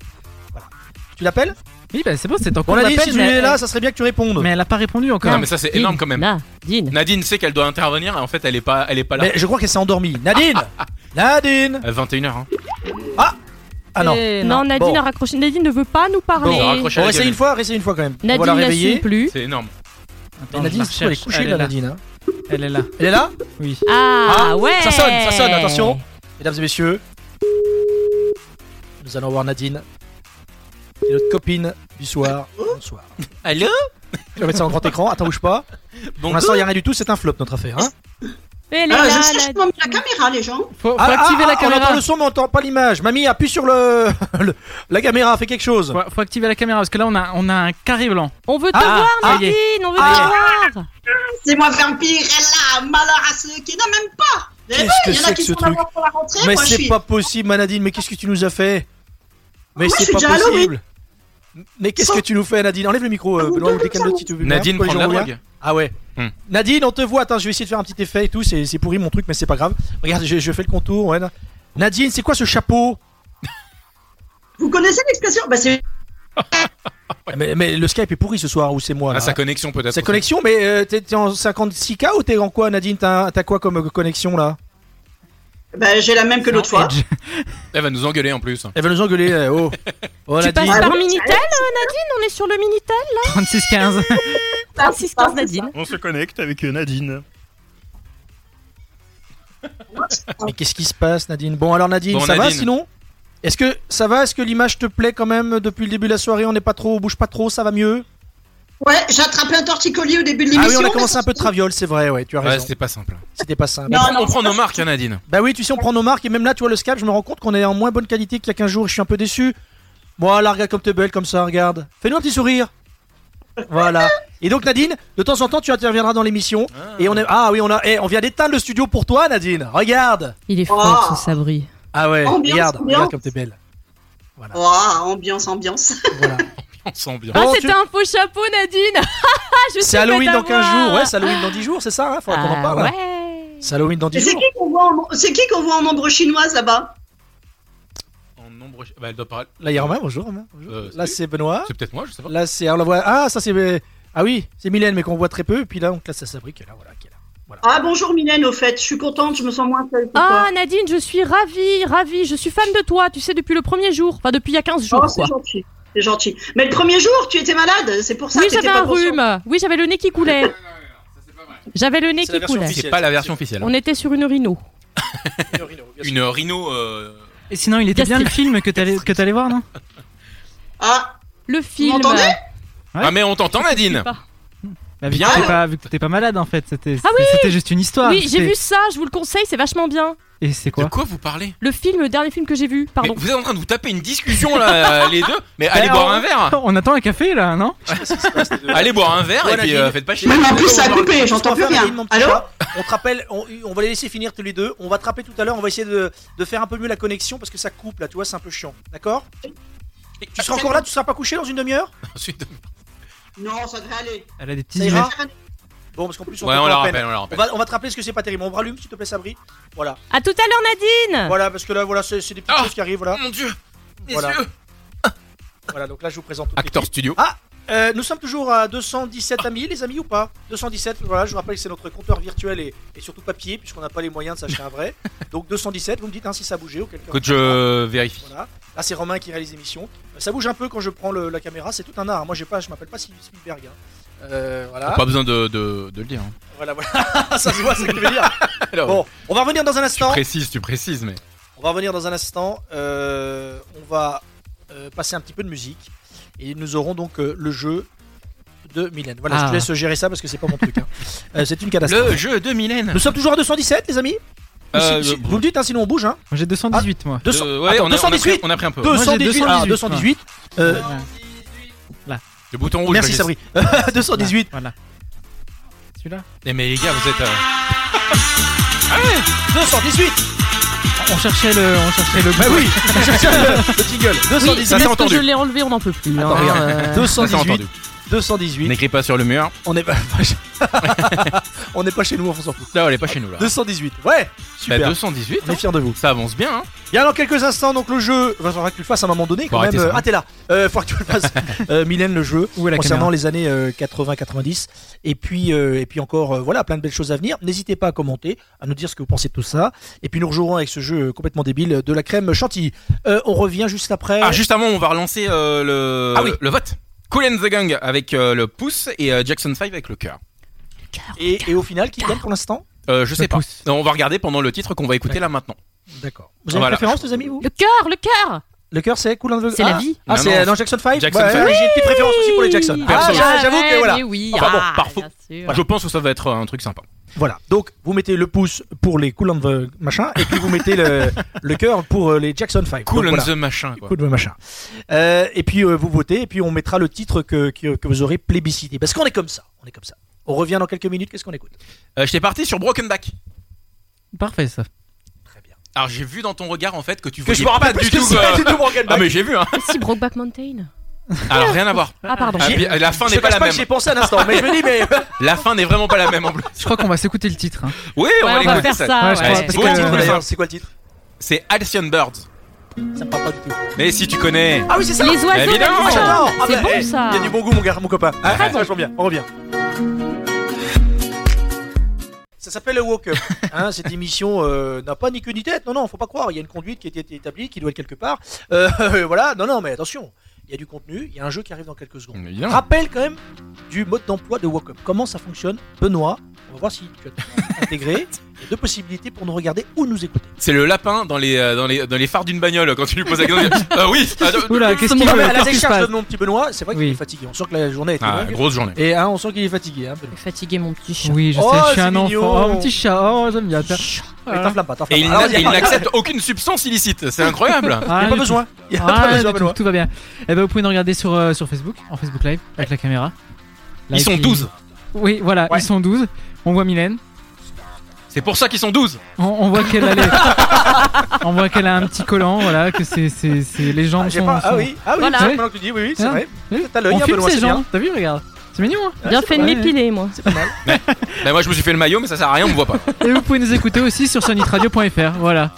[SPEAKER 1] Voilà. Tu l'appelles
[SPEAKER 6] Oui, bah c'est bon, c'est
[SPEAKER 1] On
[SPEAKER 6] encore
[SPEAKER 1] l'a
[SPEAKER 6] en
[SPEAKER 1] dit,
[SPEAKER 6] appel,
[SPEAKER 1] si tu
[SPEAKER 6] mais-
[SPEAKER 1] es là, ça serait bien que tu répondes.
[SPEAKER 6] Mais elle a pas répondu encore.
[SPEAKER 2] Non, mais ça c'est énorme quand même.
[SPEAKER 7] Nadine.
[SPEAKER 2] Nadine sait qu'elle doit intervenir et en fait elle est pas, elle est pas là.
[SPEAKER 1] Mais je crois qu'elle s'est endormie. Nadine Nadine
[SPEAKER 2] 21h. Hein.
[SPEAKER 1] Ah non.
[SPEAKER 6] Eh,
[SPEAKER 7] Non, Nadine
[SPEAKER 1] Bon.
[SPEAKER 7] a raccroché. Nadine ne veut pas nous
[SPEAKER 1] Bon,
[SPEAKER 7] parler.
[SPEAKER 2] on raccroche à
[SPEAKER 1] On
[SPEAKER 2] la
[SPEAKER 1] réessaye
[SPEAKER 2] gueule.
[SPEAKER 1] une fois, réessaye une fois quand même. on va
[SPEAKER 7] Nadine
[SPEAKER 1] la
[SPEAKER 7] n'assume
[SPEAKER 1] réveiller.
[SPEAKER 7] plus.
[SPEAKER 2] C'est énorme.
[SPEAKER 6] Attends,
[SPEAKER 1] Mais
[SPEAKER 6] je
[SPEAKER 1] Nadine,
[SPEAKER 6] la
[SPEAKER 1] c'est quoi, elle est
[SPEAKER 6] recherche.
[SPEAKER 1] couchée
[SPEAKER 6] elle, est
[SPEAKER 1] là,
[SPEAKER 6] là.
[SPEAKER 1] Nadine. hein.
[SPEAKER 6] elle est là.
[SPEAKER 1] Elle est là
[SPEAKER 6] Oui.
[SPEAKER 7] Ah
[SPEAKER 1] Ah,
[SPEAKER 7] ouais.
[SPEAKER 1] Ça sonne, ça sonne, attention. Mesdames et messieurs, nous allons voir Nadine. Et notre copine du soir. Bonsoir.
[SPEAKER 2] Allô
[SPEAKER 1] Je vais mettre ça en grand écran, attends, bouge pas. Pour
[SPEAKER 2] Bon,
[SPEAKER 1] l'instant, il n'y a rien du tout, c'est un flop notre affaire. Hein
[SPEAKER 7] Elle est
[SPEAKER 16] Alors,
[SPEAKER 7] là,
[SPEAKER 16] je cherche
[SPEAKER 7] Nadine.
[SPEAKER 16] comment mettre la caméra, les gens.
[SPEAKER 6] Faut, faut
[SPEAKER 1] Ah, ah,
[SPEAKER 6] activer
[SPEAKER 1] ah, On
[SPEAKER 6] la
[SPEAKER 1] entend
[SPEAKER 6] caméra.
[SPEAKER 1] le son, mais on entend pas l'image. Mamie, appuie sur le... le- la caméra, fais quelque chose.
[SPEAKER 6] Faut, faut activer la caméra parce que là on a, on a un carré blanc.
[SPEAKER 7] On veut te
[SPEAKER 1] Ah,
[SPEAKER 7] voir,
[SPEAKER 6] ah,
[SPEAKER 7] Nadine. On veut te voir.
[SPEAKER 16] C'est moi, vampire, elle a malheur à ceux qui n'ont même pas. Vous avez
[SPEAKER 1] Qu'est-ce
[SPEAKER 16] vu,
[SPEAKER 1] que
[SPEAKER 16] il y en a
[SPEAKER 1] c'est que
[SPEAKER 16] qui
[SPEAKER 1] ce
[SPEAKER 16] sont
[SPEAKER 1] truc
[SPEAKER 16] d'abord pour la rentrée,
[SPEAKER 1] mais
[SPEAKER 16] moi, je
[SPEAKER 1] c'est
[SPEAKER 16] suis-
[SPEAKER 1] pas possible, Manadine, mais qu'est-ce que tu nous as fait Mais
[SPEAKER 16] Moi, je
[SPEAKER 1] c'est
[SPEAKER 16] suis
[SPEAKER 1] pas
[SPEAKER 16] déjà à
[SPEAKER 1] possible. Mais qu'est-ce que tu nous fais, Nadine Enlève le micro, euh,
[SPEAKER 16] Ah, vous
[SPEAKER 1] Benoît, ou
[SPEAKER 16] donnez
[SPEAKER 1] décale-le
[SPEAKER 16] ça,
[SPEAKER 1] si tu veux. bien,
[SPEAKER 2] Nadine
[SPEAKER 1] pour les
[SPEAKER 2] prend de la
[SPEAKER 1] gens voient.
[SPEAKER 2] drogue.
[SPEAKER 1] Ah ouais.
[SPEAKER 2] Hmm.
[SPEAKER 1] Nadine, on te voit. Attends, je vais essayer de faire un petit effet et tout. C'est c'est pourri mon truc, mais c'est pas grave. Regarde, je, je fais le contour. ouais. Nadine, c'est quoi ce chapeau
[SPEAKER 16] Vous connaissez l'expression bah, c'est-
[SPEAKER 1] mais, mais le Skype est pourri ce soir, ou c'est moi
[SPEAKER 2] Ah,
[SPEAKER 1] là. hein.
[SPEAKER 2] sa connexion peut-être.
[SPEAKER 1] C'est connexion, mais euh, t'es t'es en 56K ou t'es en quoi, Nadine T'as t'as quoi comme euh, connexion là
[SPEAKER 16] bah, J'ai la même que l'autre fois.
[SPEAKER 2] Elle va nous engueuler en plus.
[SPEAKER 1] Elle va nous engueuler. euh, Oh, oh
[SPEAKER 7] Tu passes
[SPEAKER 1] Nadine.
[SPEAKER 7] par Minitel, euh, Nadine On est sur le Minitel
[SPEAKER 6] 36-15.
[SPEAKER 16] Ah, c'est ça,
[SPEAKER 7] 3615
[SPEAKER 16] c'est
[SPEAKER 7] Nadine.
[SPEAKER 17] On se connecte avec Nadine.
[SPEAKER 1] Mais qu'est-ce qui se passe, Nadine Bon, alors Nadine,
[SPEAKER 2] Bon,
[SPEAKER 1] ça va
[SPEAKER 2] Nadine.
[SPEAKER 1] sinon Est-ce que ça va Est-ce que l'image te plaît quand même depuis le début de la soirée On n'est pas trop, on bouge pas trop, ça va mieux
[SPEAKER 16] Ouais, j'ai attrapé un torticolis au début de
[SPEAKER 1] Ah
[SPEAKER 16] l'émission.
[SPEAKER 1] oui, on a
[SPEAKER 16] mais
[SPEAKER 1] commencé
[SPEAKER 16] ça-
[SPEAKER 1] un peu de traviole, c'est vrai, ouais, tu as
[SPEAKER 2] Ouais,
[SPEAKER 1] raison.
[SPEAKER 2] c'était pas simple.
[SPEAKER 1] C'était pas simple.
[SPEAKER 16] Non,
[SPEAKER 2] on
[SPEAKER 16] non,
[SPEAKER 2] prend nos marques, hein, Nadine.
[SPEAKER 1] Bah oui, tu sais, on prend nos marques et même là, tu vois le Skype, je me rends compte qu'on est en moins bonne qualité qu'il y a 15 jours, je suis un peu déçu. Voilà, regarde comme t'es belle, comme ça, regarde. Fais-nous un petit sourire. Voilà. Et donc Nadine, de temps en temps, tu interviendras dans l'émission et on est ah oui, on a eh, on vient d'éteindre le studio pour toi, Nadine. Regarde.
[SPEAKER 7] Il est
[SPEAKER 16] fort,
[SPEAKER 7] fort
[SPEAKER 16] Oh.
[SPEAKER 7] ce sabri.
[SPEAKER 1] Ah ouais,
[SPEAKER 16] Ambiance,
[SPEAKER 1] regarde,
[SPEAKER 16] ambiance.
[SPEAKER 1] regarde comme t'es belle.
[SPEAKER 16] Ouah, ambiance, ambiance.
[SPEAKER 1] Voilà.
[SPEAKER 2] On sent bien.
[SPEAKER 7] Ah,
[SPEAKER 1] Bon,
[SPEAKER 7] c'était
[SPEAKER 1] tu-
[SPEAKER 7] un faux chapeau, Nadine Je suis
[SPEAKER 1] C'est Halloween
[SPEAKER 7] bête à
[SPEAKER 1] dans 15
[SPEAKER 7] voir.
[SPEAKER 1] jours. Ouais, c'est Halloween dans 10 jours, c'est ça, hein Faudra qu'on en
[SPEAKER 7] Ah
[SPEAKER 1] parle. hein.
[SPEAKER 7] ouais
[SPEAKER 1] C'est Halloween dans
[SPEAKER 16] Et
[SPEAKER 1] 10
[SPEAKER 16] C'est
[SPEAKER 1] jours.
[SPEAKER 16] qui qu'on voit, en... c'est qui qu'on voit en ombre chinoise là-bas
[SPEAKER 2] En nombre. Bah, elle doit parler.
[SPEAKER 1] Là, il y a Romain, bonjour. Romain, bonjour.
[SPEAKER 2] Euh,
[SPEAKER 1] Là, c'est Benoît.
[SPEAKER 2] C'est peut-être moi, je sais pas.
[SPEAKER 1] Là, c'est. alors, on la voit- Ah, ça, c'est. Ah oui, c'est Mylène, mais qu'on voit très peu. Et puis là, on classe sa fabrique. Là, voilà, qui est là.
[SPEAKER 16] Ah bonjour Mylène, au fait, je suis contente, je me sens moins seule. ce
[SPEAKER 7] Ah,
[SPEAKER 16] soir.
[SPEAKER 7] Nadine, je suis ravie, ravie. Je suis fan de toi, tu sais, depuis le premier jour. Enfin, depuis il y a 15 jours,
[SPEAKER 16] Oh,
[SPEAKER 7] quoi.
[SPEAKER 16] c'est gentil. C'est gentil. Mais le premier jour, tu étais malade, c'est pour ça
[SPEAKER 7] Oui,
[SPEAKER 16] que t'étais
[SPEAKER 7] j'avais
[SPEAKER 16] pas
[SPEAKER 7] un
[SPEAKER 16] consciente.
[SPEAKER 7] rhume. Oui, j'avais le nez qui coulait. J'avais le nez
[SPEAKER 1] C'est la
[SPEAKER 7] qui
[SPEAKER 1] version
[SPEAKER 7] coulait.
[SPEAKER 1] officielle.
[SPEAKER 2] C'est pas la version officielle.
[SPEAKER 7] On était sur une rhino.
[SPEAKER 2] Une euh, rhino. euh,
[SPEAKER 6] Et sinon, il était bien le film que t'allais que t'allais voir, non
[SPEAKER 16] Ah,
[SPEAKER 7] Le film. Euh,
[SPEAKER 16] m'entendez
[SPEAKER 6] Ouais.
[SPEAKER 2] Ah, mais on t'entend, Nadine.
[SPEAKER 7] pas.
[SPEAKER 6] Bah, vu,
[SPEAKER 2] Bien.
[SPEAKER 6] que t'es pas, vu que t'es pas malade en fait, c'était
[SPEAKER 7] Ah oui
[SPEAKER 6] c'était juste une histoire.
[SPEAKER 7] Oui, j'ai
[SPEAKER 6] C'était-
[SPEAKER 7] vu ça, je vous le conseille, c'est vachement bien.
[SPEAKER 6] Et c'est
[SPEAKER 2] De
[SPEAKER 6] quoi
[SPEAKER 2] quoi vous parlez
[SPEAKER 7] Le film, le dernier film que j'ai vu,
[SPEAKER 2] Mais
[SPEAKER 7] pardon.
[SPEAKER 2] vous êtes en train de vous taper une discussion là, euh, les deux. Mais allez
[SPEAKER 6] Bah,
[SPEAKER 2] boire
[SPEAKER 6] on-
[SPEAKER 2] un verre.
[SPEAKER 6] On attend un café là, non
[SPEAKER 2] Allez boire un verre
[SPEAKER 1] Ouais,
[SPEAKER 2] et puis
[SPEAKER 1] Nadine.
[SPEAKER 2] euh, faites pas chier.
[SPEAKER 16] Mais en plus, ça a coupé,
[SPEAKER 1] Qu'est-ce qu'on
[SPEAKER 16] j'entends
[SPEAKER 1] va
[SPEAKER 16] plus
[SPEAKER 1] faire, Nadine,
[SPEAKER 16] rien.
[SPEAKER 1] mon petit
[SPEAKER 16] Allô
[SPEAKER 1] chat On te rappelle, on, on va les laisser finir tous les deux. On va te rappeler tout à l'heure. On va essayer de, de faire un peu mieux la connexion parce que ça coupe là. Tu vois, c'est un peu chiant. D'accord Tu seras encore là Tu seras pas couché dans une demi-heure
[SPEAKER 2] Ensuite-
[SPEAKER 16] Non, ça devrait aller.
[SPEAKER 6] Elle a des
[SPEAKER 1] Ça
[SPEAKER 6] petits
[SPEAKER 1] ira
[SPEAKER 6] yeux.
[SPEAKER 1] Bon, parce qu'en plus, on,
[SPEAKER 2] Ouais,
[SPEAKER 1] peut
[SPEAKER 2] on
[SPEAKER 1] pas
[SPEAKER 2] la
[SPEAKER 1] à peine.
[SPEAKER 2] rappelle, on la
[SPEAKER 1] On
[SPEAKER 2] rappelle.
[SPEAKER 1] va, on va te rappeler parce que c'est pas terrible. On rallume, s'il te plaît, Sabri. Voilà.
[SPEAKER 7] À tout à l'heure, Nadine
[SPEAKER 1] Voilà, parce que là, voilà, c'est c'est des petites
[SPEAKER 2] Ah
[SPEAKER 1] choses qui arrivent. Voilà.
[SPEAKER 2] Mon dieu. Mes
[SPEAKER 1] Voilà.
[SPEAKER 2] yeux.
[SPEAKER 1] Voilà, donc là, je vous présente. toute
[SPEAKER 2] Acteur Studio.
[SPEAKER 1] Ah Euh, nous sommes toujours à 217 amis, les amis, ou pas 217, voilà, je vous rappelle que c'est notre compteur virtuel et, et surtout papier, puisqu'on n'a pas les moyens de s'acheter un vrai. Donc 217, vous me dites hein, si ça a bougé ou quelque
[SPEAKER 2] Écoute, je vérifie.
[SPEAKER 1] Voilà. Là, c'est Romain qui réalise l'émission. Euh, Ça bouge un peu quand je prends le- la caméra, c'est tout un art. hein. Moi, j'ai pas, je m'appelle pas Sylvie Spielberg. hein. Euh, voilà.
[SPEAKER 2] Pas besoin de, de, de le dire. hein.
[SPEAKER 1] Voilà, voilà. ça se voit, c'est ce que je veux
[SPEAKER 2] Ah
[SPEAKER 1] dire. bon, on va revenir dans un instant.
[SPEAKER 2] Précise, tu précises, mais.
[SPEAKER 1] On va revenir dans un instant. Euh, on va euh, passer un petit peu de musique. Et nous aurons donc euh, le jeu de Mylène. Voilà,
[SPEAKER 2] Ah.
[SPEAKER 1] je te laisse gérer ça parce que c'est pas mon truc. hein. Euh, c'est une catastrophe.
[SPEAKER 2] Le jeu de Mylène.
[SPEAKER 1] Nous sommes toujours à 217, les amis
[SPEAKER 2] Euh,
[SPEAKER 1] Si- si-
[SPEAKER 2] je-
[SPEAKER 1] Vous le dites, hein, sinon on bouge. Hein.
[SPEAKER 6] J'ai 218, moi.
[SPEAKER 1] 200
[SPEAKER 2] Euh, ouais,
[SPEAKER 1] Attends,
[SPEAKER 2] on a- on a pris-
[SPEAKER 1] 218
[SPEAKER 2] on a pris un peu. Moi, j'ai
[SPEAKER 1] 218, alors,
[SPEAKER 2] 218,
[SPEAKER 1] 218 euh,
[SPEAKER 6] Là.
[SPEAKER 2] Le bouton rouge.
[SPEAKER 1] Merci,
[SPEAKER 2] Régis.
[SPEAKER 1] Sabri. 218.
[SPEAKER 6] Voilà. Celui-là
[SPEAKER 2] Eh, mais les gars, vous êtes. euh, Ah.
[SPEAKER 1] 218
[SPEAKER 6] On cherchait le. On cherchait le.
[SPEAKER 1] Bah oui, on cherchait le- le jingle. 218.
[SPEAKER 7] Oui,
[SPEAKER 1] Ça,
[SPEAKER 7] parce
[SPEAKER 1] c'est
[SPEAKER 7] que
[SPEAKER 1] entendu.
[SPEAKER 7] je l'ai enlevé, on n'en peut plus.
[SPEAKER 1] Attends,
[SPEAKER 7] hein.
[SPEAKER 1] regarde.
[SPEAKER 7] Euh,
[SPEAKER 1] 218. 218.
[SPEAKER 2] N'écris pas sur le mur.
[SPEAKER 1] On est pas. on n'est pas chez nous, on s'en fout.
[SPEAKER 2] Là, on est pas chez nous, là.
[SPEAKER 1] 218. Ouais, super.
[SPEAKER 2] Bah, 218.
[SPEAKER 1] On est fiers de vous.
[SPEAKER 2] Ça avance bien, hein.
[SPEAKER 1] Bien dans quelques instants, donc le jeu, il va falloir que tu le fasses à un moment donné
[SPEAKER 2] Faut
[SPEAKER 1] quand même.
[SPEAKER 2] arrêter ça,
[SPEAKER 1] Euh,
[SPEAKER 2] hein.
[SPEAKER 1] Ah, t'es là. Euh, faut que tu le fasses. Euh, Mylène, le jeu,
[SPEAKER 6] la
[SPEAKER 1] concernant
[SPEAKER 6] caméra
[SPEAKER 1] les années 80-90. Et puis, euh, et puis encore, euh, voilà, plein de belles choses à venir. N'hésitez pas à commenter, à nous dire ce que vous pensez de tout ça. Et puis nous rejouerons avec ce jeu complètement débile de la crème chantilly. Euh, on revient juste après.
[SPEAKER 2] Ah, juste avant, on va relancer euh, le,
[SPEAKER 1] Ah oui.
[SPEAKER 2] le vote. Cool and the Gang avec euh, le pouce et euh, Jackson 5 avec le cœur.
[SPEAKER 1] Et, et au final, qui gagne pour l'instant
[SPEAKER 2] Euh, je sais pas. Non, on va regarder pendant le titre qu'on va écouter là maintenant.
[SPEAKER 1] D'accord. Vous avez
[SPEAKER 2] Voilà.
[SPEAKER 1] une préférence, les amis, vous
[SPEAKER 7] Le cœur, le cœur
[SPEAKER 1] Le cœur, c'est cool.
[SPEAKER 7] C'est la vie.
[SPEAKER 1] Ah,
[SPEAKER 2] Non,
[SPEAKER 1] c'est
[SPEAKER 2] non.
[SPEAKER 1] euh, dans Jackson 5
[SPEAKER 2] Jackson
[SPEAKER 1] Ouais,
[SPEAKER 2] five.
[SPEAKER 1] J'ai une petite préférence aussi pour les Jackson.
[SPEAKER 2] Perso.
[SPEAKER 1] Ah, j'a- j'avoue
[SPEAKER 7] Ouais,
[SPEAKER 1] que voilà.
[SPEAKER 7] mais oui,
[SPEAKER 2] Enfin, bon,
[SPEAKER 7] ah,
[SPEAKER 2] parfois-
[SPEAKER 7] bien sûr.
[SPEAKER 2] Je pense que ça va être euh, un truc sympa.
[SPEAKER 1] Voilà, donc vous mettez le pouce pour les Cool and the machin et puis vous mettez le, le cœur pour euh, les Jackson 5.
[SPEAKER 2] Cool
[SPEAKER 1] Donc,
[SPEAKER 2] and
[SPEAKER 1] voilà.
[SPEAKER 2] the machin. Quoi.
[SPEAKER 1] Cool and the machin. Euh, et puis euh, vous votez et puis on mettra le titre que, que, que vous aurez plébiscité. Parce qu'on est comme ça, on est comme ça. On revient dans quelques minutes, qu'est-ce qu'on écoute
[SPEAKER 2] Euh, J'étais parti sur Broken Back.
[SPEAKER 6] Parfait ça.
[SPEAKER 2] Alors j'ai vu dans ton regard en fait que tu
[SPEAKER 1] Que
[SPEAKER 2] voyais
[SPEAKER 1] je me rappelle
[SPEAKER 2] pas
[SPEAKER 1] plus
[SPEAKER 2] du
[SPEAKER 1] que
[SPEAKER 2] tout.
[SPEAKER 1] c'est
[SPEAKER 2] euh,
[SPEAKER 1] du tout Broken
[SPEAKER 2] Ah
[SPEAKER 1] Back.
[SPEAKER 2] mais j'ai vu. Hein.
[SPEAKER 7] Si, Brokeback Mountain.
[SPEAKER 2] Alors rien à voir.
[SPEAKER 7] Ah, pardon.
[SPEAKER 2] Ah, puis, la fin
[SPEAKER 1] Je
[SPEAKER 2] n'est
[SPEAKER 1] te
[SPEAKER 2] pas
[SPEAKER 1] cache
[SPEAKER 2] la
[SPEAKER 1] pas
[SPEAKER 2] même.
[SPEAKER 1] que J'ai pensé un instant, mais je me dis, mais.
[SPEAKER 2] La fin n'est vraiment pas la même en plus.
[SPEAKER 6] Je crois qu'on va s'écouter le titre. hein.
[SPEAKER 2] Oui, on
[SPEAKER 7] Ouais,
[SPEAKER 2] va
[SPEAKER 7] on va
[SPEAKER 2] l'écouter,
[SPEAKER 7] faire ça, ouais.
[SPEAKER 2] Ouais,
[SPEAKER 1] C'est
[SPEAKER 2] c'est
[SPEAKER 7] Ouais,
[SPEAKER 1] quoi le
[SPEAKER 2] beaucoup
[SPEAKER 1] titre
[SPEAKER 2] plus
[SPEAKER 1] d'ailleurs
[SPEAKER 2] simple.
[SPEAKER 1] euh, C'est quoi le titre
[SPEAKER 2] C'est Alcyon Birds.
[SPEAKER 1] Ça me parle pas du tout.
[SPEAKER 2] Mais si tu connais.
[SPEAKER 1] Ah oui, c'est ça
[SPEAKER 7] Les oiseaux
[SPEAKER 2] Évidemment.
[SPEAKER 7] dans le
[SPEAKER 2] J'adore.
[SPEAKER 7] champ.
[SPEAKER 1] Ah
[SPEAKER 7] C'est
[SPEAKER 1] bah,
[SPEAKER 7] bon
[SPEAKER 1] eh,
[SPEAKER 7] ça
[SPEAKER 1] Il y a du bon goût, mon gars, mon copain. Ah,
[SPEAKER 2] Très bon.
[SPEAKER 1] vachement bien, on revient. Ça s'appelle le Woke Up. Hein, cette émission euh, n'a pas ni queue ni tête. Non, non, faut pas croire. Il y a une conduite qui a été établie, qui doit être quelque part. Euh, voilà, non, non, mais attention. Il y a du contenu, il y a un jeu qui arrive dans quelques secondes.
[SPEAKER 2] Évidemment.
[SPEAKER 1] Rappel quand même du mode d'emploi de Woke Up. Comment ça fonctionne Benoît, on va voir si tu as intégré. Il y a deux possibilités pour nous regarder ou nous écouter.
[SPEAKER 2] C'est le lapin dans les, euh, dans les, dans les phares d'une bagnole quand tu lui poses la question. Ah oui ah, euh,
[SPEAKER 6] Oula, qu'est-ce qu'il
[SPEAKER 1] Ah, mais
[SPEAKER 6] veut
[SPEAKER 1] à la
[SPEAKER 6] Qu'est-ce qui se
[SPEAKER 1] décharge
[SPEAKER 6] passe
[SPEAKER 1] de mon petit Benoît, c'est vrai qu'il
[SPEAKER 6] Oui.
[SPEAKER 1] est fatigué. On sent que la journée a été
[SPEAKER 2] Ah,
[SPEAKER 1] longue.
[SPEAKER 2] grosse journée.
[SPEAKER 1] Et hein, on sent qu'il est fatigué. Hein, Benoît.
[SPEAKER 7] Fatigué mon petit chat.
[SPEAKER 6] Oui, je sais,
[SPEAKER 1] Oh,
[SPEAKER 6] je suis
[SPEAKER 1] c'est
[SPEAKER 6] un
[SPEAKER 1] mignon.
[SPEAKER 6] enfant. Oh, mon petit chat. Oh, j'aime bien.
[SPEAKER 1] Mais T'inflamme pas, t'inflamme
[SPEAKER 2] Et il
[SPEAKER 1] pas. Alors, Ah, il
[SPEAKER 2] n'a-
[SPEAKER 1] y a
[SPEAKER 2] il
[SPEAKER 1] pas-
[SPEAKER 2] n'accepte aucune substance illicite. C'est incroyable.
[SPEAKER 6] Ah,
[SPEAKER 1] Il n'y a pas besoin. Il y a pas besoin, Benoît.
[SPEAKER 6] tout, tout va bien. Eh ben, vous pouvez nous regarder sur, euh, sur Facebook, en Facebook Live, avec la caméra.
[SPEAKER 2] Ils
[SPEAKER 6] Là, et
[SPEAKER 2] sont
[SPEAKER 6] puis-
[SPEAKER 2] 12.
[SPEAKER 6] Oui, voilà, ils sont 12. On voit Mylène.
[SPEAKER 2] C'est pour ça qu'ils sont 12.
[SPEAKER 6] On, on voit qu'elle a les- on voit qu'elle a un petit collant, voilà, que c'est, c'est, c'est- les jambes
[SPEAKER 1] Ah, j'ai
[SPEAKER 6] sont,
[SPEAKER 1] pas- ah
[SPEAKER 6] sont-
[SPEAKER 1] oui, ah oui,
[SPEAKER 7] Voilà.
[SPEAKER 1] c'est vrai, maintenant que tu dis, oui, oui, c'est
[SPEAKER 6] Hein
[SPEAKER 1] vrai.
[SPEAKER 6] Oui.
[SPEAKER 1] T'as l'œil,
[SPEAKER 6] On
[SPEAKER 1] hein,
[SPEAKER 6] filme
[SPEAKER 1] Benoît,
[SPEAKER 6] ces
[SPEAKER 1] c'est bien.
[SPEAKER 6] jambes. T'as vu, regarde. C'est mignon. hein
[SPEAKER 1] Ah,
[SPEAKER 7] Bien fait de
[SPEAKER 6] Ouais.
[SPEAKER 7] m'épiler, moi.
[SPEAKER 2] Bah, moi je me suis fait le maillot, mais ça sert à rien, on me voit pas.
[SPEAKER 6] Et vous pouvez nous écouter aussi sur sonitradio.fr. Voilà.
[SPEAKER 1] Bah,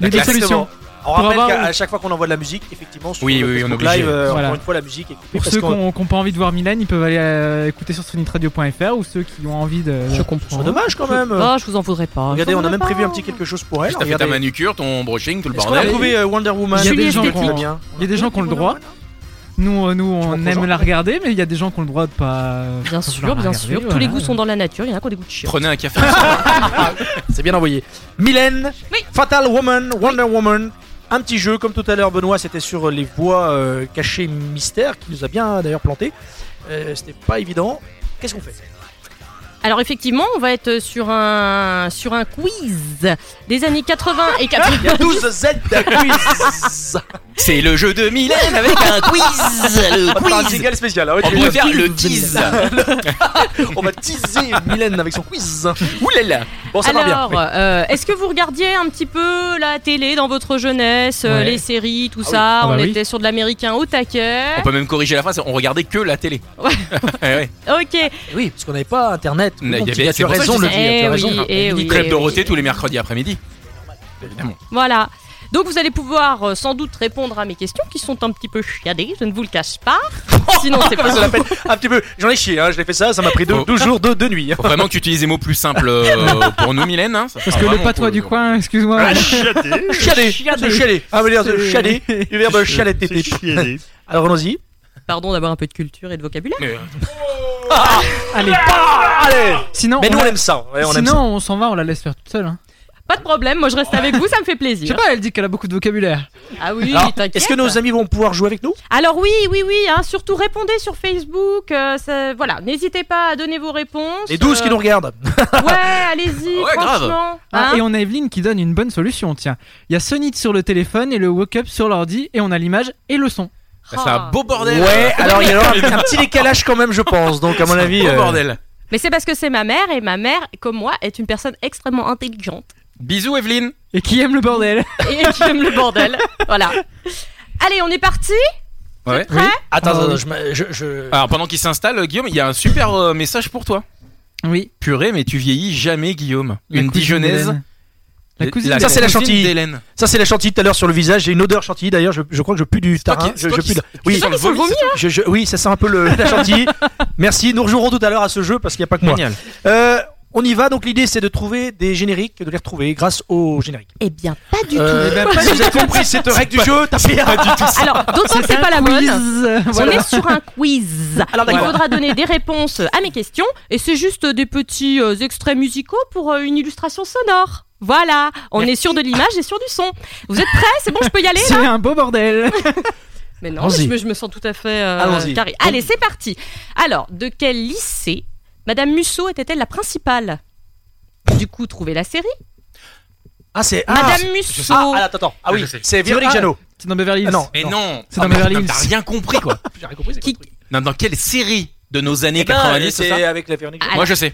[SPEAKER 6] Les deux
[SPEAKER 1] Exactement.
[SPEAKER 6] solutions.
[SPEAKER 1] On
[SPEAKER 6] Pour
[SPEAKER 1] rappelle
[SPEAKER 6] avoir-
[SPEAKER 1] qu'à à chaque fois qu'on envoie de la musique, effectivement, sur
[SPEAKER 2] Oui,
[SPEAKER 1] le
[SPEAKER 2] oui, oui, on est
[SPEAKER 1] Facebook
[SPEAKER 2] obligé.
[SPEAKER 1] live, euh,
[SPEAKER 6] Voilà.
[SPEAKER 1] encore une fois, la musique est coupée
[SPEAKER 6] Pour
[SPEAKER 1] parce
[SPEAKER 6] ceux qui
[SPEAKER 1] qu'on-
[SPEAKER 6] n'ont pas envie de voir Mylène, ils peuvent aller euh, écouter sur sonitradio.fr ou ceux qui ont envie de.
[SPEAKER 7] Je comprends.
[SPEAKER 1] C'est dommage quand même.
[SPEAKER 7] Ah, je vous en voudrais pas.
[SPEAKER 1] Regardez,
[SPEAKER 7] Je vous
[SPEAKER 1] on a
[SPEAKER 7] en
[SPEAKER 1] même
[SPEAKER 7] voudrais
[SPEAKER 1] prévu un
[SPEAKER 7] pas.
[SPEAKER 1] petit quelque chose pour elle.
[SPEAKER 2] T'as fait ta
[SPEAKER 1] Regardez.
[SPEAKER 2] manucure, ton brushing, tout le
[SPEAKER 1] Est-ce qu'on a
[SPEAKER 2] bordel.
[SPEAKER 1] trouvé euh, Wonder Woman
[SPEAKER 6] Il y a des gens qui
[SPEAKER 1] qui vont
[SPEAKER 6] ont-
[SPEAKER 1] bien.
[SPEAKER 6] Il y a des gens qui ont le droit. Nous, euh, nous on
[SPEAKER 1] prends
[SPEAKER 6] aime
[SPEAKER 1] Jean,
[SPEAKER 6] la regarder, mais il y a des gens qui ont le droit de pas.
[SPEAKER 7] Bien sûr, bien sûr. Tous les goûts sont dans la nature. Il y en a qui ont des goûts de chien.
[SPEAKER 2] Prenez un café. ensemble.
[SPEAKER 1] C'est bien envoyé. Mylène, Fatal Woman, Wonder Woman. Un petit jeu, comme tout à l'heure, Benoît, c'était sur les voies euh, cachées mystères qui nous a bien d'ailleurs planté. Euh, c'était pas évident. Qu'est-ce qu'on fait
[SPEAKER 7] Alors effectivement, on va être sur un sur un quiz des années 80 et
[SPEAKER 1] Il y a
[SPEAKER 7] 90.
[SPEAKER 1] 12 Z quiz
[SPEAKER 2] C'est le jeu de Mylène avec un quiz.
[SPEAKER 1] On va
[SPEAKER 2] Le
[SPEAKER 1] te faire un
[SPEAKER 2] quiz.
[SPEAKER 1] jingle spécial. hein, ouais,
[SPEAKER 2] On
[SPEAKER 1] tu-
[SPEAKER 2] pourrait faire le tease.
[SPEAKER 1] On va teaser Mylène avec son quiz.
[SPEAKER 2] Oulala.
[SPEAKER 1] Bon, ça va
[SPEAKER 7] Alors,
[SPEAKER 1] bien.
[SPEAKER 7] euh, est-ce que vous regardiez un petit peu la télé dans votre jeunesse, euh,
[SPEAKER 6] Ouais.
[SPEAKER 7] les séries, tout
[SPEAKER 1] Ah
[SPEAKER 7] ça
[SPEAKER 6] Ah bah
[SPEAKER 7] On
[SPEAKER 6] oui.
[SPEAKER 7] était sur de l'américain au taquet.
[SPEAKER 2] On peut même corriger la phrase, on regardait que la télé.
[SPEAKER 7] Ouais.
[SPEAKER 2] Eh ouais.
[SPEAKER 7] Ok.
[SPEAKER 1] Oui, oui, parce qu'on n'avait pas internet. Oui,
[SPEAKER 2] Mais
[SPEAKER 1] mon
[SPEAKER 2] il y
[SPEAKER 1] petit
[SPEAKER 2] avait-
[SPEAKER 1] gars,
[SPEAKER 2] c'est
[SPEAKER 1] tu as
[SPEAKER 2] pour ça que
[SPEAKER 1] raison
[SPEAKER 2] je
[SPEAKER 1] de le
[SPEAKER 2] disais-
[SPEAKER 1] dire. Tu
[SPEAKER 7] Eh
[SPEAKER 1] as
[SPEAKER 7] oui,
[SPEAKER 1] raison.
[SPEAKER 7] eh oui,
[SPEAKER 2] Club
[SPEAKER 7] eh
[SPEAKER 2] Dorothée
[SPEAKER 7] oui.
[SPEAKER 2] tous les mercredis après-midi. Évidemment.
[SPEAKER 7] Voilà. Donc vous allez pouvoir euh, sans doute répondre à mes questions qui sont un petit peu chiadées, je ne vous le cache pas. Sinon c'est pas
[SPEAKER 1] Ça l'appelle un petit peu. J'en ai chié, hein, je l'ai fait ça, ça m'a pris deux,
[SPEAKER 2] Faut-
[SPEAKER 1] deux jours, deux, deux nuits.
[SPEAKER 2] Faut vraiment que tu utilises des mots plus simples euh, pour nous, Mylène. hein, ça
[SPEAKER 6] Parce
[SPEAKER 2] sera
[SPEAKER 6] que le
[SPEAKER 2] vraiment
[SPEAKER 6] patois
[SPEAKER 2] cool.
[SPEAKER 6] du coin, excuse-moi.
[SPEAKER 1] Chialer,
[SPEAKER 6] Chialer.
[SPEAKER 1] chialer. Ah, mais dire chialer, du verbe chialeter.
[SPEAKER 17] chialer.
[SPEAKER 1] Alors allons-y.
[SPEAKER 7] Pardon d'avoir un peu de culture et de vocabulaire.
[SPEAKER 2] euh,
[SPEAKER 6] Allez.
[SPEAKER 1] Ah, allez.
[SPEAKER 6] Sinon,
[SPEAKER 1] Mais nous,
[SPEAKER 6] la-
[SPEAKER 1] on aime ça, ouais, on aime
[SPEAKER 6] Sinon,
[SPEAKER 1] ça.
[SPEAKER 6] on s'en va, on la laisse faire toute seule. hein.
[SPEAKER 7] Pas de problème, moi je reste avec vous, ça me fait
[SPEAKER 6] Je sais
[SPEAKER 7] plaisir.
[SPEAKER 6] pas, elle dit qu'elle a beaucoup de vocabulaire.
[SPEAKER 7] Ah oui,
[SPEAKER 1] Alors,
[SPEAKER 7] t'inquiète.
[SPEAKER 1] Est-ce que nos amis vont pouvoir jouer avec nous
[SPEAKER 7] Alors oui, oui, oui, hein, surtout répondez sur Facebook. euh, ça- voilà, n'hésitez pas à donner vos réponses.
[SPEAKER 1] Les 12 qui
[SPEAKER 7] euh,
[SPEAKER 1] nous regardent.
[SPEAKER 7] Ouais, allez-y,
[SPEAKER 1] Ouais, grave.
[SPEAKER 7] franchement.
[SPEAKER 6] Ah,
[SPEAKER 7] hein.
[SPEAKER 6] et on a Evelyne qui donne une bonne solution, tiens. Il y a Sonit sur le téléphone et le Wake Up sur l'ordi et on a l'image et le son.
[SPEAKER 2] Bah, C'est
[SPEAKER 7] Ah.
[SPEAKER 2] un beau bordel.
[SPEAKER 1] Ouais, alors il y aura un petit décalage quand même, je pense. Donc, à mon avis.
[SPEAKER 2] beau
[SPEAKER 1] euh,
[SPEAKER 2] bordel.
[SPEAKER 7] Mais c'est parce que c'est ma mère et ma mère, comme moi, est une personne extrêmement intelligente
[SPEAKER 2] Bisous, Evelyne.
[SPEAKER 6] Et qui aime le bordel
[SPEAKER 7] et qui aime le bordel. Voilà. Allez, on est parti
[SPEAKER 2] Ouais.
[SPEAKER 1] Attends,
[SPEAKER 2] Ah
[SPEAKER 1] attends, je me- je. je-
[SPEAKER 2] Alors pendant qu'il s'installe, Guillaume, il y a un super euh, message pour toi.
[SPEAKER 6] Oui.
[SPEAKER 2] Purée, mais tu vieillis jamais, Guillaume.
[SPEAKER 6] La
[SPEAKER 2] Une
[SPEAKER 6] cousine
[SPEAKER 2] dijonnaise.
[SPEAKER 6] d'Hélène. La cousine
[SPEAKER 1] Ça, c'est la
[SPEAKER 2] cousine
[SPEAKER 1] chantilly.
[SPEAKER 2] d'Hélène.
[SPEAKER 1] Ça, c'est la chantilly tout à l'heure sur le visage. J'ai une odeur chantilly d'ailleurs. Je, je crois que je pue du tarin.
[SPEAKER 2] qui- c'est
[SPEAKER 1] Je,
[SPEAKER 2] toi
[SPEAKER 1] je
[SPEAKER 2] qui-
[SPEAKER 1] pue de-
[SPEAKER 2] qui
[SPEAKER 1] Oui,
[SPEAKER 2] sens le vomi, hein.
[SPEAKER 1] Je- je- oui, ça sent un peu le, la chantilly. Merci. Nous rejouerons tout à l'heure à ce jeu parce qu'il n'y a pas que moi.
[SPEAKER 2] Génial.
[SPEAKER 1] Euh, on y va. Donc, l'idée, c'est de trouver des génériques, et de les retrouver grâce aux génériques.
[SPEAKER 7] Eh bien, pas du
[SPEAKER 1] Euh,
[SPEAKER 7] tout.
[SPEAKER 1] ben, si vous avez compris cette règle du jeu, tapez un.
[SPEAKER 7] Alors, d'autant que c'est pas la bonne.
[SPEAKER 6] Voilà.
[SPEAKER 7] On est sur un quiz.
[SPEAKER 1] Alors,
[SPEAKER 7] Il
[SPEAKER 1] d'accord.
[SPEAKER 7] faudra donner des réponses à mes questions et c'est juste des petits euh, extraits musicaux pour euh, une illustration sonore. Voilà, on est sûr de l'image et sûr du son. Vous êtes prêts C'est bon, je peux y aller
[SPEAKER 6] C'est
[SPEAKER 7] là
[SPEAKER 6] un beau bordel.
[SPEAKER 7] Mais non, mais
[SPEAKER 6] Allons-y.
[SPEAKER 7] je, me- je me sens tout à fait euh,
[SPEAKER 6] Allons-y.
[SPEAKER 7] carré. Allez, c'est parti. Alors, de quel lycée Madame Musso était-elle la principale Du coup, trouvez la série.
[SPEAKER 1] Ah, c'est. ah,
[SPEAKER 7] Madame
[SPEAKER 1] je
[SPEAKER 7] Musso.
[SPEAKER 1] sais. Ah, ah, attends, attends. Ah oui, c'est Véronique
[SPEAKER 6] Ah,
[SPEAKER 1] Jeannot.
[SPEAKER 6] C'est dans Beverly Hills.
[SPEAKER 1] Ah, non.
[SPEAKER 2] Mais
[SPEAKER 1] non.
[SPEAKER 2] non.
[SPEAKER 6] C'est dans
[SPEAKER 2] mais
[SPEAKER 6] Beverly
[SPEAKER 2] putain,
[SPEAKER 6] Hills.
[SPEAKER 2] T'as rien compris quoi.
[SPEAKER 1] J'ai rien compris. c'est quoi le truc
[SPEAKER 2] Non, dans quelle série de nos années
[SPEAKER 1] Eh ben,
[SPEAKER 2] 90 c'est
[SPEAKER 1] c'est
[SPEAKER 2] ça
[SPEAKER 1] avec la Véronique.
[SPEAKER 2] Moi je sais.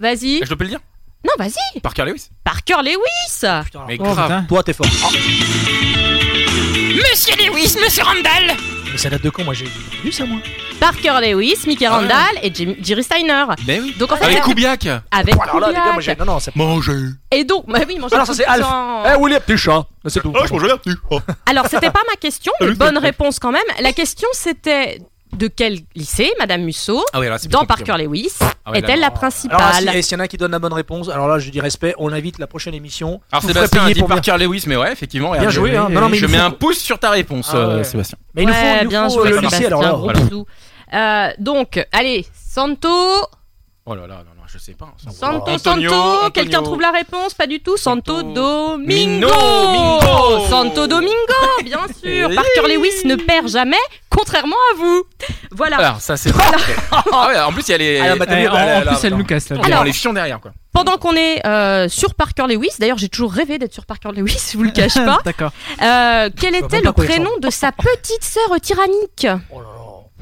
[SPEAKER 7] Vas-y.
[SPEAKER 2] Je peux le dire
[SPEAKER 7] Non, vas-y.
[SPEAKER 2] Parker Lewis.
[SPEAKER 7] Parker Lewis.
[SPEAKER 2] Mais
[SPEAKER 1] Oh,
[SPEAKER 2] grave.
[SPEAKER 1] putain. Toi, t'es fort. Oh,
[SPEAKER 7] Monsieur Lewis, Monsieur Randall.
[SPEAKER 1] mais ça date de quand Moi, j'ai j'ai lu ça, moi.
[SPEAKER 7] Parker Lewis, Mickey
[SPEAKER 1] Ah
[SPEAKER 7] Randall et Jim- Jerry Steiner.
[SPEAKER 2] Mais oui.
[SPEAKER 7] Donc en fait,
[SPEAKER 2] Avec
[SPEAKER 7] elle-
[SPEAKER 2] Koubiak.
[SPEAKER 7] avec
[SPEAKER 1] Oh, Alors là, les gars, moi, j'ai.
[SPEAKER 7] Kubiak.
[SPEAKER 1] Non, non, c'est pas.
[SPEAKER 2] Manger.
[SPEAKER 7] Et donc, bah oui, manger
[SPEAKER 1] Alors, ça,
[SPEAKER 7] tout
[SPEAKER 1] c'est
[SPEAKER 7] le
[SPEAKER 1] Alf.
[SPEAKER 7] temps.
[SPEAKER 1] Eh, Willy, petit chat. C'est tout.
[SPEAKER 2] Ah,
[SPEAKER 17] Oh, je mangeais un petit. Oh.
[SPEAKER 7] Alors, c'était pas ma question,
[SPEAKER 1] Ah,
[SPEAKER 7] mais bonne réponse quand même. La question, c'était de quel lycée, Madame Musso,
[SPEAKER 2] Ah oui, alors, c'est plus
[SPEAKER 7] dans
[SPEAKER 2] compliqué.
[SPEAKER 7] Parker Lewis,
[SPEAKER 2] Ah ouais, là, non.
[SPEAKER 7] est-elle la
[SPEAKER 1] Alors, là,
[SPEAKER 7] principale
[SPEAKER 1] si- et s'il y en a qui donne la bonne réponse, alors là, je dis respect, on invite la prochaine émission.
[SPEAKER 2] Alors
[SPEAKER 1] Vous ferez
[SPEAKER 2] Sébastien a
[SPEAKER 1] payer
[SPEAKER 2] dit
[SPEAKER 1] pour bien-
[SPEAKER 2] Parker Lewis, mais ouais, effectivement.
[SPEAKER 1] Bien
[SPEAKER 2] regarde,
[SPEAKER 1] joué, hein. Non, non, mais
[SPEAKER 2] Je
[SPEAKER 1] il
[SPEAKER 2] mets
[SPEAKER 1] faut-
[SPEAKER 2] un pouce sur ta réponse,
[SPEAKER 1] Ah ouais.
[SPEAKER 2] euh, Sébastien.
[SPEAKER 1] Mais il nous faut,
[SPEAKER 7] Ouais,
[SPEAKER 1] il nous
[SPEAKER 7] bien
[SPEAKER 1] faut,
[SPEAKER 7] joué,
[SPEAKER 1] euh, le lycée,
[SPEAKER 7] Sébastien,
[SPEAKER 1] alors là.
[SPEAKER 7] gros
[SPEAKER 2] Voilà.
[SPEAKER 7] bisous. Euh, donc, allez, Santo,
[SPEAKER 2] Oh là là, non, non, je sais pas. ça-
[SPEAKER 7] Santo,
[SPEAKER 2] Ah, Antonio,
[SPEAKER 7] Santo,
[SPEAKER 2] Antonio.
[SPEAKER 7] quelqu'un trouve la réponse Pas du tout, Santo Domingo
[SPEAKER 2] Mingo.
[SPEAKER 7] Santo Domingo, bien sûr
[SPEAKER 2] Oui.
[SPEAKER 7] Parker Lewis ne perd jamais, contrairement à vous Voilà
[SPEAKER 2] Alors ça c'est. ah ouais, en plus il y a les.
[SPEAKER 1] Ah, bah, t'as
[SPEAKER 6] Eh,
[SPEAKER 1] vu,
[SPEAKER 6] en,
[SPEAKER 1] bah, là,
[SPEAKER 6] en
[SPEAKER 1] là,
[SPEAKER 6] plus, elle
[SPEAKER 1] non.
[SPEAKER 6] nous casse là.
[SPEAKER 2] Il y a
[SPEAKER 7] Alors-
[SPEAKER 2] les fions derrière quoi.
[SPEAKER 7] Pendant qu'on est euh, sur Parker Lewis, d'ailleurs j'ai toujours rêvé d'être sur Parker Lewis, je vous le cache pas,
[SPEAKER 6] D'accord.
[SPEAKER 7] euh, quel
[SPEAKER 1] vois
[SPEAKER 7] était
[SPEAKER 1] même pas
[SPEAKER 7] le
[SPEAKER 1] quoi il
[SPEAKER 7] prénom de sa petite sœur tyrannique
[SPEAKER 1] Oh là là.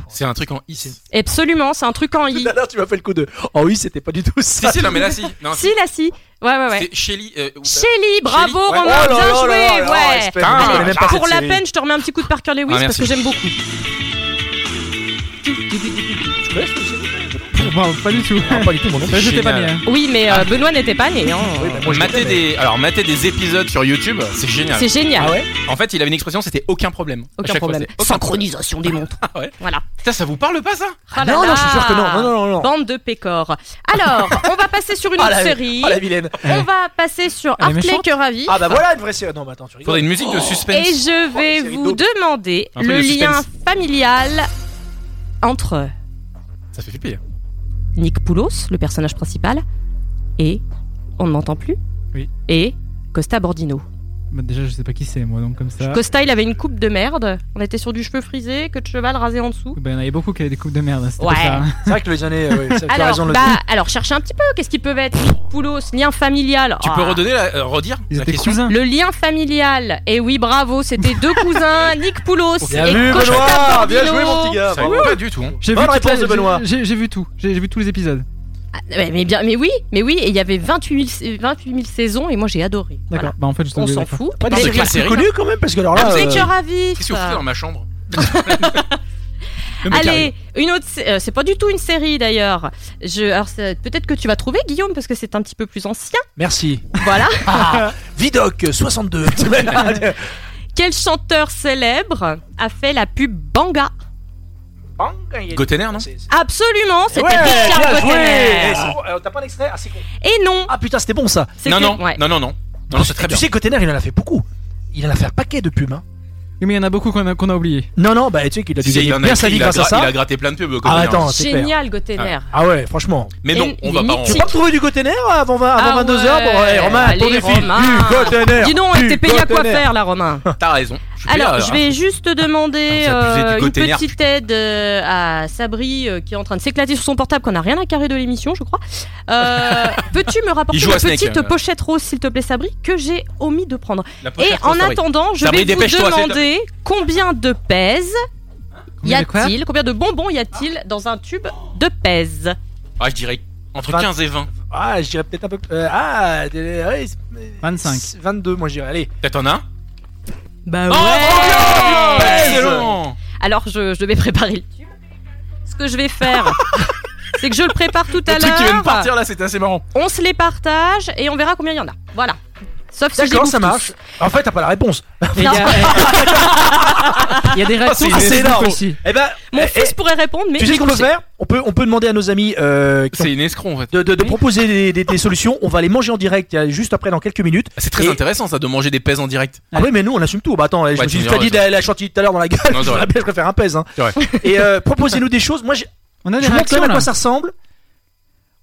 [SPEAKER 2] C'est un truc en is.
[SPEAKER 7] Absolument, c'est un truc en
[SPEAKER 1] Tout
[SPEAKER 7] i.
[SPEAKER 1] à l'heure, tu m'as fait le coup de. Oh oui, c'était pas du tout
[SPEAKER 2] Si
[SPEAKER 1] ça.
[SPEAKER 2] si non mais là si. Non,
[SPEAKER 7] Si, là, si. Ouais, ouais, ouais.
[SPEAKER 2] C'est Shelly. euh, ou-
[SPEAKER 7] Shelly, bravo
[SPEAKER 2] Shelly, ouais.
[SPEAKER 7] Romain,
[SPEAKER 1] Oh là
[SPEAKER 7] bien
[SPEAKER 1] là
[SPEAKER 7] joué,
[SPEAKER 1] là là,
[SPEAKER 7] ouais.
[SPEAKER 1] respect,
[SPEAKER 2] Putain,
[SPEAKER 1] je connais
[SPEAKER 2] ah,
[SPEAKER 1] même pas
[SPEAKER 7] Pour
[SPEAKER 1] cette
[SPEAKER 7] la
[SPEAKER 1] série.
[SPEAKER 7] peine, je te remets un petit coup de Parker Lewis
[SPEAKER 2] Ah,
[SPEAKER 7] parce
[SPEAKER 2] merci.
[SPEAKER 7] que j'aime beaucoup.
[SPEAKER 6] Bon, pas du tout.
[SPEAKER 1] Ah, Pas du tout, mon nom.
[SPEAKER 6] Ouais, J'étais pas
[SPEAKER 2] Génial.
[SPEAKER 6] bien.
[SPEAKER 7] Oui, mais euh, Benoît n'était pas né. hein.
[SPEAKER 1] Moi, je
[SPEAKER 2] Mater
[SPEAKER 1] connais, mais-
[SPEAKER 2] des, alors mater des épisodes sur YouTube, c'est génial.
[SPEAKER 7] C'est génial.
[SPEAKER 1] Ah ouais
[SPEAKER 2] En fait, il avait une expression, c'était aucun problème. À
[SPEAKER 7] Aucun
[SPEAKER 2] chaque fois,
[SPEAKER 7] problème.
[SPEAKER 2] c'était aucun
[SPEAKER 7] Synchronisation des montres.
[SPEAKER 2] Ah ouais.
[SPEAKER 7] Voilà.
[SPEAKER 2] Putain, ça vous parle pas ça
[SPEAKER 7] Ah là
[SPEAKER 1] Non,
[SPEAKER 7] là.
[SPEAKER 1] non, je suis sûr que non. Non, non, non, non.
[SPEAKER 7] Bande de pécores. Alors, on va passer sur une
[SPEAKER 1] Ah,
[SPEAKER 7] autre
[SPEAKER 1] la-
[SPEAKER 7] série.
[SPEAKER 1] Ah la vilaine.
[SPEAKER 7] On va passer sur
[SPEAKER 6] Elle est
[SPEAKER 7] Hartley
[SPEAKER 6] méchante.
[SPEAKER 7] Cœur à Vif.
[SPEAKER 1] Ah bah voilà une vraie série. Non, mais attends, tu rigoles.
[SPEAKER 2] Faudrait une musique de suspense.
[SPEAKER 7] Et je
[SPEAKER 1] Oh,
[SPEAKER 7] vais
[SPEAKER 1] les séries
[SPEAKER 7] vous demander
[SPEAKER 2] Un peu
[SPEAKER 7] le
[SPEAKER 2] de
[SPEAKER 7] lien
[SPEAKER 2] suspense.
[SPEAKER 7] familial entre
[SPEAKER 2] Ça fait flipper.
[SPEAKER 7] Nick Poulos, le personnage principal, et on ne m'entend plus.
[SPEAKER 6] Oui.
[SPEAKER 7] Et Costa Bordino.
[SPEAKER 6] Bah, déjà, je sais pas qui c'est moi, donc comme ça.
[SPEAKER 7] Costa, il avait une coupe de merde. On était sur du cheveu frisé, queue de cheval rasé en dessous.
[SPEAKER 6] Bah, il y en avait beaucoup qui avaient des coupes de merde. c'était
[SPEAKER 7] Ouais.
[SPEAKER 6] pas ça, hein.
[SPEAKER 1] C'est vrai que les années. euh, oui, ça, tu as raison
[SPEAKER 7] Alors,
[SPEAKER 1] de le
[SPEAKER 7] bah, alors cherchez un petit peu. Qu'est-ce qui peut être Nick Poulos Lien familial.
[SPEAKER 2] Tu
[SPEAKER 7] Ah.
[SPEAKER 2] peux redonner la, euh, redire
[SPEAKER 6] Ils
[SPEAKER 2] la
[SPEAKER 6] étaient
[SPEAKER 2] question
[SPEAKER 6] cousins.
[SPEAKER 7] Le lien familial. Et oui, bravo, c'était deux cousins, Nick Poulos
[SPEAKER 1] Bien
[SPEAKER 7] et
[SPEAKER 1] vu,
[SPEAKER 7] Costa
[SPEAKER 1] Benoît.
[SPEAKER 7] Bordino.
[SPEAKER 1] Bien joué, mon petit gars.
[SPEAKER 2] Ça
[SPEAKER 1] Bravo.
[SPEAKER 2] va pas du tout. hein.
[SPEAKER 6] J'ai
[SPEAKER 1] Bonne
[SPEAKER 6] toute
[SPEAKER 1] réponse
[SPEAKER 6] la-
[SPEAKER 1] de Benoît.
[SPEAKER 6] J'ai j'ai vu tout. J'ai j'ai vu tous les épisodes.
[SPEAKER 7] Ah, ouais, mais bien, mais oui, mais oui. Et il y avait 28 000, 28 000 saisons et moi j'ai adoré.
[SPEAKER 6] D'accord. Bah, en fait, je
[SPEAKER 7] Voilà. On
[SPEAKER 6] t'en
[SPEAKER 7] s'en fout. Ah,
[SPEAKER 1] Pas des
[SPEAKER 2] c'est
[SPEAKER 1] séries
[SPEAKER 2] pas
[SPEAKER 1] assez
[SPEAKER 2] série.
[SPEAKER 1] euh, connues quand même parce que alors là.
[SPEAKER 7] Hartley
[SPEAKER 1] euh,
[SPEAKER 7] Cœur à vif.
[SPEAKER 2] Qu'est-ce que vous faites dans ma chambre mec
[SPEAKER 7] Allez, une autre. sé- euh, c'est pas du tout une série d'ailleurs. Je, alors c'est- peut-être que tu vas trouver Guillaume parce que c'est un petit peu plus ancien.
[SPEAKER 1] Merci.
[SPEAKER 7] Voilà.
[SPEAKER 1] Ah, Vidoc 62.
[SPEAKER 7] Quel chanteur célèbre a fait la pub Banga
[SPEAKER 2] Gotenner, non
[SPEAKER 7] Absolument, c'était
[SPEAKER 1] Ouais,
[SPEAKER 7] Richard
[SPEAKER 1] bien joué.
[SPEAKER 7] Gottener.
[SPEAKER 1] Eh, c'est bon, euh, T'as pas l'extrait Ah, c'est con.
[SPEAKER 7] Et non.
[SPEAKER 1] Ah putain, c'était bon ça.
[SPEAKER 2] Non, non, non, non, non. Non, non, c'est très
[SPEAKER 1] Tu
[SPEAKER 2] bien.
[SPEAKER 1] sais, Cotener, il en a fait beaucoup. Il en a fait un paquet de pubs. Hein.
[SPEAKER 6] Mais il y en a beaucoup qu'on a, qu'on a oublié.
[SPEAKER 1] Non, non, bah tu sais qu'il a dû
[SPEAKER 2] Si, si,
[SPEAKER 1] gagner
[SPEAKER 2] il en a
[SPEAKER 1] bien sa
[SPEAKER 2] écrit,
[SPEAKER 1] vie
[SPEAKER 2] il a
[SPEAKER 1] grâce à
[SPEAKER 2] gra-
[SPEAKER 1] ça.
[SPEAKER 2] Il a gratté plein de pubs.
[SPEAKER 1] Ah,
[SPEAKER 2] Gotenner.
[SPEAKER 1] attends, c'est clair.
[SPEAKER 7] Génial Gottener.
[SPEAKER 1] Ah ouais, franchement.
[SPEAKER 2] Mais non, on va pas en.
[SPEAKER 1] Tu peux pas me trouver du Cotener avant, 20 avant
[SPEAKER 7] Ah
[SPEAKER 1] 22h
[SPEAKER 7] ouais,
[SPEAKER 1] Bon, ouais, Romain,
[SPEAKER 7] allez,
[SPEAKER 1] ton défi.
[SPEAKER 7] Romain.
[SPEAKER 1] Du Cotener.
[SPEAKER 7] Dis donc,
[SPEAKER 1] du
[SPEAKER 7] t'es payé à quoi
[SPEAKER 1] Cotener.
[SPEAKER 7] faire là, Romain
[SPEAKER 2] T'as raison. je suis
[SPEAKER 7] Alors,
[SPEAKER 2] Ah. payé,
[SPEAKER 7] je vais
[SPEAKER 2] hein.
[SPEAKER 7] juste demander
[SPEAKER 2] Ah, vous abusez du
[SPEAKER 7] euh, une
[SPEAKER 2] Gotenner.
[SPEAKER 7] petite aide euh, à Sabri euh, qui est en train de s'éclater sur son portable, qu'on n'a rien à carrer de l'émission, je crois. Euh, Peux-tu me rapporter
[SPEAKER 2] Il joue
[SPEAKER 7] la
[SPEAKER 2] à Snake,
[SPEAKER 7] petite
[SPEAKER 2] euh.
[SPEAKER 7] pochette rose, s'il te plaît, Sabri, que j'ai omis de prendre
[SPEAKER 2] La pochette
[SPEAKER 7] Et
[SPEAKER 2] rose,
[SPEAKER 7] en
[SPEAKER 2] Sabri.
[SPEAKER 7] attendant, je
[SPEAKER 2] Sabri,
[SPEAKER 7] vais vous
[SPEAKER 2] dépêche-toi, c'est-
[SPEAKER 7] demander combien de pèse y
[SPEAKER 2] de quoi
[SPEAKER 7] a-t-il, combien de bonbons y a-t-il dans un tube de pèse
[SPEAKER 2] Ah, je dirais entre
[SPEAKER 1] Vingt-
[SPEAKER 2] 15 et 20.
[SPEAKER 1] Ah, je dirais peut-être un peu. euh, ah, euh, ouais, c'est-
[SPEAKER 6] 25.
[SPEAKER 1] 22, moi je dirais. Allez.
[SPEAKER 2] Peut-être en a un
[SPEAKER 1] Oh,
[SPEAKER 7] Bah
[SPEAKER 2] ouais
[SPEAKER 1] Excellent
[SPEAKER 7] Alors je, je devais préparer le tube. Ce que je vais faire, c'est que je le prépare tout à
[SPEAKER 2] Le truc qui vient de partir
[SPEAKER 7] l'heure.
[SPEAKER 2] là, c'était assez marrant.
[SPEAKER 7] On se les partage et on verra combien il y en a. Voilà. Sauf si je les
[SPEAKER 1] D'accord,
[SPEAKER 7] bouffe
[SPEAKER 1] ça
[SPEAKER 7] tous.
[SPEAKER 1] marche. euh, En fait, t'as pas la réponse.
[SPEAKER 6] Et Il y, a- il y a des
[SPEAKER 1] Ah,
[SPEAKER 6] réactions
[SPEAKER 1] c'est
[SPEAKER 6] sur Facebook
[SPEAKER 1] énorme.
[SPEAKER 6] aussi.
[SPEAKER 1] Eh ben,
[SPEAKER 7] Mon
[SPEAKER 1] eh,
[SPEAKER 7] fils pourrait répondre, mais
[SPEAKER 1] tu sais
[SPEAKER 7] il
[SPEAKER 1] ce qu'on peut
[SPEAKER 7] sait.
[SPEAKER 1] faire on peut, on peut demander à nos amis euh, qui ont-
[SPEAKER 2] C'est une escroc en fait.
[SPEAKER 1] de, de- de proposer des, des- des solutions. On va les manger en direct euh, juste après dans quelques minutes.
[SPEAKER 2] C'est très
[SPEAKER 1] Et-
[SPEAKER 2] intéressant ça de manger des pèses en direct.
[SPEAKER 1] Ah oui, mais nous on assume tout. Bah attends, je
[SPEAKER 2] Ouais,
[SPEAKER 1] me suis
[SPEAKER 2] tu
[SPEAKER 1] dit,
[SPEAKER 2] me
[SPEAKER 1] t'as dit
[SPEAKER 2] diras,
[SPEAKER 1] la, la chantilly tout à l'heure dans la gueule.
[SPEAKER 2] Non, c'est
[SPEAKER 1] J'aurais
[SPEAKER 2] vrai.
[SPEAKER 1] bien, je préfère un pèse. Hein.
[SPEAKER 2] C'est vrai.
[SPEAKER 1] Et euh, proposez-nous des choses. Moi, j'ai-
[SPEAKER 6] On a des
[SPEAKER 1] je vous montre
[SPEAKER 6] réactions
[SPEAKER 1] quand même à
[SPEAKER 6] là.
[SPEAKER 1] quoi ça ressemble.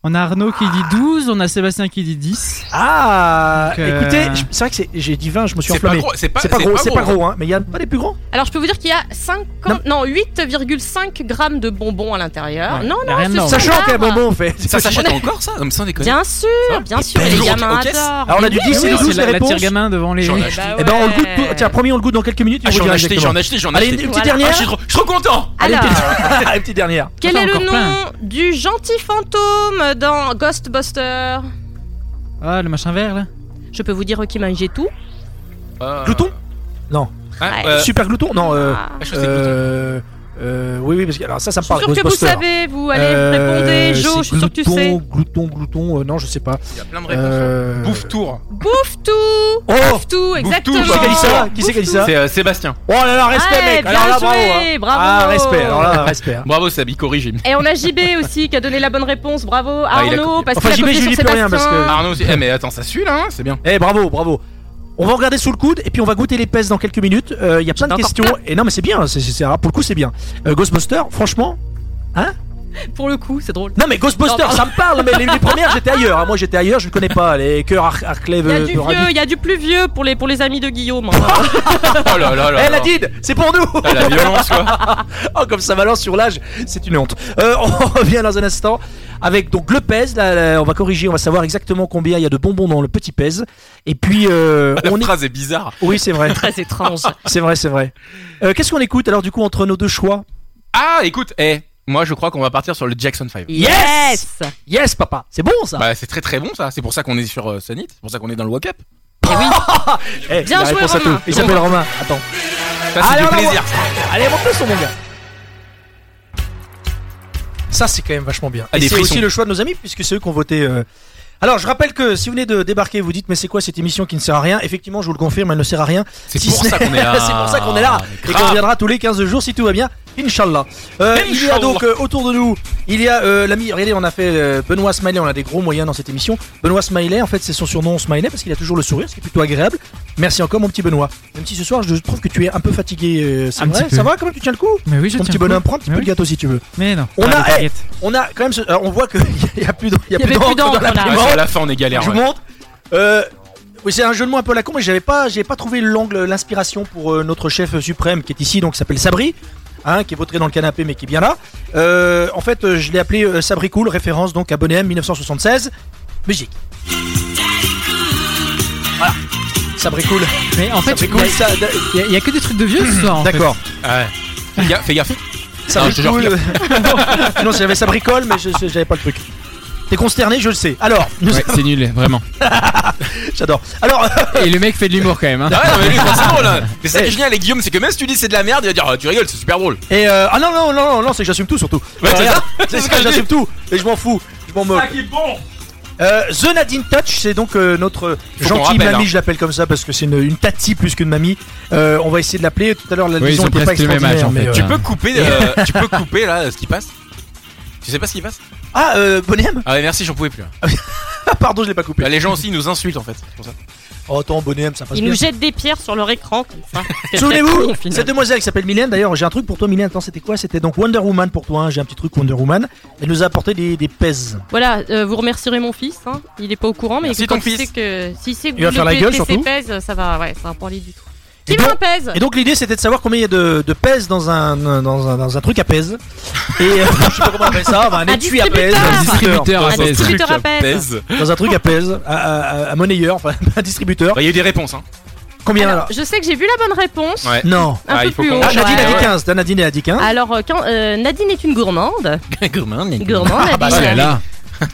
[SPEAKER 6] On a Arnaud qui dit 12, on a Sébastien qui dit 10.
[SPEAKER 1] Ah,
[SPEAKER 6] Donc, euh,
[SPEAKER 1] écoutez, je- c'est vrai que c'est- j'ai dit 20, je me suis
[SPEAKER 2] C'est pas
[SPEAKER 1] enflammé.
[SPEAKER 2] gros, c'est pas-
[SPEAKER 1] c'est pas
[SPEAKER 2] c'est
[SPEAKER 1] gros,
[SPEAKER 2] pas
[SPEAKER 1] c'est pas
[SPEAKER 2] gros,
[SPEAKER 1] gros, hein, mais il y a pas des plus grands.
[SPEAKER 7] Alors je peux vous dire qu'il y a 50, non, 8,5 grammes de bonbons à l'intérieur.
[SPEAKER 1] Ouais.
[SPEAKER 7] Non,
[SPEAKER 1] Il y a
[SPEAKER 7] non,
[SPEAKER 1] rien
[SPEAKER 7] c'est
[SPEAKER 1] dedans. Sachant
[SPEAKER 7] standard.
[SPEAKER 1] qu'un bonbon, on fait.
[SPEAKER 2] Ça s'achète encore ça Non, mais sans déconner.
[SPEAKER 7] Bien sûr, bien sûr,
[SPEAKER 2] pèse
[SPEAKER 7] les
[SPEAKER 2] lourd,
[SPEAKER 7] gamins
[SPEAKER 2] ok.
[SPEAKER 7] adorent.
[SPEAKER 1] Alors on a du 10 et du
[SPEAKER 6] oui,
[SPEAKER 1] 12
[SPEAKER 6] c'est la-
[SPEAKER 1] les
[SPEAKER 6] la
[SPEAKER 1] réponses.
[SPEAKER 6] tire gamin devant les.
[SPEAKER 2] J'en ai
[SPEAKER 6] Oui.
[SPEAKER 2] acheté.
[SPEAKER 7] Bah
[SPEAKER 1] Ah Eh ben on le
[SPEAKER 7] ouais.
[SPEAKER 1] goûte. tout- Tiens, premier on le goûte dans quelques minutes.
[SPEAKER 2] Ah,
[SPEAKER 1] on vous
[SPEAKER 2] j'en ai
[SPEAKER 1] dira
[SPEAKER 2] acheté,
[SPEAKER 1] exactement.
[SPEAKER 2] j'en ai acheté, j'en ai
[SPEAKER 1] Allez,
[SPEAKER 2] acheté.
[SPEAKER 1] une petite
[SPEAKER 7] Voilà.
[SPEAKER 1] dernière.
[SPEAKER 2] Ah, je suis trop, je suis trop content
[SPEAKER 1] Allez, une
[SPEAKER 7] Alors.
[SPEAKER 1] petite- une petite dernière.
[SPEAKER 7] Quel
[SPEAKER 6] J'en
[SPEAKER 7] est
[SPEAKER 6] ai
[SPEAKER 7] le nom
[SPEAKER 6] encore plein.
[SPEAKER 7] du gentil fantôme dans Ghostbuster
[SPEAKER 6] Ah, le machin vert là.
[SPEAKER 7] Je peux vous dire qui mangeait tout.
[SPEAKER 2] Euh,
[SPEAKER 1] Glouton Non.
[SPEAKER 2] hein, euh,
[SPEAKER 1] Super glouton Non. euh,
[SPEAKER 7] Ah.
[SPEAKER 2] je sais glouton.
[SPEAKER 1] euh, euh, oui, oui, parce que alors ça, ça me
[SPEAKER 7] Je suis
[SPEAKER 1] parle.
[SPEAKER 7] sûr que vous
[SPEAKER 1] Ghostbusters.
[SPEAKER 7] savez, vous allez
[SPEAKER 1] Euh,
[SPEAKER 7] répondez, Jo,
[SPEAKER 1] c'est
[SPEAKER 7] je suis sûr que tu
[SPEAKER 1] glouton,
[SPEAKER 7] sais.
[SPEAKER 1] Glouton, glouton, euh, non, je sais pas.
[SPEAKER 2] Il y a plein de réponses.
[SPEAKER 1] Euh...
[SPEAKER 15] Bouffe tour.
[SPEAKER 7] Bouffe tout
[SPEAKER 1] Oh
[SPEAKER 7] Bouffe tout, exactement
[SPEAKER 1] Qui c'est qui a dit ça Qui c'est qui a dit ça
[SPEAKER 2] C'est euh, Sébastien.
[SPEAKER 1] Oh là là, respect,
[SPEAKER 7] Ouais,
[SPEAKER 1] mec
[SPEAKER 7] bien
[SPEAKER 1] Alors là,
[SPEAKER 7] joué,
[SPEAKER 1] bravo, hein.
[SPEAKER 7] bravo.
[SPEAKER 1] Ah, respect, alors là, respect. hein.
[SPEAKER 2] Bravo Sabi, corrigez.
[SPEAKER 7] Et on a JB aussi qui a donné la bonne réponse, bravo
[SPEAKER 2] Ah, il a
[SPEAKER 7] Arnaud,
[SPEAKER 2] copié.
[SPEAKER 7] parce
[SPEAKER 1] Enfin,
[SPEAKER 7] qu'il a
[SPEAKER 1] JB,
[SPEAKER 7] copié
[SPEAKER 1] je
[SPEAKER 7] sur
[SPEAKER 1] lui dis plus rien,
[SPEAKER 7] Sébastien.
[SPEAKER 1] parce que-
[SPEAKER 2] Arnaud aussi. Eh mais attends, ça suit là, hein, c'est bien.
[SPEAKER 1] Eh, bravo, bravo. On va regarder sous le coude et puis on va goûter les pèses dans quelques minutes. Euh, Il y a plein de
[SPEAKER 7] J'en ai
[SPEAKER 1] questions.
[SPEAKER 7] encore
[SPEAKER 1] Et non, mais c'est bien, c'est- c'est- c'est- ah, pour le coup, c'est bien. Euh, Ghostbuster, franchement. Hein
[SPEAKER 7] Pour le coup, c'est drôle.
[SPEAKER 1] Non, mais Ghostbuster,
[SPEAKER 7] Non, non.
[SPEAKER 1] ça me parle, mais les, les premières, j'étais ailleurs. hein. Moi, j'étais ailleurs, je ne connais pas. Les cœurs Ar- Arclève
[SPEAKER 7] Il y a
[SPEAKER 1] euh, Ah,
[SPEAKER 7] du
[SPEAKER 1] de Ravi.
[SPEAKER 7] vieux, il y a du plus vieux pour les, pour les amis de Guillaume. Hein.
[SPEAKER 2] Oh là
[SPEAKER 1] Eh,
[SPEAKER 2] là là.
[SPEAKER 1] la
[SPEAKER 2] là.
[SPEAKER 1] did, c'est pour nous
[SPEAKER 2] Ah, La violence quoi.
[SPEAKER 1] Oh, comme ça balance sur l'âge, c'est une honte. Euh, on revient dans un instant avec donc le pèse. Là, là, on va corriger, on va savoir exactement combien il y a de bonbons dans le petit pèse. Et puis, euh,
[SPEAKER 2] La
[SPEAKER 1] on est-
[SPEAKER 2] phrase est bizarre.
[SPEAKER 1] Oui, c'est vrai.
[SPEAKER 7] Très étrange.
[SPEAKER 1] C'est vrai, c'est vrai. Euh, Qu'est-ce qu'on écoute alors du coup entre nos deux choix
[SPEAKER 2] Ah, écoute, eh, moi je crois qu'on va partir sur le Jackson 5.
[SPEAKER 1] Yes Yes, papa, c'est bon ça.
[SPEAKER 2] Bah, c'est très très bon ça. C'est pour ça qu'on est sur euh, Sanit. C'est pour ça qu'on est dans le walk up.
[SPEAKER 1] Eh,
[SPEAKER 7] Bien
[SPEAKER 1] la
[SPEAKER 7] joué,
[SPEAKER 1] réponse à
[SPEAKER 7] Romain.
[SPEAKER 1] tout. Il s'appelle Romain. Attends.
[SPEAKER 2] Ça, c'est
[SPEAKER 1] Allez,
[SPEAKER 2] du
[SPEAKER 1] on la
[SPEAKER 2] plaisir.
[SPEAKER 1] Allez, monte le son, mon gars. Ça, c'est quand même vachement bien.
[SPEAKER 2] Ah,
[SPEAKER 1] Et
[SPEAKER 2] des
[SPEAKER 1] c'est
[SPEAKER 2] frissons.
[SPEAKER 1] aussi le choix de nos amis, puisque c'est eux qui ont voté. euh. Alors, je rappelle que si vous venez de débarquer, vous dites, mais c'est quoi cette émission qui ne sert à rien Effectivement, je vous le confirme, elle ne sert à rien.
[SPEAKER 2] C'est
[SPEAKER 1] Si
[SPEAKER 2] pour
[SPEAKER 1] ce
[SPEAKER 2] ça
[SPEAKER 1] n'est-
[SPEAKER 2] qu'on est là. Ah,
[SPEAKER 1] c'est pour ça qu'on est là.
[SPEAKER 2] Mais
[SPEAKER 1] Et
[SPEAKER 2] grave.
[SPEAKER 1] qu'on reviendra tous les 15 jours si tout va bien. Inch'Allah. Euh, il y a
[SPEAKER 2] Inch'Allah.
[SPEAKER 1] donc euh, autour de nous, il y a euh, l'ami, regardez, on a fait euh, Benoît Smiley, on a des gros moyens dans cette émission. Benoît Smiley, en fait, c'est son surnom Smiley parce qu'il a toujours le sourire, ce qui est plutôt agréable. Merci encore, mon petit Benoît. Même si ce soir, je trouve que tu es un peu fatigué, euh, c'est
[SPEAKER 6] Un
[SPEAKER 1] vrai.
[SPEAKER 6] petit peu.
[SPEAKER 1] Ça va, comment tu tiens le coup
[SPEAKER 6] Mais oui, je
[SPEAKER 1] Mon petit
[SPEAKER 6] tiens le coup.
[SPEAKER 1] bonhomme, prends un petit
[SPEAKER 6] Mais
[SPEAKER 1] peu
[SPEAKER 6] oui.
[SPEAKER 1] de gâteau si tu veux.
[SPEAKER 6] Mais non.
[SPEAKER 1] On
[SPEAKER 6] Ah,
[SPEAKER 1] a-
[SPEAKER 6] les
[SPEAKER 1] eh,
[SPEAKER 6] tariettes.
[SPEAKER 1] On a quand même, ce- alors, on voit qu'il y a plus d'encre
[SPEAKER 7] Il y avait plus
[SPEAKER 1] dans
[SPEAKER 7] d'encre, là.
[SPEAKER 2] Ah,
[SPEAKER 1] l'imprimante.
[SPEAKER 2] c'est à la fin on est galère.
[SPEAKER 1] Je vous
[SPEAKER 2] ouais.
[SPEAKER 1] montre. Euh, oui, c'est un jeu de mots un peu à la con, mais j'avais pas, j'avais pas trouvé l'angle, l'inspiration pour euh, notre chef suprême qui est ici, donc qui s'appelle Sabri, hein, qui est vautré dans le canapé, mais qui est bien là. Euh, en fait, euh, je l'ai appelé euh, Sabri Cool, référence donc à Bonham 1976. Musique. Voilà. Sabri Cool.
[SPEAKER 6] Mais en fait,
[SPEAKER 1] Sabri
[SPEAKER 6] il
[SPEAKER 1] Cool. eh, ça-
[SPEAKER 6] y, a- il y a que des trucs de vieux ce soir. hein. en fait.
[SPEAKER 1] D'accord.
[SPEAKER 2] Ouais. Fais gaffe, fais gaffe.
[SPEAKER 1] Ça
[SPEAKER 2] Non, je te jure,
[SPEAKER 1] bricole. non, j'avais ça bricole, mais je- je- j'avais pas le truc. T'es consterné, je le sais. Alors, nous
[SPEAKER 8] Ouais,
[SPEAKER 1] avons-
[SPEAKER 8] c'est nul, vraiment.
[SPEAKER 1] J'adore. Alors.
[SPEAKER 8] Et le mec fait de l'humour quand même. hein.
[SPEAKER 2] Ah ouais, non, mais lui, c'est drôle. hein. Mais c'est ça qui est génial avec Guillaume, c'est que même si tu dis c'est de la merde, il va dire Ah, tu rigoles, c'est super drôle.
[SPEAKER 1] Et euh, ah non non non non, non c'est que j'assume tout surtout.
[SPEAKER 2] Ouais,
[SPEAKER 1] Enfin,
[SPEAKER 2] c'est
[SPEAKER 1] regarde,
[SPEAKER 2] ça.
[SPEAKER 1] c'est
[SPEAKER 2] C'est
[SPEAKER 1] ce
[SPEAKER 2] ce
[SPEAKER 1] que
[SPEAKER 2] que je
[SPEAKER 1] j'assume tout. Et je m'en fous. Je m'en moque.
[SPEAKER 2] bon
[SPEAKER 1] Euh, The Nadine Touch, c'est donc euh, notre
[SPEAKER 2] Faut qu'on
[SPEAKER 1] gentille
[SPEAKER 2] rappelle,
[SPEAKER 1] mamie,
[SPEAKER 2] hein.
[SPEAKER 1] je l'appelle comme ça parce que c'est une, une tati plus qu'une mamie. Euh, on va essayer de l'appeler. Tout à l'heure, la
[SPEAKER 8] Oui, ils
[SPEAKER 1] liaison
[SPEAKER 8] ont
[SPEAKER 1] était pas
[SPEAKER 8] presque le même
[SPEAKER 1] extraordinaire.
[SPEAKER 8] âge, en
[SPEAKER 1] mais,
[SPEAKER 8] fait.
[SPEAKER 1] euh,
[SPEAKER 2] Tu peux couper, euh, tu peux couper là ce qui passe Tu sais pas ce qui passe
[SPEAKER 1] Ah, euh, Bonham
[SPEAKER 2] Ah ouais, merci, j'en pouvais plus.
[SPEAKER 1] Pardon, je l'ai pas coupé.
[SPEAKER 2] Bah, les gens aussi, ils nous insultent en fait. c'est pour ça.
[SPEAKER 1] Oh, attends, Bonham, ça passe
[SPEAKER 7] Ils
[SPEAKER 1] bien.
[SPEAKER 7] nous jettent des pierres sur leur écran comme ça. C'est très con,
[SPEAKER 1] Souvenez-vous,
[SPEAKER 7] au final.
[SPEAKER 1] cette demoiselle qui s'appelle Mylène, d'ailleurs, j'ai un truc pour toi, Mylène. Attends, c'était quoi C'était donc Wonder Woman pour toi. hein. J'ai un petit truc Wonder Woman. Elle nous a apporté des, des pèses.
[SPEAKER 7] Voilà, euh, vous remercierez mon fils. hein. Il est pas au courant, mais
[SPEAKER 1] Merci
[SPEAKER 7] que
[SPEAKER 1] ton
[SPEAKER 7] quand il
[SPEAKER 1] fils.
[SPEAKER 7] sait que si c'est que
[SPEAKER 1] Il va
[SPEAKER 7] le
[SPEAKER 1] faire la gueule,
[SPEAKER 7] PTC
[SPEAKER 1] surtout.
[SPEAKER 7] pèse, ça va, ouais, ça va pas aller du tout.
[SPEAKER 1] Et
[SPEAKER 7] Qui
[SPEAKER 1] donc-
[SPEAKER 7] veut un pèse
[SPEAKER 1] Et donc l'idée c'était de savoir combien il y a de, de pèse dans un, dans, un, dans un truc à pèse. Et euh, je sais pas comment on appelle ça, enfin, un,
[SPEAKER 7] Un
[SPEAKER 1] étui à pèse,
[SPEAKER 7] distributeur.
[SPEAKER 1] un
[SPEAKER 7] Un
[SPEAKER 1] Dans un
[SPEAKER 7] Ah, distributeur
[SPEAKER 1] truc
[SPEAKER 7] à pèse.
[SPEAKER 1] Dans un truc à pèse, à, à- à- à monnayeur, enfin un distributeur.
[SPEAKER 2] Bah, il y a eu des réponses. Hein.
[SPEAKER 1] Combien
[SPEAKER 7] Alors,
[SPEAKER 1] alors
[SPEAKER 7] Je sais que j'ai vu la bonne réponse.
[SPEAKER 1] Non.
[SPEAKER 7] Un peu plus haut.
[SPEAKER 1] Ah, Nadine a
[SPEAKER 7] ouais.
[SPEAKER 1] dit 15, t'as Nadine a dit 15.
[SPEAKER 7] Alors, euh, quand, euh, Nadine est une gourmande.
[SPEAKER 2] Gourmand,
[SPEAKER 7] Gourmand,
[SPEAKER 1] Ah, bah,
[SPEAKER 7] Nadine.
[SPEAKER 1] oh là là.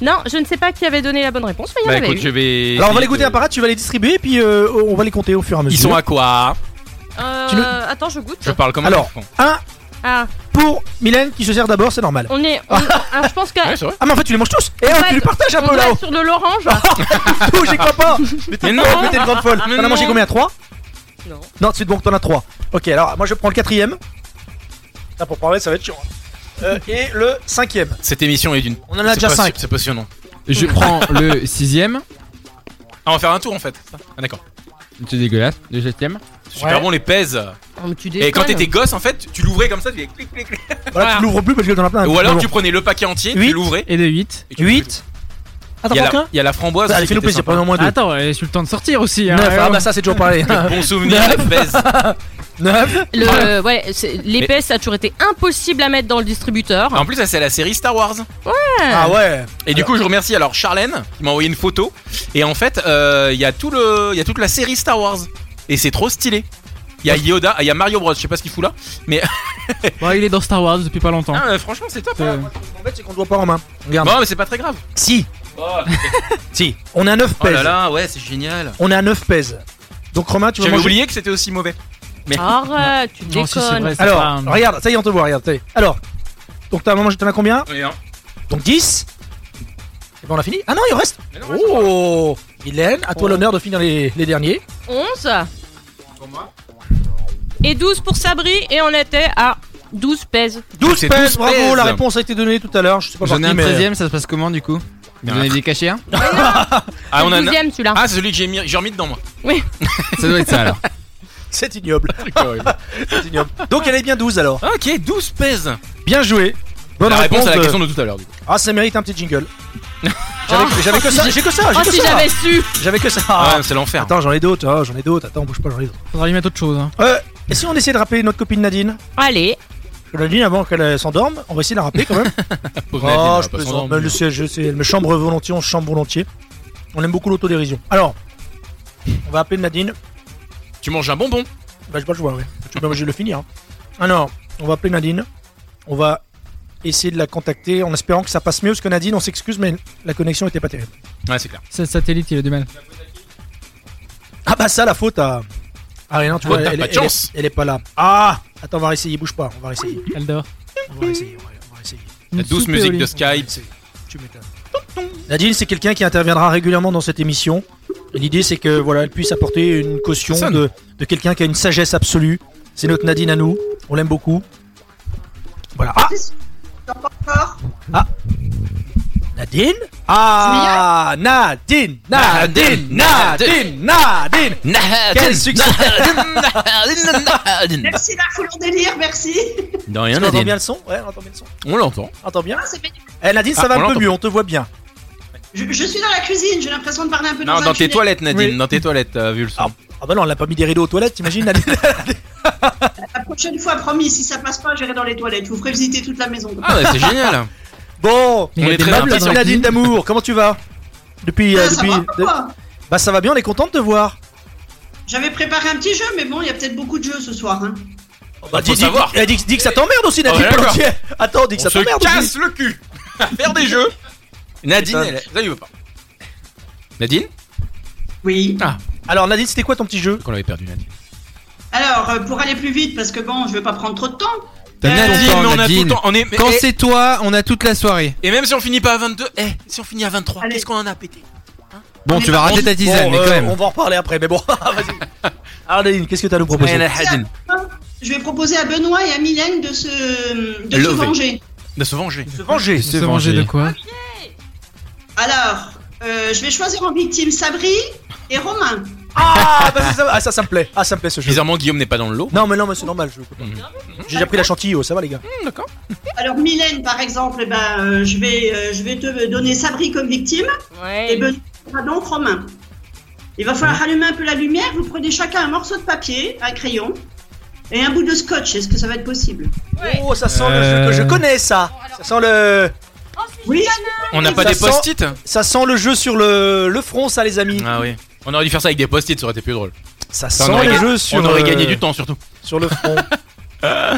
[SPEAKER 7] Non, je ne sais pas qui avait donné la bonne réponse, mais il y en avait eu.
[SPEAKER 2] Bah, vais.
[SPEAKER 1] Alors on va les goûter à part, tu vas les distribuer puis euh, on va les compter au fur et à mesure.
[SPEAKER 2] euh, Ils sont à quoi
[SPEAKER 7] Euh, Attends, je goûte.
[SPEAKER 2] Je parle comment
[SPEAKER 1] Alors, un
[SPEAKER 7] Ah,
[SPEAKER 1] pour Mylène qui se sert d'abord, c'est normal.
[SPEAKER 7] on est. on- Alors, je pense que.
[SPEAKER 1] Ah mais en fait tu les manges tous Et
[SPEAKER 7] On
[SPEAKER 1] oh,
[SPEAKER 7] va
[SPEAKER 1] tu les
[SPEAKER 7] être-
[SPEAKER 1] partages un
[SPEAKER 7] on
[SPEAKER 1] peu
[SPEAKER 7] doit
[SPEAKER 1] là-haut
[SPEAKER 7] être sur de l'orange.
[SPEAKER 1] Ah. Tout, j'y crois pas Mais t'es
[SPEAKER 2] Mais
[SPEAKER 1] non,
[SPEAKER 2] non.
[SPEAKER 1] mais t'es une grande folle
[SPEAKER 2] Mais
[SPEAKER 1] T'en as mangé
[SPEAKER 2] non.
[SPEAKER 1] combien 3
[SPEAKER 7] Non.
[SPEAKER 1] Non, c'est donc t'en as 3. Ok, alors moi je prends le quatrième. Là pour parler, ça va être chiant. Euh, et le cinquième.
[SPEAKER 2] Cette émission est d'une.
[SPEAKER 1] On en a
[SPEAKER 2] c'est
[SPEAKER 1] déjà
[SPEAKER 2] pas-
[SPEAKER 1] cinq.
[SPEAKER 2] C'est passionnant.
[SPEAKER 8] Je prends le sixième.
[SPEAKER 2] Ah, on va faire un tour en fait. Ah, d'accord.
[SPEAKER 8] C'est dégueulasse. Le septième.
[SPEAKER 2] Super bon, les pèses. Et
[SPEAKER 7] Oh,
[SPEAKER 8] déconnes.
[SPEAKER 2] quand t'étais gosse, en fait, tu l'ouvrais comme ça, tu fais clic, clic, clic.
[SPEAKER 1] Voilà, tu l'ouvres plus parce que t'en as plein.
[SPEAKER 2] Ah. Ou
[SPEAKER 1] Mais
[SPEAKER 2] alors
[SPEAKER 1] bon.
[SPEAKER 2] tu prenais le paquet entier,
[SPEAKER 1] Huit.
[SPEAKER 2] tu l'ouvrais.
[SPEAKER 6] Et de 8.
[SPEAKER 1] 8.
[SPEAKER 2] Il y, a la- il y a la framboise.
[SPEAKER 1] Allez,
[SPEAKER 2] aussi qui
[SPEAKER 1] fais-nous
[SPEAKER 2] était
[SPEAKER 1] hein Bah, plaisir,
[SPEAKER 2] sympa.
[SPEAKER 1] prenons au moins deux.
[SPEAKER 6] Attends, elle est sur le temps de sortir aussi. hein.
[SPEAKER 1] Neuf,
[SPEAKER 6] Ouais,
[SPEAKER 1] ah
[SPEAKER 6] ouais.
[SPEAKER 1] bah ça c'est toujours pareil.
[SPEAKER 2] Bon souvenir, les pèses.
[SPEAKER 1] 9
[SPEAKER 7] Le, ouais, c'est- les
[SPEAKER 2] Mais-
[SPEAKER 7] pèses, ça a toujours été impossible à mettre dans le distributeur.
[SPEAKER 2] En plus, ça, c'est la série Star Wars.
[SPEAKER 7] Ouais.
[SPEAKER 1] Ah ouais.
[SPEAKER 2] Et du coup, je remercie alors Charlène qui m'a envoyé une photo. Et en fait, euh, il y a tout le, il y a toute la série Star Wars. Et c'est trop stylé. Il y a Yoda, ah, il y a Mario Bros. Je sais pas ce qu'il fout là, mais
[SPEAKER 1] bah,
[SPEAKER 6] Bon, il est dans Star Wars depuis pas longtemps.
[SPEAKER 2] Ah, euh, ah, franchement, c'est top.
[SPEAKER 6] Euh,
[SPEAKER 1] En fait, c'est qu'on doit pas en main. Regarde.
[SPEAKER 2] Bon, mais c'est pas très grave.
[SPEAKER 1] Si. Si. On a 9
[SPEAKER 2] Oh là
[SPEAKER 1] pèses.
[SPEAKER 2] là, ouais, c'est génial.
[SPEAKER 1] On a 9 pèses. Donc Romain, tu vas
[SPEAKER 2] J'avais
[SPEAKER 1] manger-
[SPEAKER 2] oublié que c'était aussi mauvais. Mais
[SPEAKER 7] Arrête, tu
[SPEAKER 2] Non, si, c'est
[SPEAKER 7] déconnes.
[SPEAKER 2] vrai, c'est
[SPEAKER 1] Alors,
[SPEAKER 2] pas un-
[SPEAKER 1] regarde, ça y est, on te voit, regarde. ça y est. Alors, donc t'as mangé, t'en as combien
[SPEAKER 2] Oui, hein.
[SPEAKER 1] Donc 10 Et ben on a fini Ah non, il en reste Oh Mylène, à toi l'honneur de finir les, les derniers.
[SPEAKER 7] 11. Et 12 pour Sabri, et on était à 12 pèses.
[SPEAKER 1] 12
[SPEAKER 8] C'est
[SPEAKER 1] pèses,
[SPEAKER 8] 12
[SPEAKER 1] bravo,
[SPEAKER 8] pèses.
[SPEAKER 1] la réponse a été donnée tout à l'heure. Je sais pas
[SPEAKER 8] J'en ai
[SPEAKER 1] parti,
[SPEAKER 8] un
[SPEAKER 1] mais-
[SPEAKER 8] treizième, ça se passe comment du coup Vous
[SPEAKER 1] Bah,
[SPEAKER 8] en avez des cachés hein un
[SPEAKER 2] Ah, on a
[SPEAKER 7] Le douzième, celui-là.
[SPEAKER 2] Ah, c'est celui que j'ai mis, j'ai remis dedans moi.
[SPEAKER 7] Oui.
[SPEAKER 8] Ça doit être ça alors.
[SPEAKER 1] C'est ignoble. C'est ignoble. Donc elle est bien 12 alors.
[SPEAKER 2] Ok, 12 pèses.
[SPEAKER 1] Bien joué. Bonne
[SPEAKER 2] la réponse, à la
[SPEAKER 1] euh,
[SPEAKER 2] question de tout à l'heure. du coup.
[SPEAKER 1] Ah, ça mérite un petit jingle. J'avais j'avais que
[SPEAKER 7] si
[SPEAKER 1] ça,
[SPEAKER 7] j'ai-
[SPEAKER 1] j'ai que ça,
[SPEAKER 7] Oh,
[SPEAKER 1] j'ai que
[SPEAKER 7] si
[SPEAKER 1] ça.
[SPEAKER 7] j'avais su
[SPEAKER 1] J'avais que ça.
[SPEAKER 2] ouais, c'est l'enfer.
[SPEAKER 1] Ah. Attends, j'en ai d'autres, ah, j'en ai d'autres. Attends, bouge pas, j'en ai d'autres.
[SPEAKER 6] Faudra lui mettre autre chose. hein.
[SPEAKER 1] Euh, et si on essayait de rappeler notre copine Nadine
[SPEAKER 7] Allez.
[SPEAKER 1] Nadine, avant qu'elle euh, s'endorme, on va essayer de la rappeler quand même.
[SPEAKER 2] Pauvre Nadine, elle
[SPEAKER 1] oh,
[SPEAKER 2] va
[SPEAKER 1] je
[SPEAKER 2] pas
[SPEAKER 1] plaisante.
[SPEAKER 2] s'endormir.
[SPEAKER 1] Mais le siège, je sais, elle me chambre volontiers, on se chambre volontiers. On aime beaucoup l'autodérision. Alors, on va appeler Nadine.
[SPEAKER 2] Tu manges un bonbon
[SPEAKER 1] Bah, je sais pas, je vois, ouais. Tu peux- je vais le finir. hein. Alors, on va appeler Nadine. On va essayer de la contacter en espérant que ça passe mieux. Parce que Nadine, on s'excuse, mais la connexion était pas terrible.
[SPEAKER 2] Ouais, c'est clair.
[SPEAKER 6] C'est le satellite, il a du mal.
[SPEAKER 1] Ah, bah, ça, la faute à. Ah, rien, tu
[SPEAKER 6] Oh,
[SPEAKER 1] vois,
[SPEAKER 6] t'as
[SPEAKER 1] elle,
[SPEAKER 6] pas
[SPEAKER 1] elle-
[SPEAKER 6] de chance.
[SPEAKER 1] elle est- elle est pas là. Ah Attends, on va réessayer, bouge pas, on va réessayer.
[SPEAKER 6] Elle dort.
[SPEAKER 1] On va essayer, on va, on va essayer.
[SPEAKER 2] La douce
[SPEAKER 1] soupe
[SPEAKER 2] musique
[SPEAKER 1] au
[SPEAKER 2] de
[SPEAKER 1] lit.
[SPEAKER 2] Skype.
[SPEAKER 1] Tu m'étonnes. Nadine, c'est quelqu'un qui interviendra régulièrement dans cette émission. Et L'idée, c'est que voilà, elle puisse apporter une caution
[SPEAKER 2] Personne.
[SPEAKER 1] de, de quelqu'un qui a une sagesse absolue. C'est notre Nadine à nous. On l'aime beaucoup. Voilà. Ah Ah Nadine Ah Nadine Nadine Nadine Nadine Quel succès
[SPEAKER 16] Merci la foule en délire, merci.
[SPEAKER 2] De
[SPEAKER 1] On
[SPEAKER 2] rien,
[SPEAKER 1] entend bien
[SPEAKER 2] Nadine.
[SPEAKER 1] le son Ouais, on entend bien le son.
[SPEAKER 2] On l'entend.
[SPEAKER 1] On entend bien
[SPEAKER 16] Ah, c'est magnifique.
[SPEAKER 1] Eh Nadine, ça
[SPEAKER 2] Ah,
[SPEAKER 1] va
[SPEAKER 2] on
[SPEAKER 1] un peu
[SPEAKER 2] l'entend.
[SPEAKER 1] mieux, on te voit bien.
[SPEAKER 16] Je, je suis dans la cuisine, j'ai l'impression de parler un peu
[SPEAKER 2] Non,
[SPEAKER 16] un
[SPEAKER 2] dans tes
[SPEAKER 16] tunnel.
[SPEAKER 2] toilettes, Nadine,
[SPEAKER 1] Oui.
[SPEAKER 2] dans tes toilettes, euh, t'as vu le son.
[SPEAKER 1] Ah bah non, on l'a pas mis des rideaux aux toilettes, t'imagines Nadine
[SPEAKER 16] La prochaine fois, promis, si ça passe pas, j'irai dans les toilettes. Je vous ferai visiter toute la maison.
[SPEAKER 2] Ah, ouais, c'est génial.
[SPEAKER 1] Bon,
[SPEAKER 2] On est très
[SPEAKER 1] Madame
[SPEAKER 2] impatients.
[SPEAKER 1] Nadine d'amour, comment tu vas Depuis,
[SPEAKER 16] Ah,
[SPEAKER 1] euh,
[SPEAKER 16] ça
[SPEAKER 1] depuis-
[SPEAKER 16] va, pourquoi
[SPEAKER 1] bah ça va bien, on est content de te voir.
[SPEAKER 16] J'avais préparé un petit jeu, mais bon, il y a peut-être beaucoup de jeux ce soir. Hein.
[SPEAKER 1] Bah,
[SPEAKER 2] faut savoir.
[SPEAKER 1] eh, dis- dis que ça t'emmerde aussi Nadine.
[SPEAKER 2] Ah ouais, d'accord.
[SPEAKER 1] volontiers. Attends, dis que
[SPEAKER 2] On
[SPEAKER 1] ça
[SPEAKER 2] se
[SPEAKER 1] t'emmerde.
[SPEAKER 2] casse
[SPEAKER 1] aussi.
[SPEAKER 2] le cul à faire des jeux Nadine, elle, ça, il veut pas. Nadine
[SPEAKER 16] Oui.
[SPEAKER 1] Alors, Nadine, c'était quoi ton petit jeu
[SPEAKER 2] Qu'on avait perdu, Nadine.
[SPEAKER 16] Alors, euh, pour aller plus vite, parce que bon, je vais pas prendre trop de temps.
[SPEAKER 8] T'as mis ton temps,
[SPEAKER 2] Nadine, mais on a tout le
[SPEAKER 8] Nadine.
[SPEAKER 2] temps, on est-
[SPEAKER 8] Quand
[SPEAKER 2] et-
[SPEAKER 8] c'est toi, on a toute la soirée.
[SPEAKER 2] Et même si on finit pas à 22, eh, si on finit à 23, qu'est-ce qu'on en a pété
[SPEAKER 8] Bon, tu vas rater ta tisane, mais
[SPEAKER 2] euh,
[SPEAKER 8] quand même.
[SPEAKER 1] euh, On va en reparler après, mais bon, ah, vas-y. Alors, Nadine, qu'est-ce que t'as à nous proposer
[SPEAKER 2] Eh, Nadine.
[SPEAKER 16] Je vais proposer à Benoît et à Mylène de se, de se
[SPEAKER 2] Lever.
[SPEAKER 16] venger.
[SPEAKER 2] De se venger.
[SPEAKER 1] Se venger.
[SPEAKER 8] Se venger de quoi
[SPEAKER 16] Alors, euh, je vais choisir en victime Sabri et Romain.
[SPEAKER 1] Ah, bah, c'est ça, ah, ça, ça me plaît. Ah, ça me plaît ce jeu.
[SPEAKER 2] Bizarrement, Guillaume n'est pas dans le lot.
[SPEAKER 1] Non, mais non, mais c'est normal, je J'ai déjà pris la chantilly, oh, ça va, les gars.
[SPEAKER 2] D'accord.
[SPEAKER 16] Alors, Mylène, par exemple, eh ben, euh, je, vais, euh, je vais te donner Sabri comme victime et Benoît sera donc Romain. Il va falloir allumer un peu la lumière. Vous prenez chacun un morceau de papier, un crayon et un bout de scotch. Est-ce que ça va être possible
[SPEAKER 1] Oh, ça sent le jeu
[SPEAKER 8] Euh.
[SPEAKER 1] que je connais, ça. Ça sent le.
[SPEAKER 7] Oh,
[SPEAKER 16] Oui.
[SPEAKER 2] On n'a pas
[SPEAKER 1] Ça
[SPEAKER 2] des
[SPEAKER 1] sent-
[SPEAKER 2] post-it
[SPEAKER 1] Ça sent le jeu sur le, le front, ça, les amis.
[SPEAKER 2] Ah oui. On aurait dû faire ça avec des post-it, ça aurait été plus drôle.
[SPEAKER 1] Ça
[SPEAKER 2] on
[SPEAKER 1] sent
[SPEAKER 2] aurait
[SPEAKER 1] le
[SPEAKER 2] ga-
[SPEAKER 1] jeu sur,
[SPEAKER 2] On aurait
[SPEAKER 1] euh,
[SPEAKER 2] gagné du temps surtout.
[SPEAKER 1] Sur le front. Ah,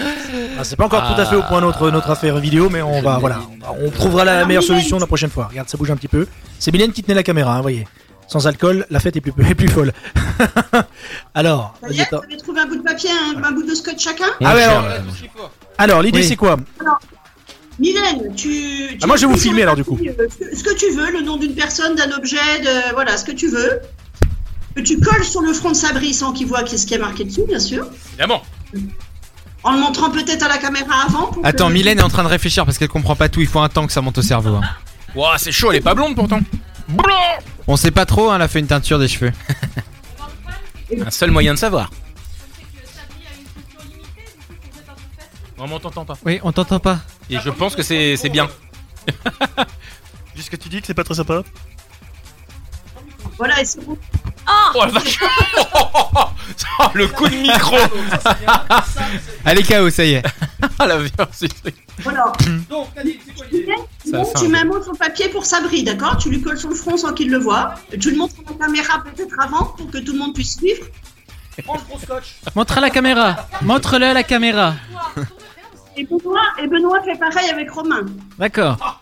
[SPEAKER 1] c'est pas encore tout à fait au point notre, notre affaire vidéo, mais on va, voilà, on va- on trouvera la meilleure solution la prochaine fois. Regarde, ça bouge un petit peu. C'est Mylène qui tenait la caméra, hein, voyez. Sans alcool, la fête est plus, est plus folle. alors,
[SPEAKER 16] Ça
[SPEAKER 1] vas-y,
[SPEAKER 16] y est,
[SPEAKER 1] attends.
[SPEAKER 16] vous avez trouvé un bout de papier, un, un bout de scotch chacun
[SPEAKER 1] Ah ouais, alors, alors, l'idée
[SPEAKER 16] Oui.
[SPEAKER 1] c'est quoi
[SPEAKER 16] Alors, Mylène, tu. tu
[SPEAKER 1] Ah, Moi je vais vous
[SPEAKER 16] écris sur
[SPEAKER 1] filmer
[SPEAKER 16] un
[SPEAKER 1] alors du coup.
[SPEAKER 16] papier, euh, Ce que- ce que tu veux, le nom d'une personne, d'un objet, de, voilà, ce que tu veux. Que tu colles sur le front de Sabri sans qu'il voit qu'est-ce qui est marqué dessus, bien sûr.
[SPEAKER 2] Évidemment.
[SPEAKER 16] En le montrant peut-être à la caméra avant. pour que-
[SPEAKER 8] Attends, Mylène est en train de réfléchir parce qu'elle comprend pas tout. Il faut un temps que ça monte au cerveau. hein.
[SPEAKER 2] Ouah, c'est chaud, elle est pas blonde pourtant.
[SPEAKER 8] On sait pas trop, hein, elle a fait une teinture des cheveux.
[SPEAKER 2] Un seul moyen de savoir. Vraiment, on t'entend pas.
[SPEAKER 6] Oui, on t'entend pas.
[SPEAKER 2] Et je pense que c'est c'est bien.
[SPEAKER 17] Dis ce que tu dis que c'est pas très sympa.
[SPEAKER 16] Voilà, et c'est bon.
[SPEAKER 2] Oh la vache Oh, le coup de micro
[SPEAKER 8] Elle est KO, ça y est.
[SPEAKER 2] Ah la violence
[SPEAKER 16] Voilà.
[SPEAKER 8] Ça
[SPEAKER 16] Donc,
[SPEAKER 8] a faim,
[SPEAKER 16] tu
[SPEAKER 8] hein.
[SPEAKER 16] mets un mot sur le papier pour Sabri, d'accord Tu lui colles sur le front sans qu'il le voit. Tu le montres à la caméra peut-être avant pour que tout le monde puisse suivre.
[SPEAKER 6] Montre à la caméra. Montre-le à la caméra.
[SPEAKER 16] Et Benoît, et Benoît fait pareil avec Romain.
[SPEAKER 6] D'accord.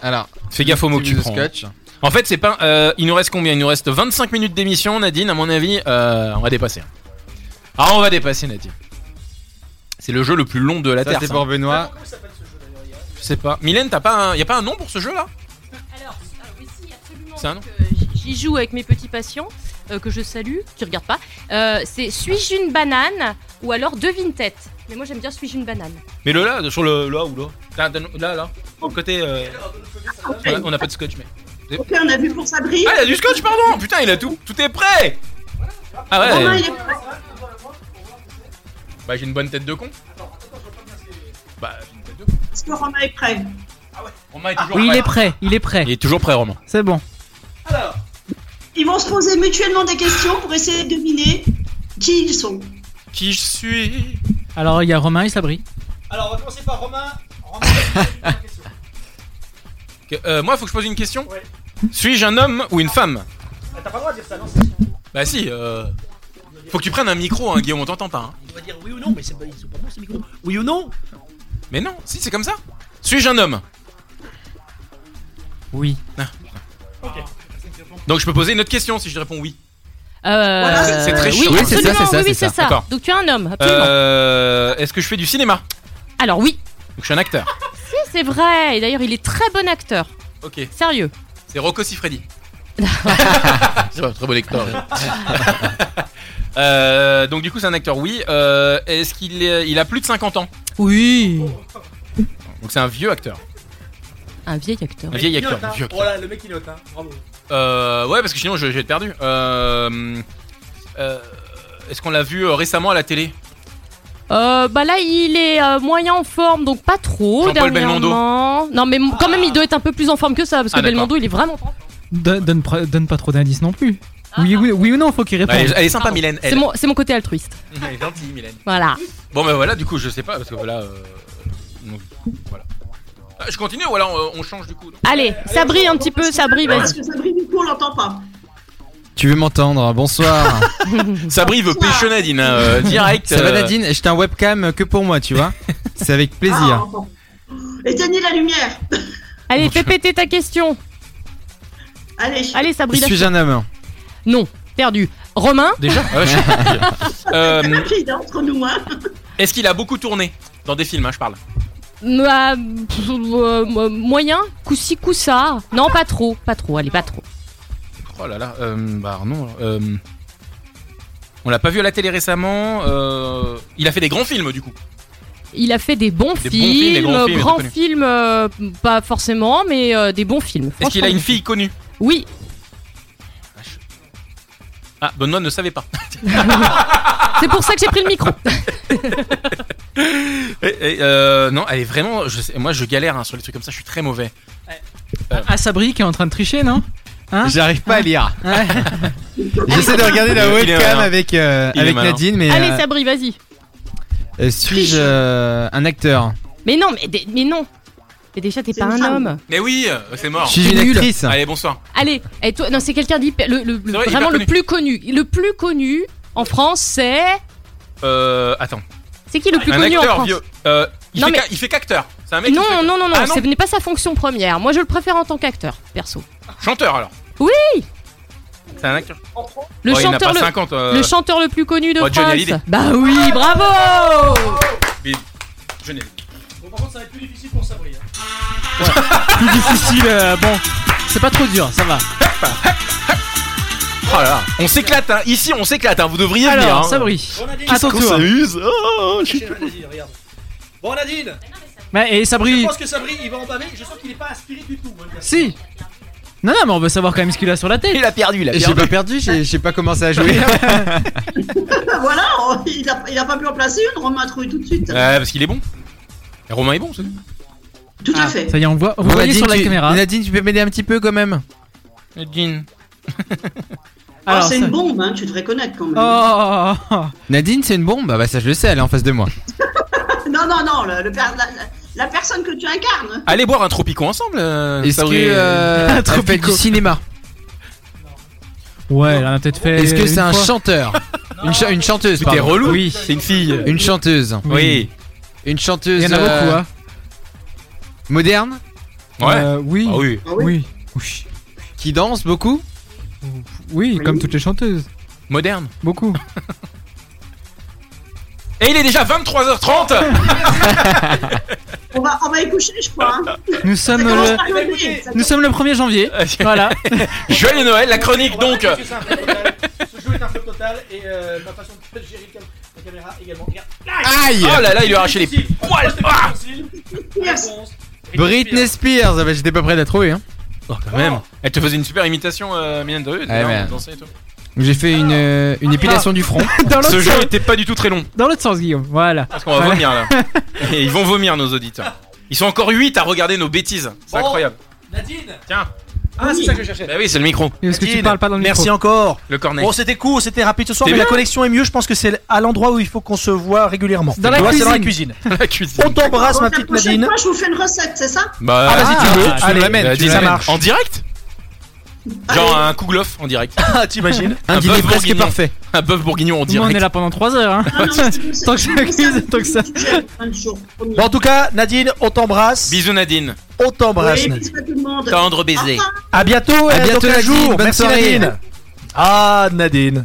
[SPEAKER 8] Alors,
[SPEAKER 2] fais gaffe au mot que tu
[SPEAKER 8] de
[SPEAKER 2] prends. hein.
[SPEAKER 8] scotch.
[SPEAKER 2] En fait, c'est pas. euh, il nous reste combien Il nous reste 25 minutes d'émission, Nadine. À mon avis, euh, on va dépasser. Ah, on va dépasser, Nadine. C'est le jeu le plus long de la
[SPEAKER 8] Ça,
[SPEAKER 2] Terre.
[SPEAKER 8] c'est
[SPEAKER 2] ça.
[SPEAKER 8] pour Benoît.
[SPEAKER 2] Je sais pas. Mylène, t'as pas un... y a pas un nom pour ce jeu là
[SPEAKER 7] Alors, alors, oui, si, absolument.
[SPEAKER 2] C'est un nom
[SPEAKER 7] Euh, j- J'y joue avec mes petits patients euh, que je salue, qui regardent pas. Euh, c'est suis-je une banane ou alors devine tête. Mais moi j'aime bien suis-je une banane.
[SPEAKER 2] Mais le là, sur le là ou là Là, là, là. là. Au côté. euh, on a- on a pas de scotch, mais.
[SPEAKER 16] Ok, on a vu pour Sabri.
[SPEAKER 2] Ah, il a du scotch, pardon Putain, il a tout. Tout est prêt Ah ouais
[SPEAKER 16] Romain, il est prêt.
[SPEAKER 2] Bah, j'ai une bonne tête de con. Bah,
[SPEAKER 16] Est-ce que Romain est prêt
[SPEAKER 2] Romain est toujours
[SPEAKER 6] Oui, il
[SPEAKER 2] prêt.
[SPEAKER 6] est prêt. Il est prêt.
[SPEAKER 2] Il est toujours prêt, Romain.
[SPEAKER 6] C'est bon.
[SPEAKER 16] Ils vont se poser mutuellement des questions pour essayer de deviner qui ils sont.
[SPEAKER 2] Qui je suis
[SPEAKER 6] Alors, il y a Romain et Sabri.
[SPEAKER 1] Alors, on va commencer par Romain.
[SPEAKER 2] Que- euh, moi, faut que je pose une question. Suis-je un homme ou une femme
[SPEAKER 1] Ah, T'as pas le droit de dire ça, non
[SPEAKER 2] Bah si. Euh... Faut que tu prennes un micro, hein, Guillaume. On t'entend pas. hein.
[SPEAKER 1] On va dire oui ou non, mais c'est pas, c'est pas bon ce micro. Oui ou non
[SPEAKER 2] Mais non. Si, c'est comme ça. Suis-je un homme
[SPEAKER 6] Oui.
[SPEAKER 2] Donc je peux poser une autre question si je réponds oui.
[SPEAKER 7] Euh,
[SPEAKER 2] Voilà, c'est- c'est très
[SPEAKER 7] oui,
[SPEAKER 2] chiant. Oui, c'est ça,
[SPEAKER 7] absolument,
[SPEAKER 2] c'est ça,
[SPEAKER 7] oui,
[SPEAKER 2] c'est
[SPEAKER 7] oui, c'est
[SPEAKER 2] ça.
[SPEAKER 7] ça.
[SPEAKER 2] D'accord.
[SPEAKER 7] Donc tu es un homme, absolument.
[SPEAKER 2] Euh, Est-ce que je fais du cinéma
[SPEAKER 7] Alors oui,
[SPEAKER 2] Donc je suis un acteur.
[SPEAKER 7] si c'est vrai. Et d'ailleurs, il est très bon acteur.
[SPEAKER 2] Ok.
[SPEAKER 7] Sérieux.
[SPEAKER 2] C'est Rocco Siffredi. c'est un très bon acteur. Euh, donc du coup c'est un acteur, oui. Euh, Est-ce qu'il est- il a plus de 50 ans
[SPEAKER 7] Oui.
[SPEAKER 2] Donc c'est un vieux acteur.
[SPEAKER 7] Un vieil acteur.
[SPEAKER 2] Un vieil acteur. un vieux acteur.
[SPEAKER 1] Voilà, le mec il note, hein. Bravo.
[SPEAKER 2] Euh, ouais, parce que sinon je- j'ai perdu. Euh, euh, Est-ce qu'on l'a vu euh, récemment à la télé
[SPEAKER 7] Euh, bah là, il est euh, moyen en forme, donc pas trop
[SPEAKER 2] Jean-Paul
[SPEAKER 7] dernièrement. Non, mais m- quand même, il doit être un peu plus en forme que ça, parce que
[SPEAKER 2] Ah, d'accord.
[SPEAKER 7] Belmondo, il est vraiment. pas en forme.
[SPEAKER 6] Don- Donne, pre- donne pas trop d'indices non plus. Oui, oui, oui ou non, faut qu'il réponde.
[SPEAKER 2] elle, est- elle est sympa, Mylène.
[SPEAKER 7] C'est
[SPEAKER 2] elle.
[SPEAKER 7] mon, c'est mon côté altruiste.
[SPEAKER 2] Elle est gentille, Mylène.
[SPEAKER 7] Voilà.
[SPEAKER 2] Bon, ben voilà, du coup, je sais pas, parce que voilà. euh, non, voilà. Ah, je continue ou alors on, on change du coup non
[SPEAKER 7] Allez, ça brille un petit peu, ça brille,
[SPEAKER 16] Parce
[SPEAKER 7] vas-y.
[SPEAKER 16] que Sabri, du coup, on l'entend pas.
[SPEAKER 8] Tu veux m'entendre Bonsoir.
[SPEAKER 2] Sabri veut pécho Nadine, hein, euh, direct.
[SPEAKER 8] Ça va,
[SPEAKER 2] euh,
[SPEAKER 8] Nadine J'étais un
[SPEAKER 6] hein.
[SPEAKER 16] Ah,
[SPEAKER 6] Ah,
[SPEAKER 8] webcam que pour moi, tu vois. C'est avec plaisir.
[SPEAKER 16] Éteignez la lumière.
[SPEAKER 7] Allez, fais péter ta question.
[SPEAKER 16] Allez,
[SPEAKER 7] Allez Sabrina.
[SPEAKER 8] Suis-je un homme
[SPEAKER 7] Non, perdu. Romain
[SPEAKER 2] Déjà Euh,
[SPEAKER 16] Il est entre nous, hein.
[SPEAKER 2] Est-ce qu'il a beaucoup tourné Dans des films, hein, je parle.
[SPEAKER 7] Bah, pff, euh, mo- moyen Coussi coussa Non, pas trop, pas trop, allez, pas trop.
[SPEAKER 2] Oh là là, euh, bah non. euh, on l'a pas vu à la télé récemment. euh, il a fait des grands films du coup.
[SPEAKER 7] Il a fait des bons
[SPEAKER 2] Des bons
[SPEAKER 7] films,
[SPEAKER 2] films, des grands
[SPEAKER 7] euh,
[SPEAKER 2] films,
[SPEAKER 7] grands
[SPEAKER 2] reconnus.
[SPEAKER 7] films, euh, pas forcément, mais euh, des bons films.
[SPEAKER 2] Est-ce qu'il a
[SPEAKER 7] franchement.
[SPEAKER 2] une fille connue
[SPEAKER 7] Oui.
[SPEAKER 2] Ah, Benoît ne savait pas.
[SPEAKER 7] C'est pour ça que j'ai pris le micro.
[SPEAKER 2] Et- et, euh, non, elle est vraiment. je sais- moi, je galère hein, sur les trucs comme ça. Je suis très mauvais.
[SPEAKER 6] Ah, Sabri qui est en train de tricher, non Hein
[SPEAKER 15] J'arrive pas à lire.
[SPEAKER 6] Ouais.
[SPEAKER 15] J'essaie de
[SPEAKER 6] Ah.
[SPEAKER 15] regarder la
[SPEAKER 8] Il est- il est
[SPEAKER 15] webcam
[SPEAKER 8] malin.
[SPEAKER 15] avec, euh,
[SPEAKER 8] Il est
[SPEAKER 15] avec
[SPEAKER 8] malin.
[SPEAKER 15] Nadine, mais
[SPEAKER 7] Allez,
[SPEAKER 15] euh,
[SPEAKER 7] Sabri, vas-y.
[SPEAKER 15] euh, suis-je euh, un acteur
[SPEAKER 7] Mais non, mais, dé- mais non. Mais déjà, t'es pas un homme.
[SPEAKER 2] Mais oui, euh, c'est mort.
[SPEAKER 6] Oh,
[SPEAKER 15] Je suis une
[SPEAKER 2] Nul.
[SPEAKER 15] actrice.
[SPEAKER 2] Allez, bonsoir.
[SPEAKER 7] Allez, et toi, non, c'est quelqu'un d'hyper. Le, le- le-
[SPEAKER 2] vrai,
[SPEAKER 7] vraiment
[SPEAKER 2] hyper
[SPEAKER 7] le
[SPEAKER 2] connu.
[SPEAKER 7] plus connu. Le plus connu en France, c'est.
[SPEAKER 2] Euh, attends.
[SPEAKER 7] C'est qui le plus
[SPEAKER 2] un
[SPEAKER 7] connu en
[SPEAKER 2] acteur
[SPEAKER 7] France
[SPEAKER 2] vieux. Euh, il,
[SPEAKER 7] Non,
[SPEAKER 2] fait
[SPEAKER 7] mais-
[SPEAKER 2] qu'un- il fait qu'acteur. C'est un mec. qui
[SPEAKER 7] non,
[SPEAKER 2] fait-
[SPEAKER 7] non, non, non,
[SPEAKER 2] Ah,
[SPEAKER 7] ce n'est pas sa fonction première. Moi, je le préfère en tant qu'acteur, perso.
[SPEAKER 2] Chanteur alors.
[SPEAKER 7] Oui
[SPEAKER 2] C'est un acteur.
[SPEAKER 7] Le
[SPEAKER 2] Oh, il n'a
[SPEAKER 7] chanteur
[SPEAKER 2] pas
[SPEAKER 7] le,
[SPEAKER 2] 50, euh,
[SPEAKER 7] le chanteur le plus connu de
[SPEAKER 2] bah, Johnny
[SPEAKER 7] France.
[SPEAKER 2] Hallyday.
[SPEAKER 7] Bah oui,
[SPEAKER 1] Ah,
[SPEAKER 7] bravo
[SPEAKER 2] Mais- Je n'ai-
[SPEAKER 1] Bon, par contre, ça va être plus difficile pour Sabri.
[SPEAKER 6] Plus difficile, euh, bon. C'est pas trop dur, ça va.
[SPEAKER 2] Oh là là. On s'éclate. hein. Ici, on s'éclate. hein. Vous devriez
[SPEAKER 6] Alors,
[SPEAKER 2] venir. hein.
[SPEAKER 6] Sabri, à
[SPEAKER 2] Qu'est-ce
[SPEAKER 6] ton
[SPEAKER 2] qu'on
[SPEAKER 6] tour.
[SPEAKER 2] s'amuse Oh, je suis-
[SPEAKER 1] regarde. Bon, Nadine
[SPEAKER 6] Mais, et Sabri
[SPEAKER 1] Je pense que Sabri, il va embaver. Je sens qu'il est pas inspiré du tout. hein, moi, le gars.
[SPEAKER 6] Si Non, non, mais on veut savoir quand même ce qu'il a sur la tête.
[SPEAKER 2] Il a perdu, il a
[SPEAKER 15] J'ai pas perdu, j'ai j'ai pas commencé à jouer.
[SPEAKER 16] voilà, oh, il a, il a pas pu en placer une, Romain a trouvé tout de suite.
[SPEAKER 2] Euh, parce qu'il est bon. Et Romain est bon, c'est
[SPEAKER 16] Tout à fait.
[SPEAKER 6] ah, Ça y est, on voit, vous
[SPEAKER 8] Bon,
[SPEAKER 6] voyez
[SPEAKER 8] Nadine,
[SPEAKER 6] sur la
[SPEAKER 8] tu-
[SPEAKER 6] caméra.
[SPEAKER 8] Nadine, tu peux m'aider un petit peu quand même
[SPEAKER 2] Nadine.
[SPEAKER 16] Oh,
[SPEAKER 6] Alors,
[SPEAKER 16] c'est
[SPEAKER 6] ça-
[SPEAKER 16] une bombe, hein, tu devrais connaître quand même.
[SPEAKER 6] Oh, oh, oh.
[SPEAKER 8] Nadine, c'est une bombe Ah Bah ça je le sais, elle est en face de moi.
[SPEAKER 16] Non, non, non, le, le per- la, la- la personne que tu incarnes.
[SPEAKER 2] Allez boire un tropico ensemble. euh,
[SPEAKER 6] Ah,
[SPEAKER 8] Est-ce que
[SPEAKER 2] Sabri et-
[SPEAKER 8] euh, elle fait du cinéma
[SPEAKER 6] oh. Ouais, elle en a peut-être fait.
[SPEAKER 8] Est-ce que
[SPEAKER 6] une
[SPEAKER 8] c'est un
[SPEAKER 6] fois.
[SPEAKER 8] chanteur une, cha- une chanteuse
[SPEAKER 2] T'es
[SPEAKER 8] pardon.
[SPEAKER 2] relou.
[SPEAKER 6] Oui.
[SPEAKER 2] C'est une fille.
[SPEAKER 8] Une chanteuse.
[SPEAKER 2] Oui.
[SPEAKER 8] Une chanteuse.
[SPEAKER 6] Il y en a
[SPEAKER 8] euh,
[SPEAKER 6] beaucoup, hein.
[SPEAKER 8] Moderne
[SPEAKER 2] Ouais.
[SPEAKER 6] Euh, oui.
[SPEAKER 2] Ah oui.
[SPEAKER 16] Ah oui.
[SPEAKER 6] oui.
[SPEAKER 8] Qui danse beaucoup
[SPEAKER 6] Oui, comme toutes les chanteuses.
[SPEAKER 2] Moderne.
[SPEAKER 6] Beaucoup.
[SPEAKER 2] Et il est déjà 23h30.
[SPEAKER 16] On va, on va y coucher, je crois. hein.
[SPEAKER 6] Nous sommes
[SPEAKER 16] Ça commence
[SPEAKER 6] le,
[SPEAKER 16] par Noël, ça
[SPEAKER 6] nous sommes le 1er janvier. Voilà.
[SPEAKER 2] Joël et Noël, la chronique
[SPEAKER 1] On va
[SPEAKER 2] donc.
[SPEAKER 1] rappeler que c'est un flop total. Ce jeu est un flop total et euh, ma façon de gérer le cam- la caméra également. Regarde.
[SPEAKER 8] Aïe
[SPEAKER 2] Oh là là, il lui a arraché les
[SPEAKER 1] Difficile.
[SPEAKER 2] poils.
[SPEAKER 1] Poste
[SPEAKER 2] Ah
[SPEAKER 1] difficile.
[SPEAKER 16] Yes.
[SPEAKER 1] Réponse.
[SPEAKER 8] Britney Spears Ah bah j'étais pas prêt de la trouver. Hein.
[SPEAKER 2] Oh, quand même. Elle te faisait une super imitation, euh, Mylène Dreux, d'ailleurs,
[SPEAKER 8] mais-
[SPEAKER 2] danser et tout.
[SPEAKER 8] Donc, J'ai fait une,
[SPEAKER 1] Ah.
[SPEAKER 8] euh, une épilation du front.
[SPEAKER 6] Dans l'autre
[SPEAKER 2] Ce jeu
[SPEAKER 6] sens,
[SPEAKER 2] était pas du tout très long.
[SPEAKER 6] dans l'autre sens, Guillaume. Voilà.
[SPEAKER 2] Parce qu'on va vomir là. Et ils vont vomir nos auditeurs. Ils sont encore 8 à regarder nos bêtises. C'est
[SPEAKER 1] Bon.
[SPEAKER 2] incroyable.
[SPEAKER 1] Oh, Nadine
[SPEAKER 2] Tiens.
[SPEAKER 1] Ah, c'est ça que je cherchais.
[SPEAKER 2] Bah oui, c'est le micro.
[SPEAKER 6] Est-ce que tu
[SPEAKER 1] Nadine,
[SPEAKER 6] parles pas dans le micro
[SPEAKER 1] Merci encore.
[SPEAKER 2] Le cornet.
[SPEAKER 1] Bon, c'était court, c'était rapide ce soir,
[SPEAKER 2] C'est
[SPEAKER 1] mais
[SPEAKER 2] bien.
[SPEAKER 1] la connexion est mieux. Je pense que c'est à l'endroit où il faut qu'on se voit régulièrement.
[SPEAKER 6] Dans la
[SPEAKER 1] Tu vois, c'est dans la
[SPEAKER 6] cuisine.
[SPEAKER 1] cuisine.
[SPEAKER 2] La cuisine.
[SPEAKER 1] On t'embrasse,
[SPEAKER 16] Bon,
[SPEAKER 1] ma
[SPEAKER 16] la
[SPEAKER 1] petite
[SPEAKER 16] prochaine
[SPEAKER 1] Nadine.
[SPEAKER 16] fois, je vous fais une recette, c'est ça
[SPEAKER 2] Bah, Euh,
[SPEAKER 1] Ah, vas-y, tu veux.
[SPEAKER 8] tu
[SPEAKER 1] Allez,
[SPEAKER 8] l'amènes,
[SPEAKER 1] bah,
[SPEAKER 8] tu
[SPEAKER 1] dis- ça
[SPEAKER 8] l'amènes.
[SPEAKER 1] marche.
[SPEAKER 2] En direct
[SPEAKER 16] Ah,
[SPEAKER 2] Genre un kouglof en direct.
[SPEAKER 1] Ah, t'imagines
[SPEAKER 8] Un
[SPEAKER 2] Un
[SPEAKER 8] dîner
[SPEAKER 2] bœuf
[SPEAKER 8] presque
[SPEAKER 2] bourguignon.
[SPEAKER 8] parfait.
[SPEAKER 2] Un bœuf bourguignon en
[SPEAKER 6] Nous, on
[SPEAKER 2] direct.
[SPEAKER 6] est là pendant 3 heures. Hein.
[SPEAKER 16] Ah Non, non, je vous-
[SPEAKER 6] Tant que
[SPEAKER 16] je
[SPEAKER 6] ça
[SPEAKER 16] vous
[SPEAKER 6] cuise, tant que ça.
[SPEAKER 16] Un jour, promis.
[SPEAKER 1] Bon, en tout cas, Nadine, on t'embrasse.
[SPEAKER 2] Bisous Nadine.
[SPEAKER 1] On t'embrasse,
[SPEAKER 16] Oui,
[SPEAKER 1] Nadine.
[SPEAKER 16] bisous à tout le monde. Ah,
[SPEAKER 2] Tendre baiser.
[SPEAKER 1] À bientôt,
[SPEAKER 8] À
[SPEAKER 1] et
[SPEAKER 8] bientôt,
[SPEAKER 1] donc un
[SPEAKER 8] Nadine.
[SPEAKER 1] jour.
[SPEAKER 8] Bonne
[SPEAKER 1] Merci,
[SPEAKER 8] soirée.
[SPEAKER 1] Nadine. Ah, Nadine.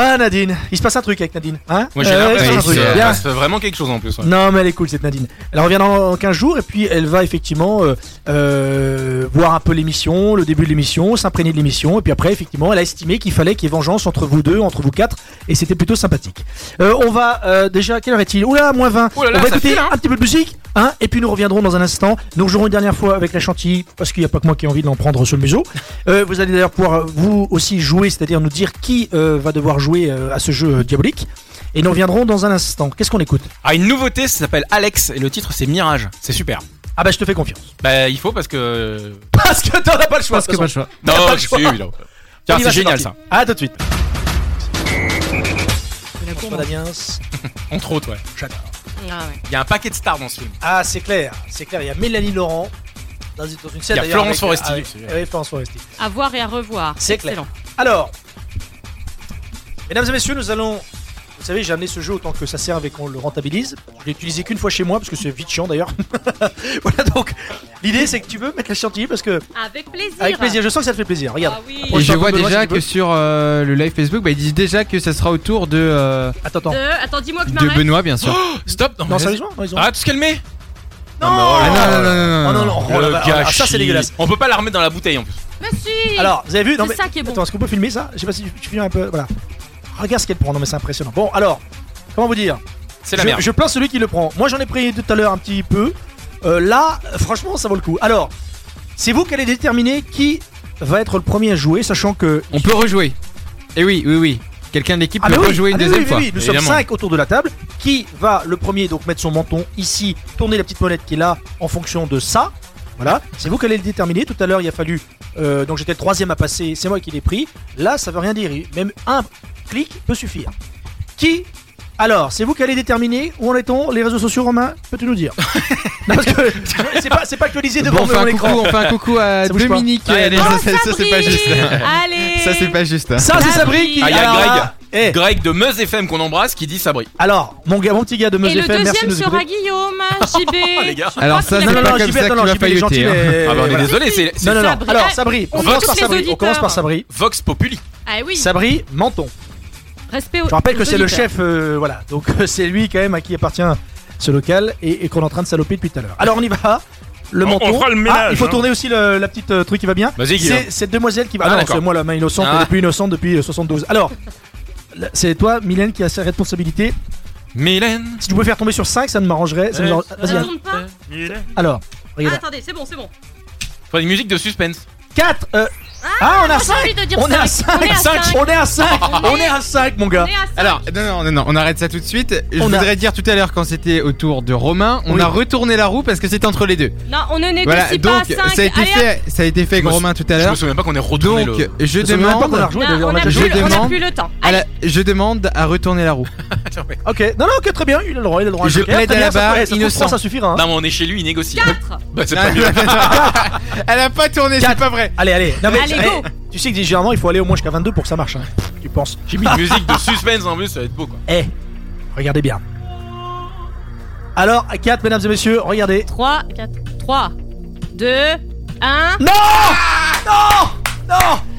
[SPEAKER 1] Ah, Nadine. Il se passe un truc avec Nadine. Hein
[SPEAKER 2] Moi j'ai
[SPEAKER 1] Euh, il se passe
[SPEAKER 2] l'impression que
[SPEAKER 1] un truc.
[SPEAKER 2] c'est-
[SPEAKER 1] Bien.
[SPEAKER 2] ça se fait vraiment quelque chose en plus. ouais.
[SPEAKER 1] Non, mais elle est cool cette Nadine. Elle revient dans 15 jours et puis elle va effectivement euh, euh, voir un peu l'émission, le début de l'émission, s'imprégner de l'émission et puis après effectivement elle a estimé qu'il fallait qu'il y ait vengeance entre vous deux, entre vous quatre et c'était plutôt sympathique. Euh, on va euh, déjà, quelle heure est-il Oula, moins 20.
[SPEAKER 2] Oh là là,
[SPEAKER 1] on va
[SPEAKER 2] ça
[SPEAKER 1] écouter
[SPEAKER 2] file, hein.
[SPEAKER 1] un petit peu de musique hein, et puis nous reviendrons dans un instant. Nous jouerons une dernière fois avec la chantilly parce qu'il n'y a pas que moi qui ai envie de l'en prendre sur le museau. Euh, vous allez d'ailleurs pouvoir euh, vous aussi jouer, c'est-à-dire nous dire qui euh, va devoir jouer euh, à ce jeu euh, diabolique. Et nous reviendrons dans un instant. Qu'est-ce qu'on écoute
[SPEAKER 2] Ah, une nouveauté, ça s'appelle Alex et le titre c'est Mirage. C'est super.
[SPEAKER 1] Ah bah je te fais confiance.
[SPEAKER 2] Bah, il faut parce que.
[SPEAKER 1] Parce que t'en as pas le choix.
[SPEAKER 6] Parce que pas le choix.
[SPEAKER 2] Non,
[SPEAKER 1] pas le
[SPEAKER 2] si,
[SPEAKER 1] choix.
[SPEAKER 2] évidemment. Tiens, c'est génial ça.
[SPEAKER 1] À tout de suite. Damiens.
[SPEAKER 2] Entre autres, ouais.
[SPEAKER 7] Ah ouais.
[SPEAKER 2] Il y a un paquet de stars dans ce film.
[SPEAKER 1] Ah, c'est clair, c'est clair. Il y a Mélanie Laurent dans une, dans une scène.
[SPEAKER 2] Il y a
[SPEAKER 1] d'ailleurs,
[SPEAKER 2] Florence
[SPEAKER 1] avec-
[SPEAKER 2] Foresti.
[SPEAKER 1] avec-
[SPEAKER 2] C'est
[SPEAKER 1] oui, Florence Foresti.
[SPEAKER 7] À voir et à revoir.
[SPEAKER 1] C'est clair.
[SPEAKER 7] Excellent.
[SPEAKER 1] Alors, mesdames et messieurs, nous allons Vous savez, j'ai amené ce jeu autant que ça serve et qu'on le rentabilise. Je l'ai utilisé qu'une fois chez moi parce que c'est vite chiant d'ailleurs. voilà donc, l'idée c'est que tu veux mettre la chantilly parce que.
[SPEAKER 7] Avec plaisir. Ah
[SPEAKER 1] Avec plaisir, je sens que ça te fait plaisir. Regarde.
[SPEAKER 15] Et je vois déjà que sur euh, le live Facebook, bah, ils disent déjà que ça sera autour de. euh,
[SPEAKER 1] Attends,
[SPEAKER 7] De- Attends, dis-moi que je
[SPEAKER 15] De
[SPEAKER 7] m'arrête.
[SPEAKER 15] Benoît, bien sûr.
[SPEAKER 7] Oh,
[SPEAKER 2] stop
[SPEAKER 1] Non, sérieusement non, ils ont-
[SPEAKER 2] Ah, tout se calmer
[SPEAKER 1] Non,
[SPEAKER 15] Ah non, non, non, non, non, non.
[SPEAKER 1] Oh là
[SPEAKER 2] Le
[SPEAKER 1] là, ah, ça, c'est
[SPEAKER 2] gâchis.
[SPEAKER 1] dégueulasse.
[SPEAKER 2] On peut pas la remettre dans la bouteille en plus.
[SPEAKER 7] Mais si
[SPEAKER 1] Alors, vous avez vu Non,
[SPEAKER 7] C'est
[SPEAKER 1] mais-
[SPEAKER 7] ça qui est bon.
[SPEAKER 1] Attends, est-ce qu'on peut filmer ça Je sais pas si tu, tu filmes un peu. Voilà. Regarde ce qu'elle prend. Non, mais c'est impressionnant. Bon, alors, comment vous dire
[SPEAKER 2] C'est la
[SPEAKER 1] je,
[SPEAKER 2] merde.
[SPEAKER 1] Je plains celui qui le prend. Moi, j'en ai pris tout à l'heure un petit peu. Euh, là, franchement, ça vaut le coup. Alors, c'est vous qui allez déterminer qui va être le premier à jouer, sachant que.
[SPEAKER 15] On peut rejouer. Et oui, oui, oui. Quelqu'un de l'équipe
[SPEAKER 1] Ah,
[SPEAKER 15] peut
[SPEAKER 1] mais oui,
[SPEAKER 15] rejouer une
[SPEAKER 1] ah, mais
[SPEAKER 15] deuxième
[SPEAKER 1] oui, oui,
[SPEAKER 15] fois.
[SPEAKER 1] oui, nous sommes 5 autour de la table. Qui va le premier donc mettre son menton ici, tourner la petite molette qui est là en fonction de ça Voilà, c'est vous qui allez le déterminer. Tout à l'heure, il a fallu. euh, donc j'étais le troisième à passer, c'est moi qui l'ai pris. Là, ça veut rien dire. Même un clic peut suffire. Qui alors, c'est vous qui allez déterminer où en est-on Les réseaux sociaux, Romain, peux-tu nous dire Non, Parce que c'est pas, c'est pas actualisé
[SPEAKER 15] Bon,
[SPEAKER 1] devant
[SPEAKER 15] on fait,
[SPEAKER 1] mon
[SPEAKER 15] un
[SPEAKER 1] écran.
[SPEAKER 15] coucou, on fait un coucou à
[SPEAKER 1] Ça bouge pas.
[SPEAKER 15] Dominique.
[SPEAKER 1] Ah,
[SPEAKER 15] euh,
[SPEAKER 1] allez,
[SPEAKER 15] non,
[SPEAKER 1] oh,
[SPEAKER 15] ça, ça, c'est pas
[SPEAKER 1] Sabrine,
[SPEAKER 15] juste.
[SPEAKER 7] allez.
[SPEAKER 15] Ça, c'est pas juste.
[SPEAKER 1] Ça, c'est hein. Sabri qui.
[SPEAKER 2] Ah, il y a
[SPEAKER 1] alors,
[SPEAKER 2] Greg. Greg de Meuse FM qu'on embrasse qui dit Sabri.
[SPEAKER 1] Alors, mon, gars, mon petit gars de Meuse
[SPEAKER 7] Et le
[SPEAKER 1] FM, merci de
[SPEAKER 7] deuxième
[SPEAKER 1] nous
[SPEAKER 7] sera
[SPEAKER 1] écouter.
[SPEAKER 7] Guillaume, JB.
[SPEAKER 2] les gars.
[SPEAKER 7] Je crois qu'il a-
[SPEAKER 1] non, non,
[SPEAKER 15] comme
[SPEAKER 1] JB,
[SPEAKER 15] ça
[SPEAKER 1] attends,
[SPEAKER 15] qu'il
[SPEAKER 1] non,
[SPEAKER 15] va
[SPEAKER 1] JB, il est gentil,
[SPEAKER 15] failloter,
[SPEAKER 1] mais-
[SPEAKER 2] Ah bah, on est
[SPEAKER 1] Eh, voilà.
[SPEAKER 2] désolé, c'est- c'est
[SPEAKER 1] Non, non, non.
[SPEAKER 2] Sabri.
[SPEAKER 1] Alors, Sabri, on
[SPEAKER 7] Vox
[SPEAKER 1] commence par
[SPEAKER 7] tous les
[SPEAKER 1] Sabri. hein. On
[SPEAKER 7] auditeurs.
[SPEAKER 1] commence par Sabri.
[SPEAKER 2] Vox Populi.
[SPEAKER 7] Ah oui,
[SPEAKER 1] Sabri, menton.
[SPEAKER 7] respect
[SPEAKER 1] Je rappelle que c'est le chef, euh, voilà. Donc euh, c'est lui quand même à qui appartient ce local et, et qu'on est en train de saloper depuis tout à l'heure. Alors on y va. Le
[SPEAKER 17] On- on
[SPEAKER 1] menton.
[SPEAKER 17] fera le
[SPEAKER 1] Ah,
[SPEAKER 17] ménage,
[SPEAKER 1] il faut
[SPEAKER 17] hein.
[SPEAKER 1] tourner aussi le- la petite euh, truc qui va bien.
[SPEAKER 2] Vas-y, Guillaume.
[SPEAKER 1] C'est cette demoiselle qui va.
[SPEAKER 2] Ah,
[SPEAKER 1] Ah, non,
[SPEAKER 2] d'accord.
[SPEAKER 1] c'est moi la main innocente.
[SPEAKER 2] Ah.
[SPEAKER 1] Elle est plus innocente depuis euh, 72. Alors, là, c'est toi, Mylène, qui a ses responsabilités.
[SPEAKER 2] Mylène.
[SPEAKER 1] Si tu pouvais faire tomber sur 5 ça me m'arrangerait. ça nous arrange- Vas-y.
[SPEAKER 7] Ça
[SPEAKER 1] hein.
[SPEAKER 7] tourne pas
[SPEAKER 1] Alors,
[SPEAKER 7] Ah,
[SPEAKER 1] regarde.
[SPEAKER 7] attendez, c'est bon, c'est bon.
[SPEAKER 2] Faut une musique de suspense.
[SPEAKER 1] 4
[SPEAKER 7] Ah,
[SPEAKER 1] Ah, on
[SPEAKER 7] moi,
[SPEAKER 1] a
[SPEAKER 7] j'ai
[SPEAKER 1] 5
[SPEAKER 7] envie de dire
[SPEAKER 1] On est à
[SPEAKER 7] cinq. On est à
[SPEAKER 1] 5
[SPEAKER 7] cinq.
[SPEAKER 1] On est à 5
[SPEAKER 7] On
[SPEAKER 1] On
[SPEAKER 7] est-
[SPEAKER 1] est à 5 mon gars
[SPEAKER 7] On est à cinq.
[SPEAKER 15] Alors, non, non, non, non, on arrête ça tout de suite. Je
[SPEAKER 1] On a-
[SPEAKER 15] voudrais dire tout à l'heure, quand c'était au tour de Romain, on
[SPEAKER 1] Oui.
[SPEAKER 15] a retourné la roue parce que c'était entre les deux.
[SPEAKER 7] Non, on ne négocie
[SPEAKER 15] Voilà,
[SPEAKER 7] pas
[SPEAKER 15] donc
[SPEAKER 7] à 5.
[SPEAKER 15] ça a été fait, ça a été fait avec
[SPEAKER 2] me sou-
[SPEAKER 15] Romain tout à
[SPEAKER 2] je
[SPEAKER 15] l'heure.
[SPEAKER 2] me souviens pas qu'on est retourné
[SPEAKER 15] Donc,
[SPEAKER 2] le-
[SPEAKER 15] je
[SPEAKER 1] me souviens pas qu'on a
[SPEAKER 15] demande,
[SPEAKER 1] rejoué.
[SPEAKER 7] Non, on n'a
[SPEAKER 15] Je
[SPEAKER 7] plus, le- on n'a
[SPEAKER 15] demande-
[SPEAKER 7] plus le temps.
[SPEAKER 15] à la- je demande à retourner la roue.
[SPEAKER 1] Ok, non, non, ok, très bien, il a le droit, il a le droit. à un
[SPEAKER 15] Je
[SPEAKER 1] joker,
[SPEAKER 15] plaide
[SPEAKER 1] très
[SPEAKER 15] à
[SPEAKER 1] bien,
[SPEAKER 15] la
[SPEAKER 1] ça
[SPEAKER 15] barre,
[SPEAKER 1] pourrait- ça,
[SPEAKER 15] innocent.
[SPEAKER 1] franchement, ça suffira. hein.
[SPEAKER 2] Non, mais on est chez lui, il négocie.
[SPEAKER 7] 4
[SPEAKER 2] Bah,
[SPEAKER 15] Ah,
[SPEAKER 2] c'est pas mieux.
[SPEAKER 15] Elle a pas tourné, c'est pas vrai.
[SPEAKER 1] Allez, allez, non, mais,
[SPEAKER 7] Allez,
[SPEAKER 1] eh,
[SPEAKER 7] go.
[SPEAKER 1] Tu sais que généralement, il faut aller au moins jusqu'à 22 pour que ça marche, hein. tu penses.
[SPEAKER 2] J'ai mis une musique de suspense en plus, ça va être beau quoi.
[SPEAKER 1] Eh, regardez bien. Alors, 4, mesdames et messieurs, regardez.
[SPEAKER 7] 3, 4, 3, 2, 1.
[SPEAKER 1] Non Non Non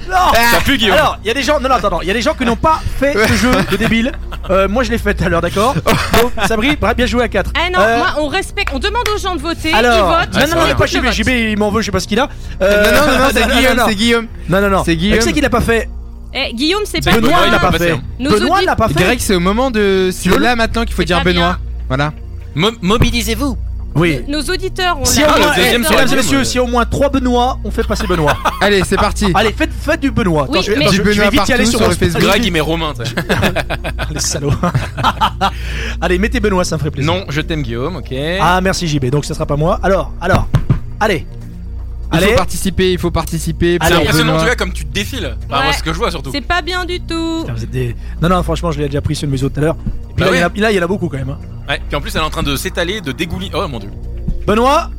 [SPEAKER 1] Non
[SPEAKER 2] Ça pue, Guillaume.
[SPEAKER 1] Ah. Alors, il y a des gens, non, non, attends, non, il y a des gens qui n'ont pas fait ce jeu de débile. Euh, moi, je l'ai fait tout à l'heure, d'accord Donc, Sabri, bra- bien joué à 4.
[SPEAKER 7] Eh non, moi, on respecte, on demande aux gens de voter,
[SPEAKER 1] alors,
[SPEAKER 7] ils votent.
[SPEAKER 1] non, non, non,
[SPEAKER 7] je
[SPEAKER 1] pas
[SPEAKER 7] vote.
[SPEAKER 1] JB, JB, il m'en veut, je sais pas ce qu'il a. Euh,
[SPEAKER 15] Non, non, non, c'est Guillaume,
[SPEAKER 1] non.
[SPEAKER 15] c'est Guillaume.
[SPEAKER 1] Non, non, non.
[SPEAKER 15] C'est Guillaume.
[SPEAKER 1] Mais Qui c'est qu'il a pas fait
[SPEAKER 7] Eh, Guillaume, c'est pas
[SPEAKER 1] Benoît,
[SPEAKER 2] Benoît,
[SPEAKER 1] il l'a
[SPEAKER 2] il
[SPEAKER 1] pas
[SPEAKER 2] l'a pas
[SPEAKER 1] fait.
[SPEAKER 2] fait.
[SPEAKER 7] Nos
[SPEAKER 1] Benoît,
[SPEAKER 7] auditeurs-
[SPEAKER 1] il l'a pas
[SPEAKER 15] Je
[SPEAKER 1] fait.
[SPEAKER 15] dirais que c'est au moment de. C'est là maintenant qu'il faut
[SPEAKER 7] C'est
[SPEAKER 15] dire
[SPEAKER 7] pas
[SPEAKER 15] Benoît.
[SPEAKER 7] bien.
[SPEAKER 15] Voilà.
[SPEAKER 2] Mo- Mobilisez-vous.
[SPEAKER 1] Oui.
[SPEAKER 7] Nos auditeurs ont
[SPEAKER 1] Si
[SPEAKER 7] la-
[SPEAKER 1] au
[SPEAKER 2] le
[SPEAKER 1] moins, eh,
[SPEAKER 2] deuxième, c'est
[SPEAKER 1] mesdames et
[SPEAKER 2] Guillaume,
[SPEAKER 1] messieurs,
[SPEAKER 2] euh.
[SPEAKER 1] si au moins 3 Benoît, on fait passer Benoît.
[SPEAKER 15] Allez, c'est parti.
[SPEAKER 1] Allez, faites, faites du Benoît.
[SPEAKER 7] Oui,
[SPEAKER 1] je,
[SPEAKER 7] mais-
[SPEAKER 1] je-
[SPEAKER 15] Du
[SPEAKER 1] je
[SPEAKER 15] Benoît
[SPEAKER 1] vais vite y aller
[SPEAKER 15] partout
[SPEAKER 1] sur,
[SPEAKER 15] sur
[SPEAKER 1] mon-
[SPEAKER 15] le Facebook.
[SPEAKER 2] Greg il met Romain. t'sais.
[SPEAKER 1] Les salauds. Allez, mettez Benoît, ça me ferait plaisir.
[SPEAKER 2] non, je t'aime Guillaume, ok.
[SPEAKER 1] Ah, merci JB, donc ce sera pas moi. Alors, alors, allez.
[SPEAKER 15] Il
[SPEAKER 1] Allez.
[SPEAKER 15] faut participer, il faut participer.
[SPEAKER 2] c'est
[SPEAKER 1] alors,
[SPEAKER 2] impressionnant
[SPEAKER 15] Benoît.
[SPEAKER 2] tu vois comme tu te défiles. Enfin,
[SPEAKER 7] Ouais.
[SPEAKER 2] moi ce que je vois surtout.
[SPEAKER 7] C'est pas bien du tout.
[SPEAKER 1] Putain, vous êtes des- Non, non, franchement, je l'ai déjà pris sur le museau tout à l'heure. Et puis
[SPEAKER 2] Bah
[SPEAKER 1] là,
[SPEAKER 15] Ah
[SPEAKER 1] il y en
[SPEAKER 2] ouais.
[SPEAKER 1] a- là, il y en a beaucoup quand même. hein.
[SPEAKER 2] Ouais. Puis en plus elle est en train de s'étaler, de dégouliner. Oh mon dieu.
[SPEAKER 1] Benoît,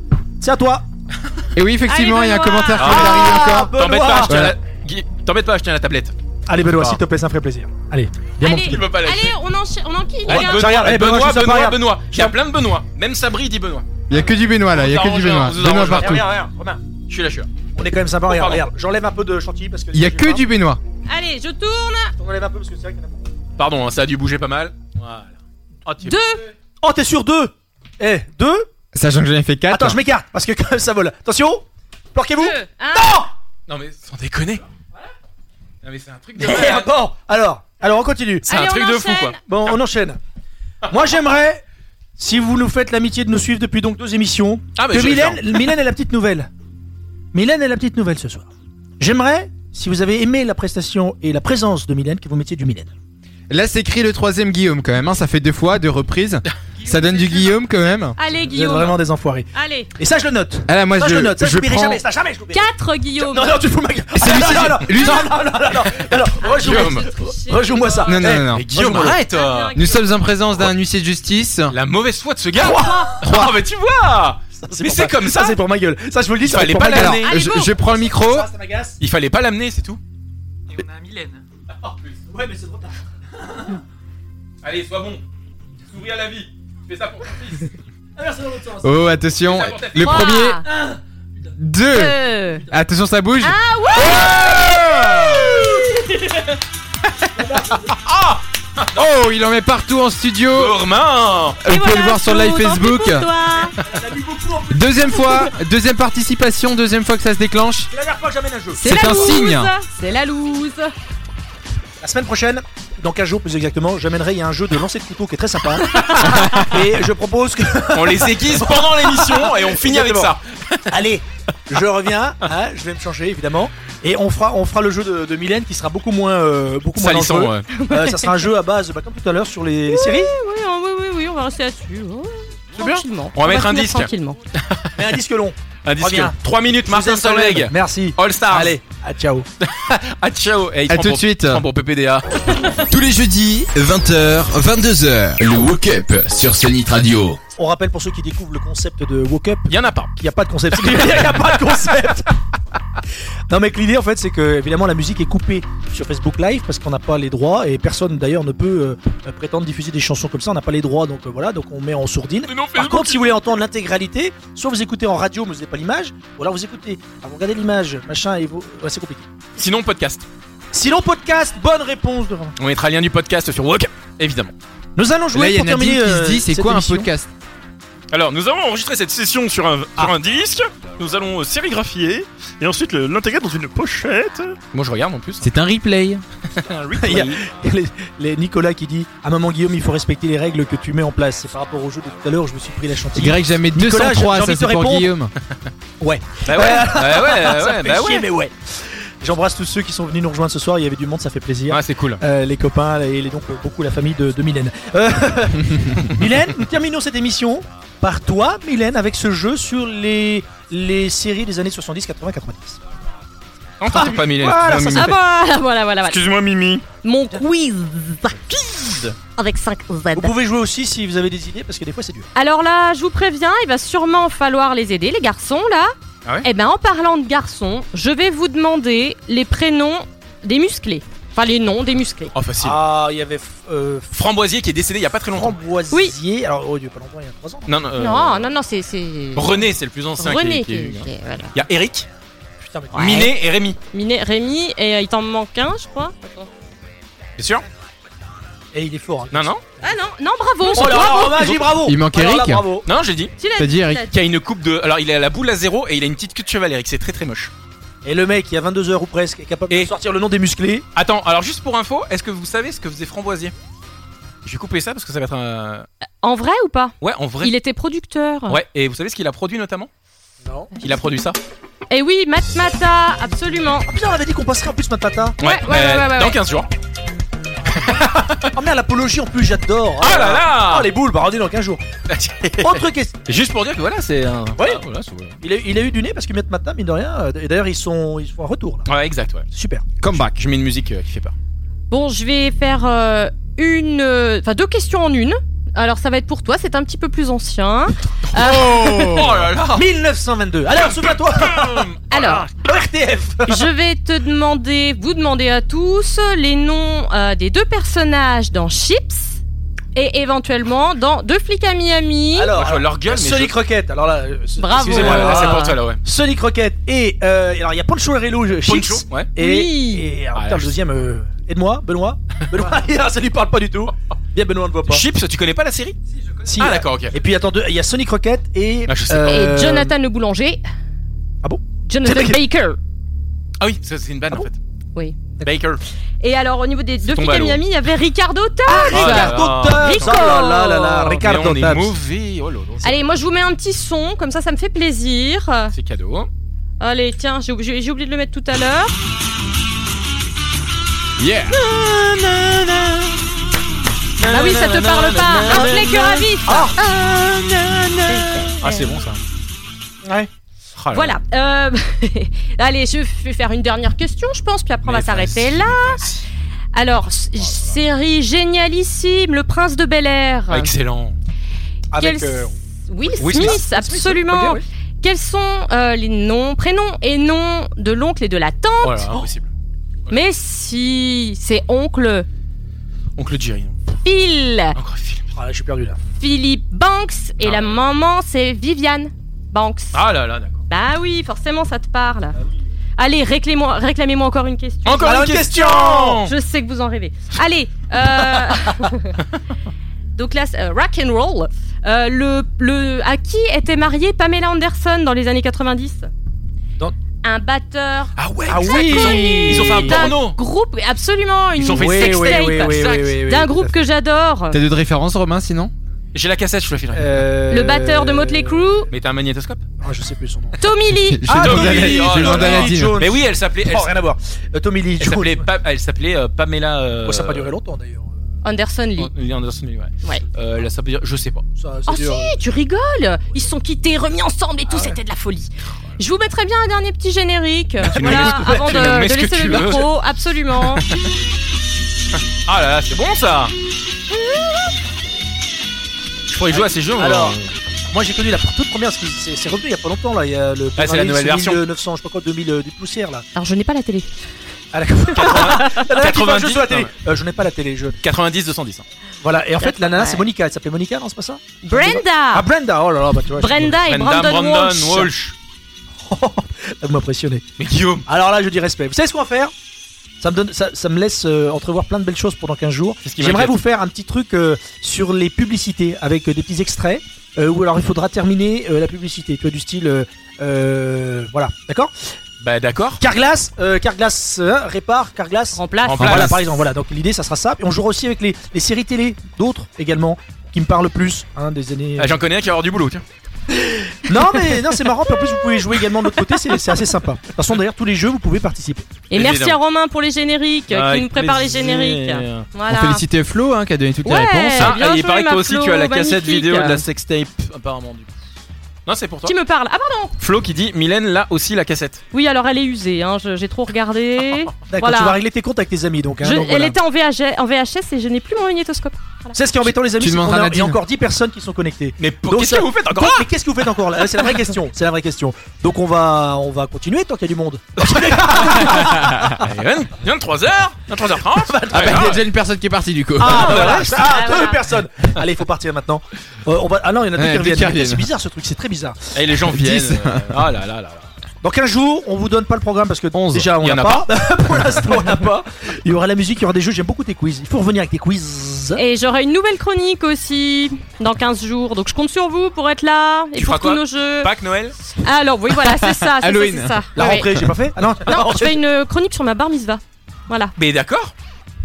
[SPEAKER 1] c'est à toi.
[SPEAKER 15] Et oui, effectivement,
[SPEAKER 7] Allez,
[SPEAKER 15] il y a un
[SPEAKER 7] Benoît.
[SPEAKER 15] commentaire qui
[SPEAKER 2] Ah.
[SPEAKER 15] vient d'arriver encore.
[SPEAKER 1] Benoît.
[SPEAKER 2] T'embête pas, je tiens
[SPEAKER 15] Voilà.
[SPEAKER 2] la... Gui- T'embête pas, je tiens la tablette.
[SPEAKER 1] Allez, Benoît,
[SPEAKER 2] Ah.
[SPEAKER 1] s'il te plaît, ça me ferait plaisir. Allez, viens mon
[SPEAKER 7] Allez,
[SPEAKER 1] petit.
[SPEAKER 2] Il veut pas lâcher.
[SPEAKER 7] allez, on enchaîne, on enquille.
[SPEAKER 2] Ouais,
[SPEAKER 7] regarde.
[SPEAKER 2] Benoît,
[SPEAKER 1] regarde. Eh, Benoît,
[SPEAKER 2] Benoît,
[SPEAKER 1] je sais pas,
[SPEAKER 2] Benoît,
[SPEAKER 1] regarde.
[SPEAKER 2] Benoît. Il y a plein de Benoît. Même Sabri dit Benoît.
[SPEAKER 15] Il y a que du Benoît là, il y a que du
[SPEAKER 2] Arrange-
[SPEAKER 15] Benoît.
[SPEAKER 2] vous
[SPEAKER 15] Benoît
[SPEAKER 2] arrange-
[SPEAKER 15] partout.
[SPEAKER 1] Rien, rien, Romain.
[SPEAKER 2] Je suis là, je suis là.
[SPEAKER 1] On est quand même sympa, regarde,
[SPEAKER 2] Oh, pardon.
[SPEAKER 1] regarde. J'enlève un peu de chantilly parce que.
[SPEAKER 15] Il y a
[SPEAKER 1] je
[SPEAKER 15] que
[SPEAKER 1] vais
[SPEAKER 15] du Benoît.
[SPEAKER 7] Allez, je tourne.
[SPEAKER 1] pas. On enlève un peu parce que c'est vrai qu'il y en a beaucoup.
[SPEAKER 2] Pardon, hein, ça a dû bouger pas mal. Voilà. Oh, tu-
[SPEAKER 7] 2.
[SPEAKER 1] Oh, t'es sur deux Eh, deux
[SPEAKER 15] Sachant que j'en ai fait 4.
[SPEAKER 1] Attends, je m'écarte parce que quand même ça vole. Attention Planquez-vous
[SPEAKER 7] 2, 1.
[SPEAKER 2] Non mais sans déconner. Non mais c'est un truc de.
[SPEAKER 1] Eh, Bon, alors, alors on continue.
[SPEAKER 2] C'est un truc de fou quoi.
[SPEAKER 1] Bon, on enchaîne. Moi, j'aimerais, si vous nous faites l'amitié de nous suivre depuis donc deux émissions,
[SPEAKER 2] Ah, mais
[SPEAKER 1] que
[SPEAKER 2] je vais
[SPEAKER 1] Mylène, Mylène ait la petite nouvelle. Mylène est la petite nouvelle ce soir. J'aimerais, si vous avez aimé la prestation et la présence de Mylène, que vous mettiez du Mylène.
[SPEAKER 15] Là, c'est écrit le troisième Guillaume quand même. hein. Ça fait deux fois, deux reprises. ça donne du Guillaume quand même.
[SPEAKER 7] Allez,
[SPEAKER 1] Vous êtes
[SPEAKER 7] Guillaume.
[SPEAKER 1] vraiment des enfoirés.
[SPEAKER 7] Allez,
[SPEAKER 1] Et ça, je le note.
[SPEAKER 15] Ah là, moi
[SPEAKER 1] ça, je
[SPEAKER 15] je,
[SPEAKER 1] le note. Ça, je,
[SPEAKER 15] je
[SPEAKER 1] l'oublierai
[SPEAKER 15] prends.
[SPEAKER 1] jamais. Ça, jamais, je l'oublierai.
[SPEAKER 7] 4, Guillaume.
[SPEAKER 1] Non, non, tu fous ma gueule. Ah,
[SPEAKER 15] lui, c'est-
[SPEAKER 1] non, non, non,
[SPEAKER 15] lui,
[SPEAKER 1] non, non, non, non, non, non, non, rejoue-moi.
[SPEAKER 2] Guillaume.
[SPEAKER 1] Rejoue-moi ça.
[SPEAKER 15] Non, non,
[SPEAKER 1] Eh,
[SPEAKER 15] non, non.
[SPEAKER 2] Mais Guillaume,
[SPEAKER 1] Rejoue-moi.
[SPEAKER 2] arrête euh.
[SPEAKER 7] Bien,
[SPEAKER 15] Nous sommes en présence d'un huissier de justice.
[SPEAKER 2] La mauvaise foi de ce gars
[SPEAKER 1] Trois.
[SPEAKER 2] Oh mais tu vois Mais
[SPEAKER 1] pour
[SPEAKER 2] c'est
[SPEAKER 1] ma-
[SPEAKER 2] comme ça.
[SPEAKER 1] c'est pour ma gueule. Ça, je vous le dis, ça,
[SPEAKER 2] Fallait
[SPEAKER 1] c'est pour
[SPEAKER 2] pas
[SPEAKER 1] ma gueule.
[SPEAKER 2] l'amener.
[SPEAKER 7] Allez,
[SPEAKER 15] je,
[SPEAKER 7] go.
[SPEAKER 15] je prends le micro.
[SPEAKER 1] Ça m'agace.
[SPEAKER 2] Il fallait pas l'amener, c'est tout.
[SPEAKER 6] Et on a un Mylène.
[SPEAKER 1] Ouais, mais c'est trop tard.
[SPEAKER 2] Allez, sois bon. Souris à la vie. Fais ça pour ton fils.
[SPEAKER 15] Oh, attention. Le
[SPEAKER 2] Trois.
[SPEAKER 15] premier. Deux.
[SPEAKER 2] Deux.
[SPEAKER 15] Attention, ça bouge.
[SPEAKER 7] Ah
[SPEAKER 15] ouais Oh, il en met partout en studio. Oh, Vous pouvez le voir sur live Facebook.
[SPEAKER 1] hein.
[SPEAKER 15] Deuxième fois, deuxième participation, deuxième fois que ça se déclenche.
[SPEAKER 1] C'est la dernière fois que j'amène un jeu.
[SPEAKER 15] C'est un signe.
[SPEAKER 7] C'est la loose.
[SPEAKER 1] La semaine prochaine, dans 15 jours plus exactement, j'amènerai il y a un jeu de lancer de couteau qui est très sympa. et je propose que.
[SPEAKER 2] On les aiguise pendant l'émission et on finit avec
[SPEAKER 1] Exactement. Allez, je reviens, hein, je vais me changer évidemment. Et on fera, on fera le jeu de, de Mylène qui sera beaucoup moins, euh, beaucoup moins
[SPEAKER 2] Salissant,
[SPEAKER 1] dangereux.
[SPEAKER 2] ouais.
[SPEAKER 1] Euh, ça sera un jeu à base, bah, comme tout à l'heure, sur les, les
[SPEAKER 7] Oui,
[SPEAKER 1] séries.
[SPEAKER 7] Oui, oui, oui, oui, on va rester là-dessus. Ouais, tranquillement.
[SPEAKER 2] On va mettre un
[SPEAKER 7] finir
[SPEAKER 2] disque.
[SPEAKER 7] Tranquillement.
[SPEAKER 1] Mais un disque long.
[SPEAKER 2] Un disque.
[SPEAKER 1] Reviens.
[SPEAKER 2] 3
[SPEAKER 1] Je
[SPEAKER 2] minutes,
[SPEAKER 1] vous
[SPEAKER 2] Martin
[SPEAKER 1] aime quand même.
[SPEAKER 2] Solveig.
[SPEAKER 1] Merci.
[SPEAKER 2] All Stars.
[SPEAKER 1] Allez, à Ah. ciao.
[SPEAKER 2] à ciao. Et
[SPEAKER 15] À tout de suite.
[SPEAKER 2] Pour PPDA.
[SPEAKER 10] Tous les jeudis, 20h, 22h. Le Woke Up sur Sonic Radio.
[SPEAKER 1] On rappelle pour ceux qui découvrent le concept de Woke Up.
[SPEAKER 2] Il y en a pas.
[SPEAKER 1] Il n'y a pas de concept. Il n'y a pas de concept. Non mais que l'idée en fait c'est que évidemment la musique est coupée sur Facebook Live parce qu'on n'a pas les droits et personne d'ailleurs ne peut euh, prétendre diffuser des chansons comme ça, on n'a pas les droits donc euh, voilà donc on met en sourdine. Par contre si vous voulez entendre l'intégralité, soit vous écoutez en radio mais vous n'avez pas l'image, ou alors vous écoutez, alors vous regardez l'image, machin et vous... Ouais, c'est compliqué.
[SPEAKER 2] Sinon, podcast.
[SPEAKER 1] Sinon podcast, bonne réponse de Romain.
[SPEAKER 2] On mettra le lien du podcast sur Wok, évidemment.
[SPEAKER 1] Nous allons jouer
[SPEAKER 2] Là, il y a
[SPEAKER 1] pour
[SPEAKER 2] Nadine
[SPEAKER 1] terminer...
[SPEAKER 2] qui se
[SPEAKER 1] euh,
[SPEAKER 2] dit, c'est
[SPEAKER 1] cette
[SPEAKER 2] quoi un
[SPEAKER 1] émission.
[SPEAKER 2] podcast Alors, nous avons enregistré cette session sur un, sur un disque. Nous allons euh, sérigraphier et ensuite le- l'intégrer dans une pochette. Moi, je regarde en plus.
[SPEAKER 15] C'est un replay.
[SPEAKER 1] Il y a- il y a les, les Nicolas qui dit à maman Guillaume il faut respecter les règles que tu mets en place. C'est par rapport au jeu de tout à l'heure je me suis pris la chantilly.
[SPEAKER 15] Greg, jamais
[SPEAKER 1] Nicolas, j'ai-
[SPEAKER 15] 203,
[SPEAKER 1] j'ai envie
[SPEAKER 15] ça
[SPEAKER 1] de
[SPEAKER 15] c'est
[SPEAKER 1] te
[SPEAKER 15] pour
[SPEAKER 1] répondre.
[SPEAKER 15] Guillaume.
[SPEAKER 1] Ouais.
[SPEAKER 2] Bah ouais, bah ouais,
[SPEAKER 1] Ah, Ça
[SPEAKER 2] ouais,
[SPEAKER 1] fait
[SPEAKER 2] bah
[SPEAKER 1] chier,
[SPEAKER 2] ouais.
[SPEAKER 1] mais ouais. J'embrasse tous ceux qui sont venus nous rejoindre ce soir. Il y avait du monde, ça fait plaisir. Euh,
[SPEAKER 2] c'est cool.
[SPEAKER 1] les copains et les- donc euh, beaucoup la famille de, de Mylène. Euh, Mylène, nous terminons cette émission par toi, Mylène, avec ce jeu sur les, les séries des années 70, 80, 90.
[SPEAKER 2] Entends pas, Mylène.
[SPEAKER 7] Voilà,
[SPEAKER 2] Non, Mimi.
[SPEAKER 7] ça, ah, voilà, voilà, voilà.
[SPEAKER 2] Excuse-moi, Mimi.
[SPEAKER 7] Mon quiz. Avec 5 Z.
[SPEAKER 1] Vous pouvez jouer aussi si vous avez des idées parce que des fois c'est dur.
[SPEAKER 7] Alors là, je vous préviens, il va sûrement falloir les aider, les garçons, là.
[SPEAKER 1] Ah ouais
[SPEAKER 7] Eh ben, en parlant de garçons, je vais vous demander les prénoms des musclés. Enfin, les noms des musclés.
[SPEAKER 2] Oh, facile.
[SPEAKER 1] Ah, il y avait euh,
[SPEAKER 2] Framboisier qui est décédé il y a pas très longtemps.
[SPEAKER 1] Framboisier. Oui. Alors, oh, il y a pas longtemps, il y a 3 ans.
[SPEAKER 2] Non, non. euh,
[SPEAKER 7] Non, non, non, c'est. c'est-
[SPEAKER 2] René, c'est le plus ancien. qui-
[SPEAKER 7] René
[SPEAKER 2] qui, est- hein.
[SPEAKER 7] qui- qui- voilà.
[SPEAKER 2] Il y a Eric,
[SPEAKER 1] Putain, mais
[SPEAKER 7] Ouais.
[SPEAKER 2] Minet et Rémi.
[SPEAKER 7] Minet, Rémi, et euh, il t'en manque un, je crois.
[SPEAKER 2] T'es sûr
[SPEAKER 1] Et il est fort. hein.
[SPEAKER 2] Non, non.
[SPEAKER 7] Ah non, non, bravo.
[SPEAKER 1] Oh là là,
[SPEAKER 7] bravo.
[SPEAKER 1] hommage et bravo.
[SPEAKER 15] Il manque
[SPEAKER 1] Alors là,
[SPEAKER 15] Eric.
[SPEAKER 1] bravo.
[SPEAKER 2] Non, j'ai dit.
[SPEAKER 7] Tu l'as T'as dit, dit, Eric. tu l'as dit.
[SPEAKER 2] Qui a une coupe de. Alors, il a la boule à zéro et il a une petite queue de cheval, Eric. C'est très très moche.
[SPEAKER 1] Et le mec, il y a 22 heures ou presque, est capable de sortir le nom des musclés.
[SPEAKER 2] Attends, alors juste pour info, est-ce que vous savez ce que faisait Framboisier Je vais couper ça parce que ça va être un.
[SPEAKER 7] En vrai ou pas
[SPEAKER 2] Ouais, en vrai.
[SPEAKER 7] Il était producteur.
[SPEAKER 2] Ouais, et vous savez ce qu'il a produit notamment
[SPEAKER 1] Non.
[SPEAKER 2] Il a produit ça
[SPEAKER 7] Et Eh oui, Matmata, absolument.
[SPEAKER 1] Oh, Putain, on avait dit qu'on passerait en plus Matmata.
[SPEAKER 2] Ouais,
[SPEAKER 7] ouais, ouais, ouais, ouais,
[SPEAKER 2] Euh, Dans
[SPEAKER 7] ouais.
[SPEAKER 2] 15 jours.
[SPEAKER 1] Oh merde, l'apologie en plus, j'adore.
[SPEAKER 2] Ah là là
[SPEAKER 1] Oh les boules, bah rendez dans 15 jours. Autre question.
[SPEAKER 2] Juste pour dire que voilà, c'est un.
[SPEAKER 1] Oui.
[SPEAKER 2] Ah, voilà, c'est- ouais.
[SPEAKER 1] Il a, il a eu du nez parce que Matmata, mine de rien. euh, Et d'ailleurs, ils sont ils font un retour là.
[SPEAKER 2] Ouais, exact, ouais.
[SPEAKER 1] Super.
[SPEAKER 2] Comeback. Je mets une musique euh, qui fait peur.
[SPEAKER 7] Bon, je vais faire euh, une, euh, enfin deux questions en une. Alors ça va être pour toi, c'est un petit peu plus ancien. Euh,
[SPEAKER 2] Oh là là
[SPEAKER 1] 1922. Alors, souviens-toi.
[SPEAKER 7] alors,
[SPEAKER 1] RTF.
[SPEAKER 7] je vais te demander, vous demander à tous les noms euh, des deux personnages dans Chips et éventuellement dans Deux flics à Miami.
[SPEAKER 1] Alors,
[SPEAKER 2] Moi, je vois leur gueule, mais
[SPEAKER 1] Sonic
[SPEAKER 2] je-
[SPEAKER 1] Rocket. Alors là, euh, ce-
[SPEAKER 7] Bravo.
[SPEAKER 2] Excusez-moi, là, c'est pour toi là, ouais.
[SPEAKER 1] Sonic Rocket et euh, alors il y a Poncho et Relo, je-
[SPEAKER 2] Poncho,
[SPEAKER 1] Chips,
[SPEAKER 2] ouais.
[SPEAKER 1] et,
[SPEAKER 7] Oui.
[SPEAKER 1] et alors,
[SPEAKER 2] Ah,
[SPEAKER 1] putain,
[SPEAKER 2] je-
[SPEAKER 1] le deuxième euh, aide-moi Benoît Benoît ça lui parle pas du tout bien Benoît ne voit pas
[SPEAKER 2] Chips, tu connais pas la série
[SPEAKER 1] Si,
[SPEAKER 2] Ah,
[SPEAKER 1] euh,
[SPEAKER 2] d'accord, ok.
[SPEAKER 1] et puis attends deux- il y a Sonic Rocket et
[SPEAKER 2] Ah, je sais
[SPEAKER 7] Et
[SPEAKER 1] euh,
[SPEAKER 7] Jonathan le boulanger.
[SPEAKER 1] ah bon
[SPEAKER 7] Jonathan Baker.
[SPEAKER 2] Ah oui, ça, c'est une banne en fait.
[SPEAKER 7] Oui.
[SPEAKER 2] Baker.
[SPEAKER 7] Et alors au niveau des Deux
[SPEAKER 2] tombe
[SPEAKER 7] flics
[SPEAKER 2] à
[SPEAKER 7] à
[SPEAKER 2] l'eau.
[SPEAKER 7] Miami, il y avait Ricardo Tubbs.
[SPEAKER 1] Ah, Ricardo Tubbs
[SPEAKER 7] Rico.
[SPEAKER 1] oh là là là là
[SPEAKER 2] Ah, Mais
[SPEAKER 1] Ricardo
[SPEAKER 2] on est
[SPEAKER 1] Tubbs
[SPEAKER 2] mauvais. Oh là là.
[SPEAKER 7] Allez, moi je vous mets un petit son, comme ça ça me fait plaisir.
[SPEAKER 2] C'est cadeau.
[SPEAKER 7] Allez, tiens, j'ai j'ai- j'ai oublié de le mettre tout à l'heure.
[SPEAKER 2] Yeah
[SPEAKER 7] Bah oui, ça te parle pas. Un flécœur à vif.
[SPEAKER 2] Ah, c'est bon ça.
[SPEAKER 1] Ouais.
[SPEAKER 2] Ah là là.
[SPEAKER 7] Voilà. euh, Allez, je vais faire une dernière question, je pense, puis après on va s'arrêter là. Alors, s- série génialissime, Le Prince de Bel Air.
[SPEAKER 2] Ah, excellent.
[SPEAKER 1] avec
[SPEAKER 7] Quels-
[SPEAKER 1] euh,
[SPEAKER 7] Will
[SPEAKER 2] Will Smith.
[SPEAKER 7] Smith,
[SPEAKER 2] Smith,
[SPEAKER 7] absolument.
[SPEAKER 2] faut le dire,
[SPEAKER 7] Quels sont euh, les noms, prénoms et noms de l'oncle et de la tante
[SPEAKER 2] Oh là là, impossible.
[SPEAKER 7] Mais si, c'est oncle.
[SPEAKER 2] Oncle Jerry. non.
[SPEAKER 7] Phil.
[SPEAKER 1] Ah là, je suis perdu là.
[SPEAKER 7] Philippe Banks et la maman c'est Viviane Banks.
[SPEAKER 2] Ah là là, d'accord.
[SPEAKER 7] Bah oui, forcément ça te parle. Allez, réclamez-moi réclamez encore une question.
[SPEAKER 2] Encore Alors, une une question question
[SPEAKER 7] Je sais que vous en rêvez. Allez, euh... donc là, c'est, euh, rock and roll. Euh, le, le, à qui était mariée Pamela Anderson dans les années 90
[SPEAKER 1] Dans-
[SPEAKER 7] Un batteur.
[SPEAKER 2] Ah ouais,
[SPEAKER 1] Ah oui
[SPEAKER 2] Ils ont fait un
[SPEAKER 7] d'un
[SPEAKER 2] porno.
[SPEAKER 7] groupe, absolument. Une
[SPEAKER 2] Ils ont fait une
[SPEAKER 7] sextape
[SPEAKER 2] sextape.
[SPEAKER 7] d'un groupe que j'adore.
[SPEAKER 15] T'as d'autres références, Romain, sinon
[SPEAKER 2] J'ai la cassette, je te la filerai.
[SPEAKER 7] Le batteur de Motley Crue,
[SPEAKER 2] Mais t'as un magnétoscope
[SPEAKER 1] Euh, Ah, je sais plus son nom.
[SPEAKER 7] Tommy Lee.
[SPEAKER 1] Ah, Tommy Lee,
[SPEAKER 2] Lee,
[SPEAKER 1] oh
[SPEAKER 2] oh
[SPEAKER 1] là
[SPEAKER 2] là
[SPEAKER 1] là.
[SPEAKER 2] là.
[SPEAKER 1] Lee Jones.
[SPEAKER 2] Mais oui, elle s'appelait.
[SPEAKER 1] Oh, rien à voir. Tommy Lee
[SPEAKER 2] Elle s'appelait, Pa- elle s'appelait euh, Pamela. euh,
[SPEAKER 1] Oh, ça a pas duré longtemps d'ailleurs.
[SPEAKER 7] Anderson Lee.
[SPEAKER 2] Lee Anderson Lee, ouais.
[SPEAKER 7] Ouais.
[SPEAKER 2] Euh, là, ça peut dire, je sais pas.
[SPEAKER 1] Ça,
[SPEAKER 7] Oh si, tu rigoles Ils se sont quittés, remis ensemble et tout, c'était de la folie. Ah Je vous mettrai bien un dernier petit générique,
[SPEAKER 2] tu nous
[SPEAKER 7] voilà,
[SPEAKER 2] mets ce que-
[SPEAKER 7] avant
[SPEAKER 2] tu
[SPEAKER 7] de,
[SPEAKER 2] nous mets
[SPEAKER 7] de
[SPEAKER 2] ce que
[SPEAKER 7] laisser
[SPEAKER 2] tu
[SPEAKER 7] le
[SPEAKER 2] veux.
[SPEAKER 7] micro, absolument.
[SPEAKER 2] Ah là là, c'est bon ça Je pourrais jouer à ces jeux, moi.
[SPEAKER 1] Alors, moi j'ai connu la toute première, parce que c'est c'est revenu il y a pas longtemps là. Il y a le.
[SPEAKER 2] Ah, c'est la nouvelle version.
[SPEAKER 1] 900, je sais pas quoi, 2000 euh, du poussière là.
[SPEAKER 7] Alors je n'ai pas la télé.
[SPEAKER 1] Ah d'accord. La nana qui parle,
[SPEAKER 2] 90,
[SPEAKER 1] Je suis à la télé.
[SPEAKER 2] non,
[SPEAKER 1] Euh, Je n'ai pas la télé. Je.
[SPEAKER 2] 90 210. hein.
[SPEAKER 1] Voilà. Et en fait, la nana, c'est
[SPEAKER 2] Ouais.
[SPEAKER 1] Monica. Elle s'appelait Monica, non, c'est pas ça
[SPEAKER 7] Brenda
[SPEAKER 1] Ah Brenda. Oh là là, bah tu vois.
[SPEAKER 7] Brenda et Brandon, Walsh.
[SPEAKER 1] Là, Vous m'impressionnez.
[SPEAKER 2] Mais Guillaume.
[SPEAKER 1] Alors là, je dis respect. Vous savez ce qu'on va faire ça me, donne, ça, ça me laisse euh, entrevoir plein de belles choses pendant 15 jours.
[SPEAKER 2] qui
[SPEAKER 1] J'aimerais
[SPEAKER 2] m'inquiète.
[SPEAKER 1] vous faire un petit truc euh, sur les publicités avec euh, des petits extraits. euh, ou alors il faudra terminer euh, la publicité. Tu vois, du style. euh, euh, voilà, d'accord
[SPEAKER 2] Bah d'accord.
[SPEAKER 1] Carglass, euh, Carglass euh, répare, Carglass
[SPEAKER 7] remplace.
[SPEAKER 2] Remplace.
[SPEAKER 1] Voilà, par exemple. Voilà, donc l'idée, ça sera ça. Et on jouera aussi avec les, les séries télé, d'autres également, qui me parlent le plus hein, des années.
[SPEAKER 2] Ah, J'en connais un qui va avoir du boulot, tiens.
[SPEAKER 1] Non, mais non, c'est marrant. Puis en plus, vous pouvez jouer également de l'autre côté. C'est c'est assez sympa. De toute façon, d'ailleurs, tous les jeux, vous pouvez participer.
[SPEAKER 7] Et merci à Romain pour les génériques, euh, qui
[SPEAKER 1] Avec
[SPEAKER 7] nous prépare
[SPEAKER 1] plaisir.
[SPEAKER 7] les
[SPEAKER 2] euh,
[SPEAKER 7] génériques. Voilà.
[SPEAKER 15] On félicite Flo hein, qui a donné toutes
[SPEAKER 7] Ouais,
[SPEAKER 15] les
[SPEAKER 7] bien
[SPEAKER 15] réponses.
[SPEAKER 7] Ah, il joué, paraît que toi ma
[SPEAKER 2] aussi, tu as la cassette vidéo de la sextape,
[SPEAKER 15] apparemment. Du
[SPEAKER 2] Non, c'est pour toi.
[SPEAKER 7] Qui me parle Ah pardon
[SPEAKER 2] Flo qui dit Mylène là aussi la cassette.
[SPEAKER 7] Oui, alors elle est usée, hein, je- j'ai trop regardé.
[SPEAKER 1] D'accord,
[SPEAKER 7] Voilà.
[SPEAKER 1] tu vas régler tes comptes avec tes amis. donc. hein,
[SPEAKER 7] Je-
[SPEAKER 1] donc voilà.
[SPEAKER 7] Elle était en, VH en VHS et je n'ai plus mon magnétoscope. Voilà.
[SPEAKER 1] C'est ce qui est embêtant, les amis.
[SPEAKER 7] Tu
[SPEAKER 1] c'est
[SPEAKER 7] demanderas
[SPEAKER 1] qu'on a-
[SPEAKER 7] à
[SPEAKER 1] Il y
[SPEAKER 7] Nadine.
[SPEAKER 1] a encore 10 personnes qui sont connectées. Mais
[SPEAKER 2] qu'est-ce que vous faites encore là
[SPEAKER 1] Mais qu'est-ce que vous faites encore là C'est la vraie question. C'est la vraie question. Donc on va, on va continuer tant qu'il y a du monde.
[SPEAKER 2] Ah, bah, Il vient de 3h 23h30
[SPEAKER 1] bah, il y a déjà
[SPEAKER 15] une personne qui est partie du coup.
[SPEAKER 1] Ah, bah, voilà, ça, ah, deux personnes. Allez, il faut partir maintenant. Euh, on va... Ah non, il y en a deux
[SPEAKER 2] Ouais,
[SPEAKER 1] qui
[SPEAKER 2] deux qui
[SPEAKER 1] reviennent.
[SPEAKER 2] reviennent.
[SPEAKER 1] C'est bizarre ce truc, c'est très bizarre.
[SPEAKER 2] Et les gens viennent.
[SPEAKER 1] Dix.
[SPEAKER 2] euh, Ah là là là là.
[SPEAKER 1] Dans 15 jours, on vous donne pas le programme parce que déjà on
[SPEAKER 2] Il y
[SPEAKER 1] n'a
[SPEAKER 2] en a
[SPEAKER 1] pas. Pour l'instant, on n'a pas. Il y aura la musique, il y aura des jeux. J'aime beaucoup tes quiz. Il faut revenir avec tes quiz.
[SPEAKER 7] Et j'aurai une nouvelle chronique aussi dans 15 jours. Donc je compte sur vous pour être là et
[SPEAKER 2] Tu
[SPEAKER 7] pour
[SPEAKER 2] feras
[SPEAKER 7] tous
[SPEAKER 2] quoi
[SPEAKER 7] nos jeux.
[SPEAKER 2] Pâques, Noël
[SPEAKER 7] Alors oui, voilà, c'est ça. c'est ça, c'est ça.
[SPEAKER 1] La
[SPEAKER 7] Ouais,
[SPEAKER 1] rentrée,
[SPEAKER 7] ouais.
[SPEAKER 1] j'ai pas fait. Ah non.
[SPEAKER 7] Non, je fais une chronique sur ma bar mitzvah. Voilà.
[SPEAKER 2] Mais d'accord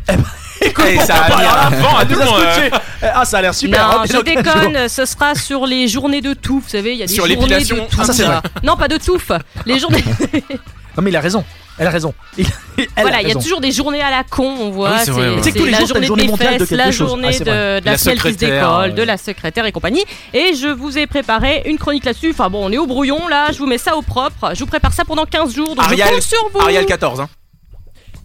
[SPEAKER 2] Eh ben,
[SPEAKER 1] Écoute,
[SPEAKER 2] ça a mis un vent à tout le monde,
[SPEAKER 1] Ah, ça a l'air super.
[SPEAKER 7] hein. non,
[SPEAKER 1] hein,
[SPEAKER 7] je
[SPEAKER 1] donc,
[SPEAKER 7] déconne, ce sera sur les journées de touffe, vous savez, il y a des
[SPEAKER 1] Sur
[SPEAKER 7] journées de
[SPEAKER 1] l'épilation.
[SPEAKER 7] touffe.
[SPEAKER 1] Ah, ça, c'est vrai.
[SPEAKER 7] Non, pas de touffe, les journées...
[SPEAKER 1] Non, mais il a raison. Elle a raison. Il- elle
[SPEAKER 7] voilà, il y a
[SPEAKER 1] raison.
[SPEAKER 7] toujours des journées à la con, on voit.
[SPEAKER 1] Ah oui, c'est vrai, ouais. Tu sais que tous les
[SPEAKER 7] la
[SPEAKER 1] jours, t'as une
[SPEAKER 7] journée,
[SPEAKER 1] journée
[SPEAKER 7] des
[SPEAKER 1] mondiale de
[SPEAKER 7] fesses,
[SPEAKER 1] quelque
[SPEAKER 7] la
[SPEAKER 1] chose. Ah,
[SPEAKER 7] journée
[SPEAKER 1] c'est
[SPEAKER 7] de,
[SPEAKER 1] vrai.
[SPEAKER 7] de la
[SPEAKER 1] La
[SPEAKER 7] fieltiste
[SPEAKER 1] secrétaire,
[SPEAKER 7] d'école,
[SPEAKER 1] euh,
[SPEAKER 7] de la secrétaire et compagnie. Et je vous ai préparé une chronique là-dessus. Enfin bon, on est au brouillon là, je vous mets ça au propre. Je vous prépare ça pendant 15 jours, donc je compte sur vous.
[SPEAKER 2] Arial 14, hein.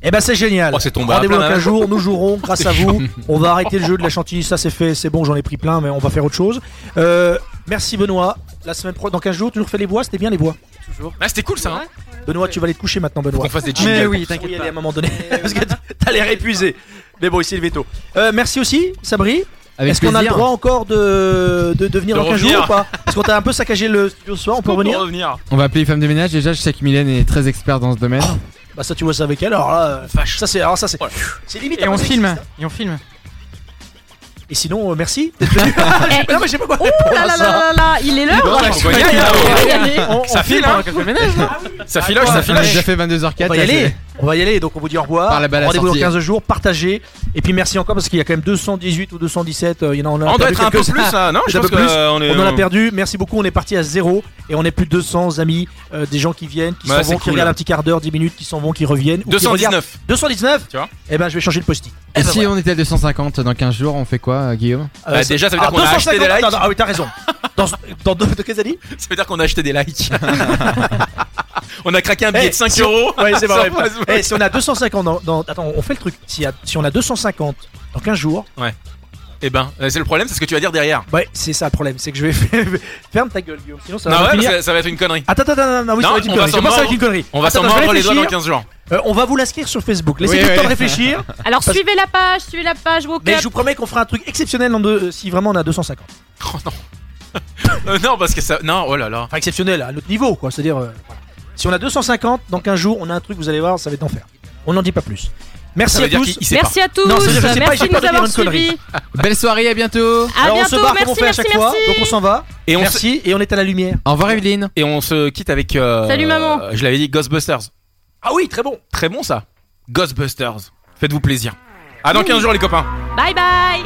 [SPEAKER 1] Eh ben c'est génial.
[SPEAKER 2] Oh, c'est tombé à
[SPEAKER 1] Rendez-vous dans
[SPEAKER 2] plein,
[SPEAKER 1] 15
[SPEAKER 2] hein.
[SPEAKER 1] jours, nous jouerons grâce à vous. On va arrêter le jeu de la chantilly, ça c'est fait, c'est bon, j'en ai pris plein, mais on va faire autre chose. Euh, merci Benoît. La semaine pro, dans 15 jours, tu nous refais les bois, c'était bien les bois.
[SPEAKER 2] Ah, c'était cool ça, hein.
[SPEAKER 1] Benoît, tu vas aller te coucher maintenant, Benoît.
[SPEAKER 2] qu'on fasse des jingles. Mais oui, t'inquiète
[SPEAKER 1] t'inquiète. à un moment donné, parce que t'as l'air épuisé. Mais bon, ici le veto. Euh, merci aussi, Sabri.
[SPEAKER 15] Avec
[SPEAKER 1] Est-ce qu'on a le
[SPEAKER 15] plaisir.
[SPEAKER 1] droit encore de, de, de venir
[SPEAKER 2] De
[SPEAKER 1] dans 15 jours
[SPEAKER 2] revenir.
[SPEAKER 1] ou pas Parce qu'on t'a un peu saccagé le studio ce soir, on peut revenir
[SPEAKER 2] revenir.
[SPEAKER 15] On va appeler les femmes de ménage. Déjà, je sais que Mylène est très experte dans ce domaine.
[SPEAKER 1] Bah ça tu vois ça avec elle, alors là, euh, ça c'est, alors ça c'est, c'est limite.
[SPEAKER 6] Et
[SPEAKER 1] un
[SPEAKER 6] on
[SPEAKER 1] peu
[SPEAKER 6] filme.
[SPEAKER 1] sexiste, hein.
[SPEAKER 6] Et on filme.
[SPEAKER 1] Et sinon, euh, merci d'être venu. J'ai pas- non mais j'ai pas quoi répondre
[SPEAKER 7] là
[SPEAKER 1] à
[SPEAKER 7] Ah là
[SPEAKER 1] ça.
[SPEAKER 7] là là là, il est l'heure.
[SPEAKER 1] Non, mais
[SPEAKER 7] là.
[SPEAKER 2] On va y aller, là.
[SPEAKER 1] On va y aller.
[SPEAKER 2] On- Ça
[SPEAKER 1] on
[SPEAKER 2] file,
[SPEAKER 1] filme
[SPEAKER 2] hein.
[SPEAKER 1] pendant quelques ménages, là.
[SPEAKER 2] Ça filoche, ça
[SPEAKER 15] On a
[SPEAKER 2] filoche.
[SPEAKER 15] déjà fait 22h04.
[SPEAKER 1] Ah, On va y
[SPEAKER 15] là,
[SPEAKER 1] aller.
[SPEAKER 15] c'est-
[SPEAKER 1] On va y aller, donc on vous dit au revoir.
[SPEAKER 15] Par la balle à
[SPEAKER 1] Rendez-vous dans
[SPEAKER 15] sortir.
[SPEAKER 1] 15 jours, partagez. Et puis merci encore parce qu'il y a quand même 218 ou 217. euh, Il y en a, on en a
[SPEAKER 2] On doit
[SPEAKER 1] perdu
[SPEAKER 2] être un peu
[SPEAKER 1] quelques-uns.
[SPEAKER 2] plus, hein, non Je
[SPEAKER 1] Un peu
[SPEAKER 2] pense que,
[SPEAKER 1] plus.
[SPEAKER 2] euh, on est-
[SPEAKER 1] en a perdu. Merci beaucoup. On est parti à zéro et on est plus de 200 amis, euh, des gens qui viennent, qui
[SPEAKER 2] Bah,
[SPEAKER 1] s'en
[SPEAKER 2] c'est
[SPEAKER 1] vont, qui
[SPEAKER 2] cool.
[SPEAKER 1] regardent un petit quart d'heure, 10 minutes, qui s'en vont, qui reviennent. ou qui
[SPEAKER 2] 219.
[SPEAKER 1] regardent. 219.
[SPEAKER 2] Tu vois
[SPEAKER 1] Eh ben, je vais changer le post-it.
[SPEAKER 15] Et si on était à 250 dans 15 jours, on fait quoi, euh, Guillaume
[SPEAKER 1] Euh,
[SPEAKER 2] Bah,
[SPEAKER 1] c'est- Ah, 250, attends, Ah oui, t'as raison. Dans, dans deux, de quelles années
[SPEAKER 2] Ça veut dire qu'on a acheté des likes. on a craqué un billet
[SPEAKER 1] Eh,
[SPEAKER 2] de 5
[SPEAKER 1] si on-
[SPEAKER 2] euros.
[SPEAKER 1] Ouais, c'est vrai.
[SPEAKER 2] sur Facebook.
[SPEAKER 1] Eh, si on a 250 dans, dans- Attends, on fait le truc. Si, si on a 250 dans 15 jours,
[SPEAKER 2] Ouais. Eh ben, euh, c'est le problème, c'est ce que tu vas dire derrière.
[SPEAKER 1] Ouais, c'est ça le problème, c'est que je vais faire- ferme ta gueule, Guillaume. Sinon, ça va
[SPEAKER 2] Non, ouais,
[SPEAKER 1] finir.
[SPEAKER 2] parce que ça va être une connerie.
[SPEAKER 1] Attends, attends, attends, non, oui, ça
[SPEAKER 2] Non,
[SPEAKER 1] va être une connerie.
[SPEAKER 2] on va s'en
[SPEAKER 1] Je pense que ça va être
[SPEAKER 2] mordre-
[SPEAKER 1] une connerie.
[SPEAKER 2] on va s'en
[SPEAKER 1] Attends, je vais
[SPEAKER 2] mordre les doigts dans
[SPEAKER 1] réfléchir.
[SPEAKER 2] 15 jours.
[SPEAKER 1] Euh, on va vous l'inscrire sur Facebook. Laissez
[SPEAKER 2] Oui,
[SPEAKER 1] tout le
[SPEAKER 2] oui.
[SPEAKER 1] temps de réfléchir.
[SPEAKER 7] Alors
[SPEAKER 1] Parce-
[SPEAKER 7] suivez la page, suivez la page woke
[SPEAKER 1] Mais
[SPEAKER 7] up.
[SPEAKER 1] je vous promets qu'on fera un truc exceptionnel en deux- euh, si vraiment on a 250.
[SPEAKER 2] Euh, non, parce que ça. Non, oh là là.
[SPEAKER 1] Enfin, exceptionnel, à notre niveau, quoi. C'est-à-dire, euh, voilà. si on a 250, dans 15 jours, on a un truc, vous allez voir, ça va être d'enfer. On n'en dit pas plus. Merci
[SPEAKER 8] Ça veut
[SPEAKER 1] à
[SPEAKER 8] dire
[SPEAKER 1] tous.
[SPEAKER 8] qu'il- il sait Merci pas. à tous.
[SPEAKER 1] Non, ça veut dire, je
[SPEAKER 8] Merci
[SPEAKER 1] sais pas, j'ai
[SPEAKER 8] de nous
[SPEAKER 1] peur dire
[SPEAKER 8] avoir
[SPEAKER 1] une connerie.
[SPEAKER 8] suivis. Belle soirée, à bientôt.
[SPEAKER 1] Alors on se barre comme on fait à chaque fois, donc on s'en va.
[SPEAKER 2] Et on
[SPEAKER 1] merci et on est à la lumière.
[SPEAKER 2] Au revoir, Evelyne. Et on se quitte avec. euh,
[SPEAKER 1] Salut, maman.
[SPEAKER 2] euh, Je l'avais dit, Ghostbusters.
[SPEAKER 1] Ah oui, très bon.
[SPEAKER 2] Très bon ça. Ghostbusters. Faites-vous plaisir. À dans 15 jours, les copains.
[SPEAKER 7] Bye bye.